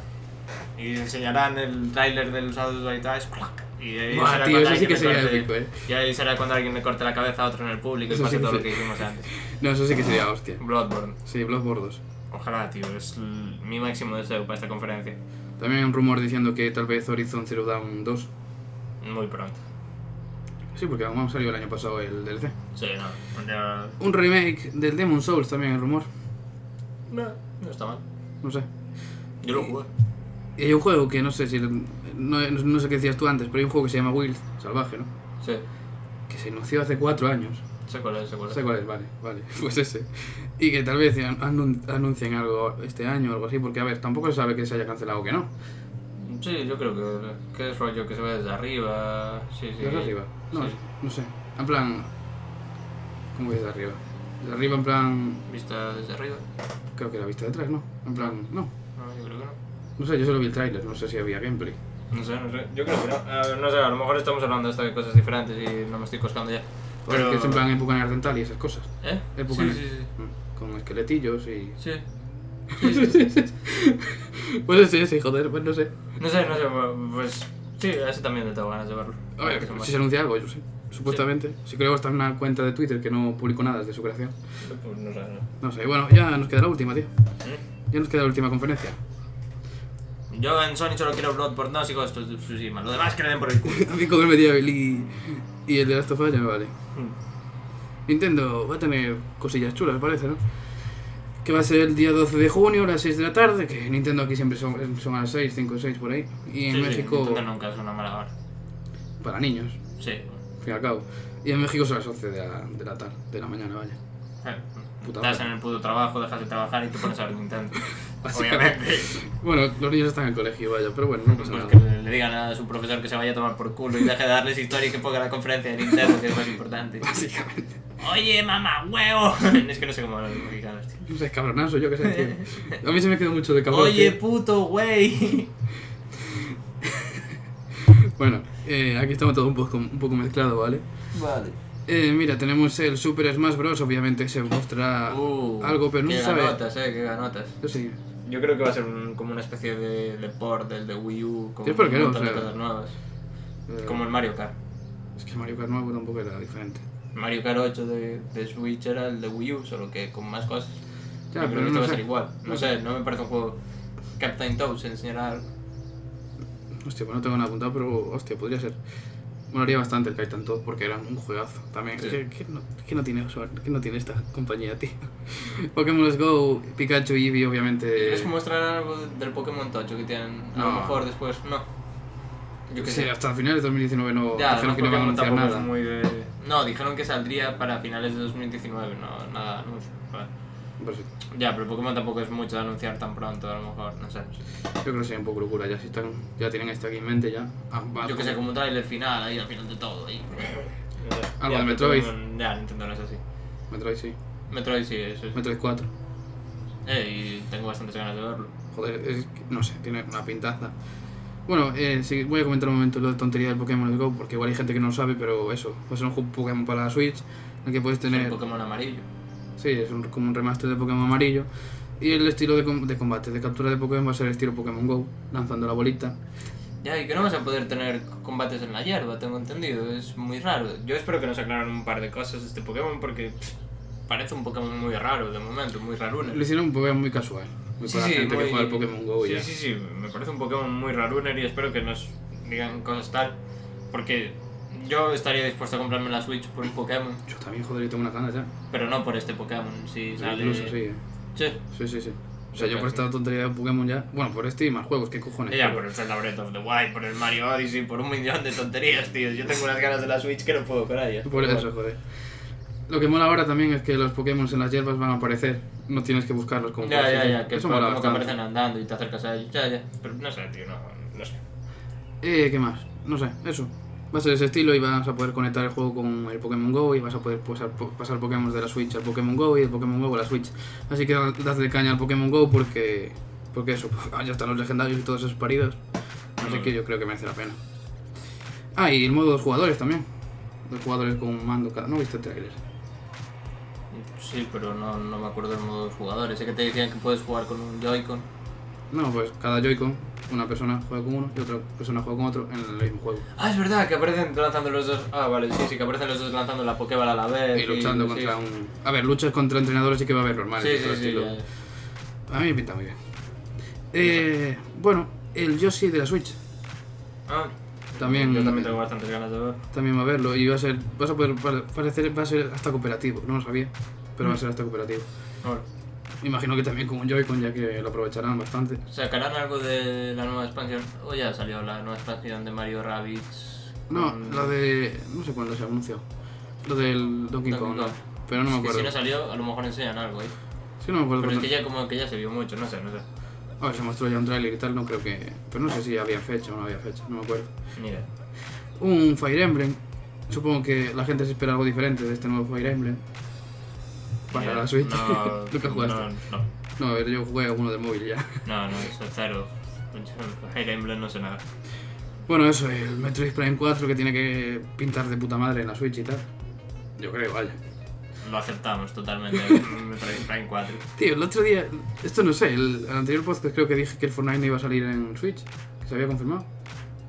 [SPEAKER 2] y enseñarán el tráiler del Shadows by Dice, ¡clac! y ahí,
[SPEAKER 1] Buah,
[SPEAKER 2] será
[SPEAKER 1] tío,
[SPEAKER 2] cuando
[SPEAKER 1] eso sí
[SPEAKER 2] alguien
[SPEAKER 1] que
[SPEAKER 2] le
[SPEAKER 1] sería
[SPEAKER 2] corte-
[SPEAKER 1] épico, eh.
[SPEAKER 2] y ahí será cuando alguien le corte la cabeza a otro en el público
[SPEAKER 1] Eso
[SPEAKER 2] y pase
[SPEAKER 1] sí que
[SPEAKER 2] todo lo
[SPEAKER 1] sí.
[SPEAKER 2] que hicimos antes.
[SPEAKER 1] No, eso sí que sería hostia.
[SPEAKER 2] Bloodborne.
[SPEAKER 1] Sí, los bordos.
[SPEAKER 2] Ojalá, tío, es l- mi máximo deseo para esta conferencia.
[SPEAKER 1] También hay un rumor diciendo que tal vez Horizon Zero Dawn 2.
[SPEAKER 2] Muy pronto.
[SPEAKER 1] Sí, porque aún salió el año pasado el DLC.
[SPEAKER 2] Sí, no. ya-
[SPEAKER 1] Un remake del Demon Souls también el rumor.
[SPEAKER 2] No, no está mal.
[SPEAKER 1] No sé.
[SPEAKER 2] Yo lo jugué.
[SPEAKER 1] Y hay un juego que no sé si. No, no sé qué decías tú antes, pero hay un juego que se llama Wild Salvaje, ¿no?
[SPEAKER 2] Sí,
[SPEAKER 1] Que se anunció hace cuatro años.
[SPEAKER 2] sé cuál es, sé cuál
[SPEAKER 1] No
[SPEAKER 2] es.
[SPEAKER 1] sé cuál es, vale, vale. Pues ese. Y que tal vez an- anun- anuncien algo este año o algo así, porque a ver, tampoco se sabe que se haya cancelado o que no.
[SPEAKER 2] Sí, yo creo que, que es rollo que se ve desde arriba. Sí, sí.
[SPEAKER 1] Desde arriba. Eh, No,
[SPEAKER 2] sí.
[SPEAKER 1] no sé. En plan. ¿Cómo que desde arriba? Desde arriba, en plan.
[SPEAKER 2] Vista desde arriba.
[SPEAKER 1] Creo que la vista detrás, ¿no? En plan, no.
[SPEAKER 2] No, yo creo que no.
[SPEAKER 1] No sé, yo solo vi el trailer, no sé si había gameplay.
[SPEAKER 2] No sé, no sé. Yo creo que no. A ver, no sé, a lo mejor estamos hablando hasta de cosas diferentes y no me estoy coscando ya.
[SPEAKER 1] Pero...
[SPEAKER 2] Pero.
[SPEAKER 1] Que es en plan época neandertal y esas cosas.
[SPEAKER 2] ¿Eh?
[SPEAKER 1] época
[SPEAKER 2] Sí,
[SPEAKER 1] ne-
[SPEAKER 2] sí, sí.
[SPEAKER 1] Mm, Con esqueletillos y.
[SPEAKER 2] Sí. Sí, sí, sí.
[SPEAKER 1] Pues sí, sí, joder, pues no sé.
[SPEAKER 2] No sé, no sé. Pues. Sí, a ese también le tengo ganas de verlo.
[SPEAKER 1] A ver,
[SPEAKER 2] Que se
[SPEAKER 1] si se
[SPEAKER 2] muera.
[SPEAKER 1] anuncia algo, yo sé. Supuestamente. Si creo hasta en una cuenta de Twitter que no publicó nada desde su creación.
[SPEAKER 2] Pues no sé, no.
[SPEAKER 1] No sé, bueno, ya nos queda la última, tío.
[SPEAKER 2] ¿Eh?
[SPEAKER 1] Ya nos queda la última conferencia.
[SPEAKER 2] ¿Mm? Yo en Sony solo quiero Bloodborne 2 y Ghost of Tsushima. Lo demás que le den por el culo.
[SPEAKER 1] A mí con el Medieval y, y el de Last of Us ya me vale. Nintendo va a tener cosillas chulas, parece, ¿no? Que va a ser el día 12 de junio a las 6 de la tarde, que Nintendo aquí siempre son, son a las 6, 5 o 6 por ahí. Y en
[SPEAKER 2] Sí, sí,
[SPEAKER 1] México
[SPEAKER 2] Nintendo nunca es una mala hora.
[SPEAKER 1] para niños,
[SPEAKER 2] Sí.
[SPEAKER 1] al fin y al cabo. Y en México son las 11 de la, de la tarde, de la mañana, vaya. Puta
[SPEAKER 2] Estás
[SPEAKER 1] madre.
[SPEAKER 2] en el puto trabajo, dejas de trabajar y te pones a ver Nintendo.
[SPEAKER 1] Básicamente.
[SPEAKER 2] Obviamente.
[SPEAKER 1] Bueno, los niños están en el colegio, vaya, pero bueno, no pasa
[SPEAKER 2] Pues
[SPEAKER 1] nada.
[SPEAKER 2] que le digan a su profesor que se vaya a tomar por culo y deje de darles historia y que ponga la conferencia de Nintendo, que es más importante.
[SPEAKER 1] Básicamente.
[SPEAKER 2] Oye, mamá, huevo. Es que no sé cómo hablan los mexicanos, tío.
[SPEAKER 1] No sé, cabronazo, yo qué sé, tío. A mí se me quedó mucho de cabrón.
[SPEAKER 2] Oye,
[SPEAKER 1] tío.
[SPEAKER 2] puto, güey.
[SPEAKER 1] Bueno, eh, aquí estamos todo un poco, un poco mezclado, ¿vale?
[SPEAKER 2] Vale.
[SPEAKER 1] Eh, mira, tenemos el Super Smash Bros. Obviamente se mostrará algo, pero no
[SPEAKER 2] Uh, qué
[SPEAKER 1] se sabe.
[SPEAKER 2] ganotas, eh, qué ganotas.
[SPEAKER 1] Yo sí.
[SPEAKER 2] Yo creo que va a ser un- como una especie de, de port del de Wii U, con
[SPEAKER 1] Yo espero que
[SPEAKER 2] un
[SPEAKER 1] no,
[SPEAKER 2] montón
[SPEAKER 1] o
[SPEAKER 2] de
[SPEAKER 1] sea,
[SPEAKER 2] cosas nuevas.
[SPEAKER 1] eh,
[SPEAKER 2] Como el Mario Kart.
[SPEAKER 1] Es que el Mario Kart nuevo tampoco era diferente.
[SPEAKER 2] Mario Kart 8 de, de Switch era el de Wii U, solo que con más cosas.
[SPEAKER 1] Ya,
[SPEAKER 2] Yo creo
[SPEAKER 1] pero
[SPEAKER 2] que
[SPEAKER 1] no
[SPEAKER 2] este va a
[SPEAKER 1] sé.
[SPEAKER 2] ser igual. No sé, no me parece un juego. Captain Toad se enseñará algo.
[SPEAKER 1] Hostia, pues no tengo nada apuntado, pero hostia, podría ser. Molaría bastante el Kaitan Todd porque era un juegazo también.
[SPEAKER 2] Sí.
[SPEAKER 1] ¿Qué, qué no, qué no tiene, suerte? ¿Qué no tiene esta compañía, tío? Pokémon Let's Go, Pikachu y Eevee, obviamente.
[SPEAKER 2] ¿Quieres que mostraran algo del Pokémon Tocho que tienen? A
[SPEAKER 1] Eh,
[SPEAKER 2] lo
[SPEAKER 1] No.
[SPEAKER 2] mejor después no. Yo qué
[SPEAKER 1] Sí,
[SPEAKER 2] sé.
[SPEAKER 1] hasta finales de 2019 no dijeron
[SPEAKER 2] Ya, además
[SPEAKER 1] que no iban a
[SPEAKER 2] Pokémon
[SPEAKER 1] anunciar
[SPEAKER 2] tampoco es
[SPEAKER 1] nada.
[SPEAKER 2] muy de- No, dijeron que saldría para finales de 2019, no, nada de anuncio. Vale.
[SPEAKER 1] Pero sí,
[SPEAKER 2] Ya, pero Pokémon tampoco es mucho de anunciar tan pronto, a lo mejor, no sé.
[SPEAKER 1] yo creo que sería un poco locura ya. Si están, ya tienen esto aquí en mente, ya. Ah, va,
[SPEAKER 2] Yo que sé, como un trailer final, ahí al final de todo. Ahí. No sé.
[SPEAKER 1] Algo
[SPEAKER 2] Ya,
[SPEAKER 1] de
[SPEAKER 2] pero
[SPEAKER 1] Metroid.
[SPEAKER 2] Pokémon- Ya, Nintendo no es así.
[SPEAKER 1] Metroid sí.
[SPEAKER 2] Metroid sí, eso es.
[SPEAKER 1] Metroid 4.
[SPEAKER 2] Eh, y tengo bastantes ganas de verlo.
[SPEAKER 1] Joder, es que, no sé, tiene una pintaza. Bueno, eh, sí, voy a comentar un momento lo de tontería del Pokémon Let's Go, porque igual hay gente que no lo sabe, pero eso, pues es un juego Pokémon para la Switch, en el que puedes
[SPEAKER 2] Es un
[SPEAKER 1] tener...
[SPEAKER 2] Pokémon amarillo.
[SPEAKER 1] Sí, es un- como un remaster de Pokémon amarillo. Y el estilo de, com- de combate, de captura de Pokémon va a ser estilo Pokémon Go, lanzando la bolita.
[SPEAKER 2] Ya, y que no vas a poder tener combates en la hierba, tengo entendido. Es muy raro. Yo espero que nos aclaren un par de cosas de este Pokémon porque pff, parece un Pokémon muy raro de momento, muy raruna.
[SPEAKER 1] Lo hicieron un Pokémon muy casual, muy para la gente
[SPEAKER 2] muy-
[SPEAKER 1] que juega al Pokémon Go y
[SPEAKER 2] sí,
[SPEAKER 1] ya.
[SPEAKER 2] sí, sí, me parece un Pokémon muy raruner y espero que nos digan cosas tal. Porque yo estaría dispuesto a comprarme la Switch por un Pokémon,
[SPEAKER 1] Yo también, joder, yo tengo una ganas ya.
[SPEAKER 2] pero no por este Pokémon, si sale...
[SPEAKER 1] Incluso sí, eh.
[SPEAKER 2] Sí.
[SPEAKER 1] sí, sí, sí. O sea, yo por esta tontería de Pokémon ya... Bueno, por este y más juegos, qué cojones.
[SPEAKER 2] Ya,
[SPEAKER 1] pero-
[SPEAKER 2] por el Zelda Breath of the Wild, por el Mario Odyssey, por un millón de tonterías, tío. Yo tengo unas ganas de la Switch que no puedo con ellas.
[SPEAKER 1] Por eso, joder. Lo que mola ahora también es que los Pokémon en las hierbas van a aparecer. No tienes que buscarlos como
[SPEAKER 2] Ya,
[SPEAKER 1] por
[SPEAKER 2] ya,
[SPEAKER 1] sitio.
[SPEAKER 2] ya, que
[SPEAKER 1] Eso
[SPEAKER 2] eso
[SPEAKER 1] mola
[SPEAKER 2] como que
[SPEAKER 1] bastante.
[SPEAKER 2] aparecen andando y te acercas a ellos. Ya, ya. Pero no sé, tío, no, no sé.
[SPEAKER 1] Eh, ¿qué más? No sé, eso. Va a ser ese estilo y vas a poder conectar el juego con el Pokémon Go y vas a poder pasar, po- pasar Pokémon de la Switch al Pokémon Go y el Pokémon Go a la Switch. Así que dadle caña al Pokémon Go porque, porque eso, ya están los legendarios y todos esos paridos. Así que yo creo que merece la pena. Ah, y el modo dos jugadores también. Dos jugadores con un mando cada. ¿No viste el trailer?
[SPEAKER 2] Sí, pero no, no me acuerdo el modo de jugadores. Sé que te decían que puedes jugar con un Joy-Con.
[SPEAKER 1] No, pues cada Joy-Con, una persona juega con uno y otra persona juega con otro en el mismo juego.
[SPEAKER 2] Ah, es verdad, que aparecen lanzando los dos. Ah, vale, sí, sí, que aparecen los dos lanzando la Pokéball a la vez.
[SPEAKER 1] Y luchando
[SPEAKER 2] sí,
[SPEAKER 1] contra un. A ver, luchas contra entrenadores sí que va a haber normal.
[SPEAKER 2] Sí,
[SPEAKER 1] y
[SPEAKER 2] sí,
[SPEAKER 1] todo
[SPEAKER 2] sí.
[SPEAKER 1] estilo.
[SPEAKER 2] ya, ya.
[SPEAKER 1] A mí me pinta muy bien. Eh, bueno, el Yoshi de la Switch
[SPEAKER 2] Ah,
[SPEAKER 1] También-
[SPEAKER 2] Yo también tengo bastantes ganas de ver.
[SPEAKER 1] también va a verlo y va a ser. Vas a poder. va a parecer- va a ser hasta cooperativo, no lo sabía, pero va a ser hasta cooperativo. Ah.
[SPEAKER 2] Ahora,
[SPEAKER 1] Me imagino que también con un Joy-Con ya que lo aprovecharán bastante.
[SPEAKER 2] ¿Sacarán algo de la nueva expansión? O ya salió la nueva expansión de Mario Rabbids.
[SPEAKER 1] No,
[SPEAKER 2] con-
[SPEAKER 1] la de. No sé cuándo se anunció. Lo del Donkey,
[SPEAKER 2] Donkey
[SPEAKER 1] Kong,
[SPEAKER 2] Kong.
[SPEAKER 1] no. Pero no me
[SPEAKER 2] Que
[SPEAKER 1] acuerdo.
[SPEAKER 2] si no salió, a lo mejor enseñan algo ahí.
[SPEAKER 1] Sí, no me acuerdo.
[SPEAKER 2] Pero es
[SPEAKER 1] cuándo-
[SPEAKER 2] que ya como que ya se vio mucho, no sé, no sé.
[SPEAKER 1] A ver, se mostró ya un trailer y tal, no creo que. Pero no sé si había fecha o no había fecha, no me acuerdo.
[SPEAKER 2] Mira.
[SPEAKER 1] Un Fire Emblem. Supongo que la gente se espera algo diferente de este nuevo Fire Emblem. Para
[SPEAKER 2] mira,
[SPEAKER 1] la Switch.
[SPEAKER 2] Eh, No,
[SPEAKER 1] Nunca jugaste.
[SPEAKER 2] No, no,
[SPEAKER 1] No, a ver, yo jugué a uno de móvil ya.
[SPEAKER 2] no, no, eso es cero. Yo, Fire Emblem no sé nada.
[SPEAKER 1] Bueno, eso, el Metroid Prime 4 que tiene que pintar de puta madre en la Switch y tal. Yo creo, vaya.
[SPEAKER 2] Lo aceptamos totalmente. Me trae Prime 4.
[SPEAKER 1] Tío, el otro día. Esto no sé, el, el anterior podcast creo que dije que el Fortnite no iba a salir en Switch. Que se había confirmado.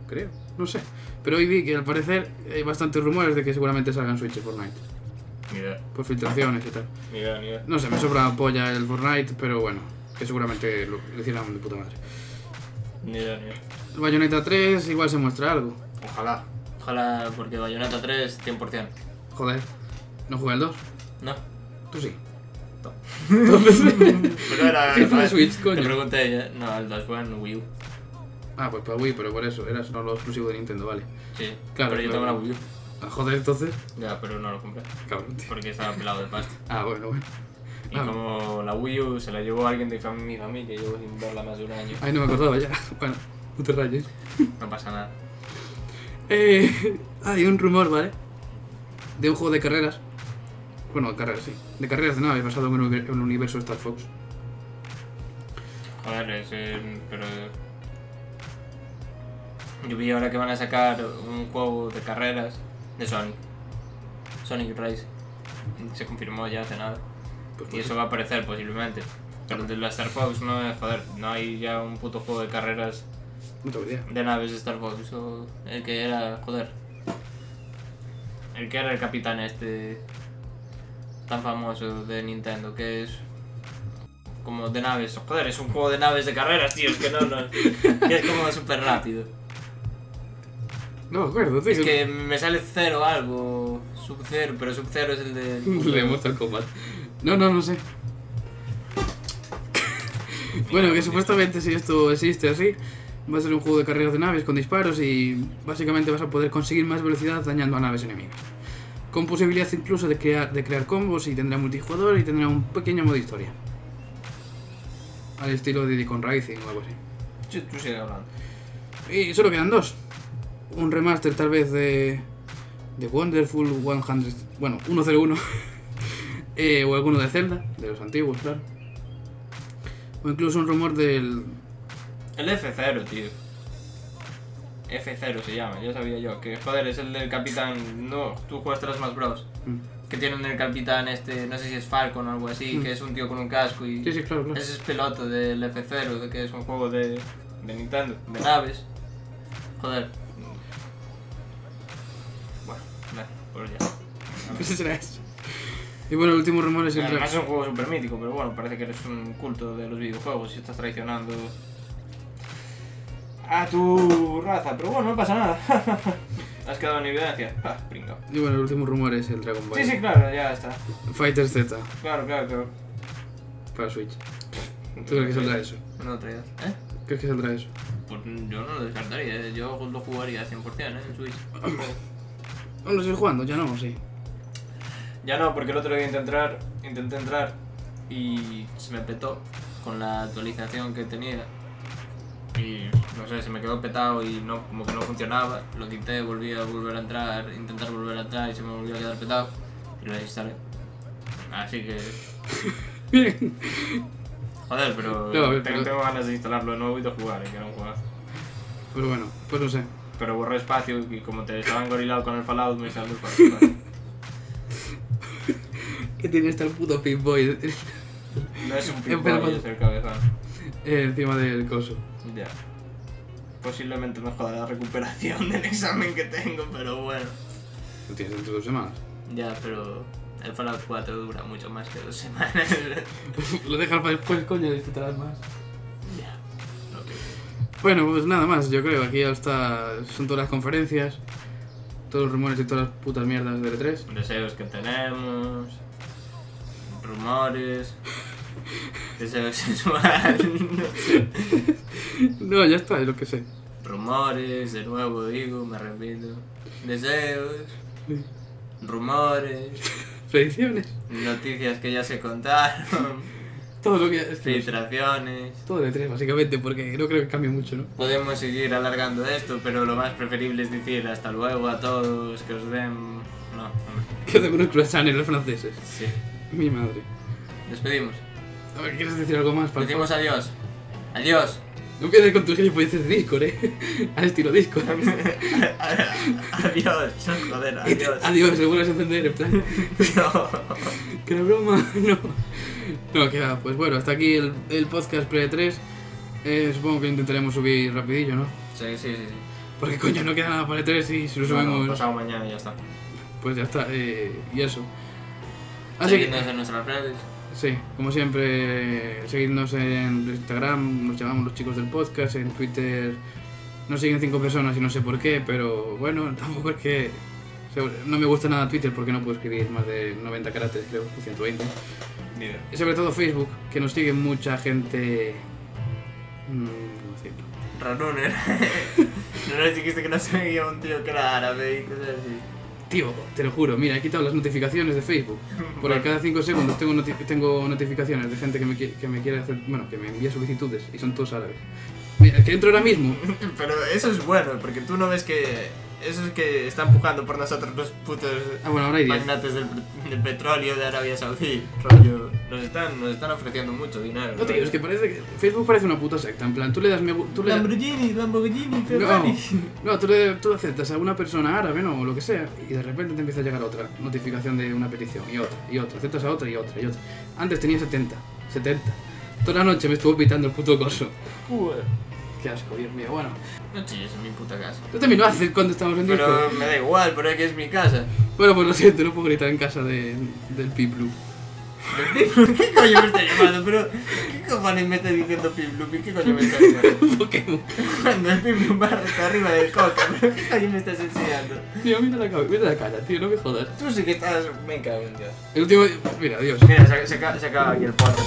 [SPEAKER 1] Creo, no sé. Pero hoy vi que al parecer hay bastantes rumores de que seguramente salga en Switch el Fortnite.
[SPEAKER 2] Mira,
[SPEAKER 1] Por filtraciones y tal.
[SPEAKER 2] mira, mira.
[SPEAKER 1] No sé, me sobra polla el Fortnite, pero bueno, que seguramente lo, lo hicieran de puta madre.
[SPEAKER 2] Mira, mira.
[SPEAKER 1] El Bayonetta 3 igual se muestra algo.
[SPEAKER 2] Ojalá. Ojalá, porque Bayonetta 3, 100%.
[SPEAKER 1] Joder, no jugué el 2.
[SPEAKER 2] No.
[SPEAKER 1] Tú sí.
[SPEAKER 2] No.
[SPEAKER 1] Entonces-
[SPEAKER 2] Pero era.
[SPEAKER 1] Sí, fue de
[SPEAKER 2] ah,
[SPEAKER 1] Switch,
[SPEAKER 2] Te
[SPEAKER 1] coño.
[SPEAKER 2] pregunté ya. No, el 2 fue en Wii U.
[SPEAKER 1] ah, pues para Wii, pero por eso, era solo exclusivo de Nintendo, vale.
[SPEAKER 2] Sí.
[SPEAKER 1] Claro,
[SPEAKER 2] Pero yo
[SPEAKER 1] claro.
[SPEAKER 2] tengo la Wii U.
[SPEAKER 1] Ah, joder, entonces.
[SPEAKER 2] Ya, pero no lo compré.
[SPEAKER 1] Cabrón, tío.
[SPEAKER 2] Porque estaba pelado de pasta.
[SPEAKER 1] Ah, bueno, bueno.
[SPEAKER 2] Y
[SPEAKER 1] Ah.
[SPEAKER 2] como la Wii U se la llevó alguien de fam- mi familia, llevo sin verla más de un año.
[SPEAKER 1] Ahí no me acordaba ya. Bueno, no te rayes.
[SPEAKER 2] No pasa nada.
[SPEAKER 1] Eh, hay un rumor, ¿vale? De un juego de carreras. Bueno, de carreras, sí. De carreras de naves basado en un univer- en el universo Star Fox.
[SPEAKER 2] Joder, es, eh, pero... Yo vi ahora que van a sacar un juego de carreras de Sonic. Sonic Race. Se confirmó ya hace nada.
[SPEAKER 1] Pues,
[SPEAKER 2] Y eso va a aparecer posiblemente. Pero de la Star Fox no es, joder, no hay ya un puto juego de carreras
[SPEAKER 1] No tengo idea.
[SPEAKER 2] de naves de Star Fox. O el que era, joder. El que era el capitán este tan famoso de Nintendo, que es como de naves. Joder, es un juego de naves de carreras, tío, es que no, no. Que es como súper rápido.
[SPEAKER 1] No me acuerdo, tío.
[SPEAKER 2] Es que me sale cero algo, sub cero, pero sub cero es el
[SPEAKER 1] Le
[SPEAKER 2] de...
[SPEAKER 1] Mortal Kombat. No, no, no sé. bueno, que supuestamente si esto existe así, va a ser un juego de carreras de naves con disparos y básicamente vas a poder conseguir más velocidad dañando a naves enemigas. Con posibilidad incluso de crear, de crear combos y tendrá multijugador y tendrá un pequeño modo historia. Al estilo de Con Racing o algo así.
[SPEAKER 2] Tú, tú sigue hablando.
[SPEAKER 1] Y solo quedan dos. Un remaster tal vez de, de Wonderful 100, bueno, 101. Eh, o alguno de Zelda, de los antiguos, claro. O incluso un rumor del.
[SPEAKER 2] El F0, tío. F0 se llama, ya sabía yo. Que joder, es el del capitán. No, tú jugaste las más bros.
[SPEAKER 1] Mm.
[SPEAKER 2] Que tienen el capitán este, no sé si es Falcon o algo así,
[SPEAKER 1] Mm.
[SPEAKER 2] que es un tío con un casco y.
[SPEAKER 1] Sí, sí, claro, claro.
[SPEAKER 2] Ese es piloto del F0, de que es un juego de, de Nintendo, de naves. Joder. Bueno, nada, pues ya.
[SPEAKER 1] Ese será eso. Y bueno, el último rumor es el.
[SPEAKER 2] Además es un juego super mítico, pero bueno, parece que eres un culto de los videojuegos y estás traicionando a tu raza, pero bueno, no pasa nada. Has quedado en evidencia. Ah, pringao.
[SPEAKER 1] Y bueno, el último rumor es el Dragon Ball.
[SPEAKER 2] Sí, sí, claro, ya está.
[SPEAKER 1] Fighter Z
[SPEAKER 2] Claro, claro, claro.
[SPEAKER 1] para Switch. ¿Tú crees que saldrá eso?
[SPEAKER 2] No traías. ¿Eh?
[SPEAKER 1] ¿Crees que saldrá eso?
[SPEAKER 2] Pues yo no lo descartaría, eh, yo lo jugaría 100% ¿eh? en Switch.
[SPEAKER 1] No lo estoy jugando, ya no, sí.
[SPEAKER 2] ya no, porque el otro día intenté entrar, intenté entrar y se me petó con la actualización que tenía. Y no sé, se me quedó petado y no, como que no funcionaba. Lo quité, volví a volver a entrar, intentar volver a entrar y se me volvió a quedar petado. Y lo desinstalé. Así que.
[SPEAKER 1] Bien.
[SPEAKER 2] Joder, pero,
[SPEAKER 1] No, a ver, pero-
[SPEAKER 2] tengo, tengo ganas de instalarlo de nuevo y de jugar, y que era un juegazo.
[SPEAKER 1] Pues bueno, pues no sé.
[SPEAKER 2] Pero borré espacio y como te estaban gorilado con el Fallout, me instalé el Fallout.
[SPEAKER 1] ¿Qué tiene hasta el puto eh. Pip-Boy
[SPEAKER 2] No es un
[SPEAKER 1] En plan,
[SPEAKER 2] pinball, es el cabezón.
[SPEAKER 1] encima del coso?
[SPEAKER 2] Ya. Posiblemente me joda la recuperación del examen que tengo, pero bueno.
[SPEAKER 1] Lo tienes dentro de dos semanas.
[SPEAKER 2] Ya, pero el Fallout 4 dura mucho más que dos semanas.
[SPEAKER 1] Lo dejas para después, coño, disfrutarás más.
[SPEAKER 2] ya. Ok.
[SPEAKER 1] Bueno, pues nada más, yo creo. Aquí ya está. Son todas las conferencias, todos los rumores y todas las putas mierdas E del E3.
[SPEAKER 2] Deseos que tenemos. Rumores. Deseo sexual.
[SPEAKER 1] No, ya está, es lo que sé.
[SPEAKER 2] rumores, de nuevo digo, me repito. Deseos.
[SPEAKER 1] Sí.
[SPEAKER 2] Rumores.
[SPEAKER 1] Predicciones.
[SPEAKER 2] Noticias que ya se contaron.
[SPEAKER 1] Todo lo que. es que no sé.
[SPEAKER 2] Filtraciones.
[SPEAKER 1] Todo de E tres, básicamente, porque no creo que cambie mucho, ¿no?
[SPEAKER 2] Podemos seguir alargando esto, pero lo más preferible es decir hasta luego a todos, que os den... No, hombre,
[SPEAKER 1] Que hacen unos croissants los franceses.
[SPEAKER 2] sí.
[SPEAKER 1] Mi madre.
[SPEAKER 2] Despedimos.
[SPEAKER 1] A ver, ¿quieres decir algo más? Para...
[SPEAKER 2] Decimos adiós. Adiós.
[SPEAKER 1] No quedes con tus gilipolleces de Discord, ¿eh? Al estilo Discord.
[SPEAKER 2] adiós. Joder, adiós.
[SPEAKER 1] Adiós, se vuelves a encender, en plan.
[SPEAKER 2] No.
[SPEAKER 1] Que la broma, no. No, que va, pues bueno, hasta aquí el, el podcast pre-3. Eh, supongo que intentaremos subir rapidillo, ¿no?
[SPEAKER 2] Sí, sí, sí. sí.
[SPEAKER 1] Porque coño, no queda nada para el 3 y si lo
[SPEAKER 2] Bueno,
[SPEAKER 1] subimos,
[SPEAKER 2] pasado mañana y ya está.
[SPEAKER 1] pues ya está, eh, y eso. Así que,
[SPEAKER 2] Seguidnos en nuestras redes.
[SPEAKER 1] sí, como siempre, seguidnos en Instagram, nos llamamos los chicos del podcast, en Twitter nos siguen cinco personas y no sé por qué, pero bueno, tampoco es que... No me gusta nada Twitter porque no puedo escribir más de 90 caracteres, creo, o 120. Y sobre todo Facebook, que nos sigue mucha gente. mm, ¿Cómo decirlo?
[SPEAKER 2] Ranuner. no les dijiste que no seguía un tío que era árabe y cosas así.
[SPEAKER 1] Tío, te lo juro, mira, he quitado las notificaciones de Facebook. Porque
[SPEAKER 2] Bueno.
[SPEAKER 1] cada 5 segundos tengo, noti- tengo notificaciones de gente que me, qui- que me quiere hacer. Bueno, que me envía solicitudes y son todos árabes. Mira, que entro ahora mismo.
[SPEAKER 2] Pero eso es bueno, porque tú no ves que. Eso es que está empujando por nosotros los putos
[SPEAKER 1] Ah, bueno, ahora hay 10.
[SPEAKER 2] magnates del, del petróleo de Arabia Saudí. Rollo. Nos están, nos están ofreciendo mucho dinero.
[SPEAKER 1] No, tío, es que parece que. Facebook parece una puta secta. En plan, tú le das. me gu- tú le das-
[SPEAKER 2] Lamborghini, Lamborghini, Ferrari.
[SPEAKER 1] No, no tú, le, tú le aceptas a una persona árabe, no, o lo que sea, y de repente te empieza a llegar otra notificación de una petición, y otra, y otra, aceptas a otra, y otra, y otra. Antes tenía 70, 70. Toda la noche me estuvo pitando el puto coso. Qué asco, Dios mío, bueno.
[SPEAKER 2] No chilles en mi puta casa.
[SPEAKER 1] Tú también lo haces cuando estamos en
[SPEAKER 2] Pero
[SPEAKER 1] Discord.
[SPEAKER 2] me da igual, pero es que es mi casa.
[SPEAKER 1] Bueno, pues lo siento, no puedo gritar en casa de, del Piplu.
[SPEAKER 2] ¿Qué coño me está llamando? Pero, ¿qué cojones me está diciendo Pim Blue? ¿Qué coño me está diciendo?
[SPEAKER 1] Pokémon.
[SPEAKER 2] Cuando el Pim Blue barra está arriba del coca, pero ¿qué coño me estás enseñando?
[SPEAKER 1] Tío, mira la, cara- mira la cara, tío, no me jodas.
[SPEAKER 2] Tú sí que estás. Me cago en Dios.
[SPEAKER 1] El último. Mira, adiós.
[SPEAKER 2] Mira, se, se, acaba- se acaba aquí el podcast.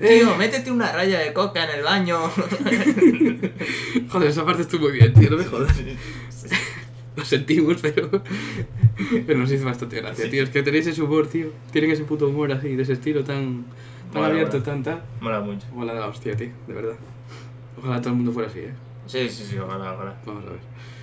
[SPEAKER 1] Eh,
[SPEAKER 2] Tío, métete una raya de coca en el baño.
[SPEAKER 1] joder, esa parte estuvo muy bien, tío, no me jodas. Lo sentimos, pero. Pero nos hizo bastante gracia,
[SPEAKER 2] Sí.
[SPEAKER 1] tío. Es que tenéis ese humor, tío. Tienen ese puto humor así, de ese estilo tan. tan
[SPEAKER 2] Mola,
[SPEAKER 1] abierto,
[SPEAKER 2] mola.
[SPEAKER 1] tan tal.
[SPEAKER 2] Mola mucho.
[SPEAKER 1] Mola de la hostia, tío, de verdad. Ojalá todo el mundo fuera así, eh.
[SPEAKER 2] Sí, sí, sí, ojalá, ojalá.
[SPEAKER 1] Vamos a ver.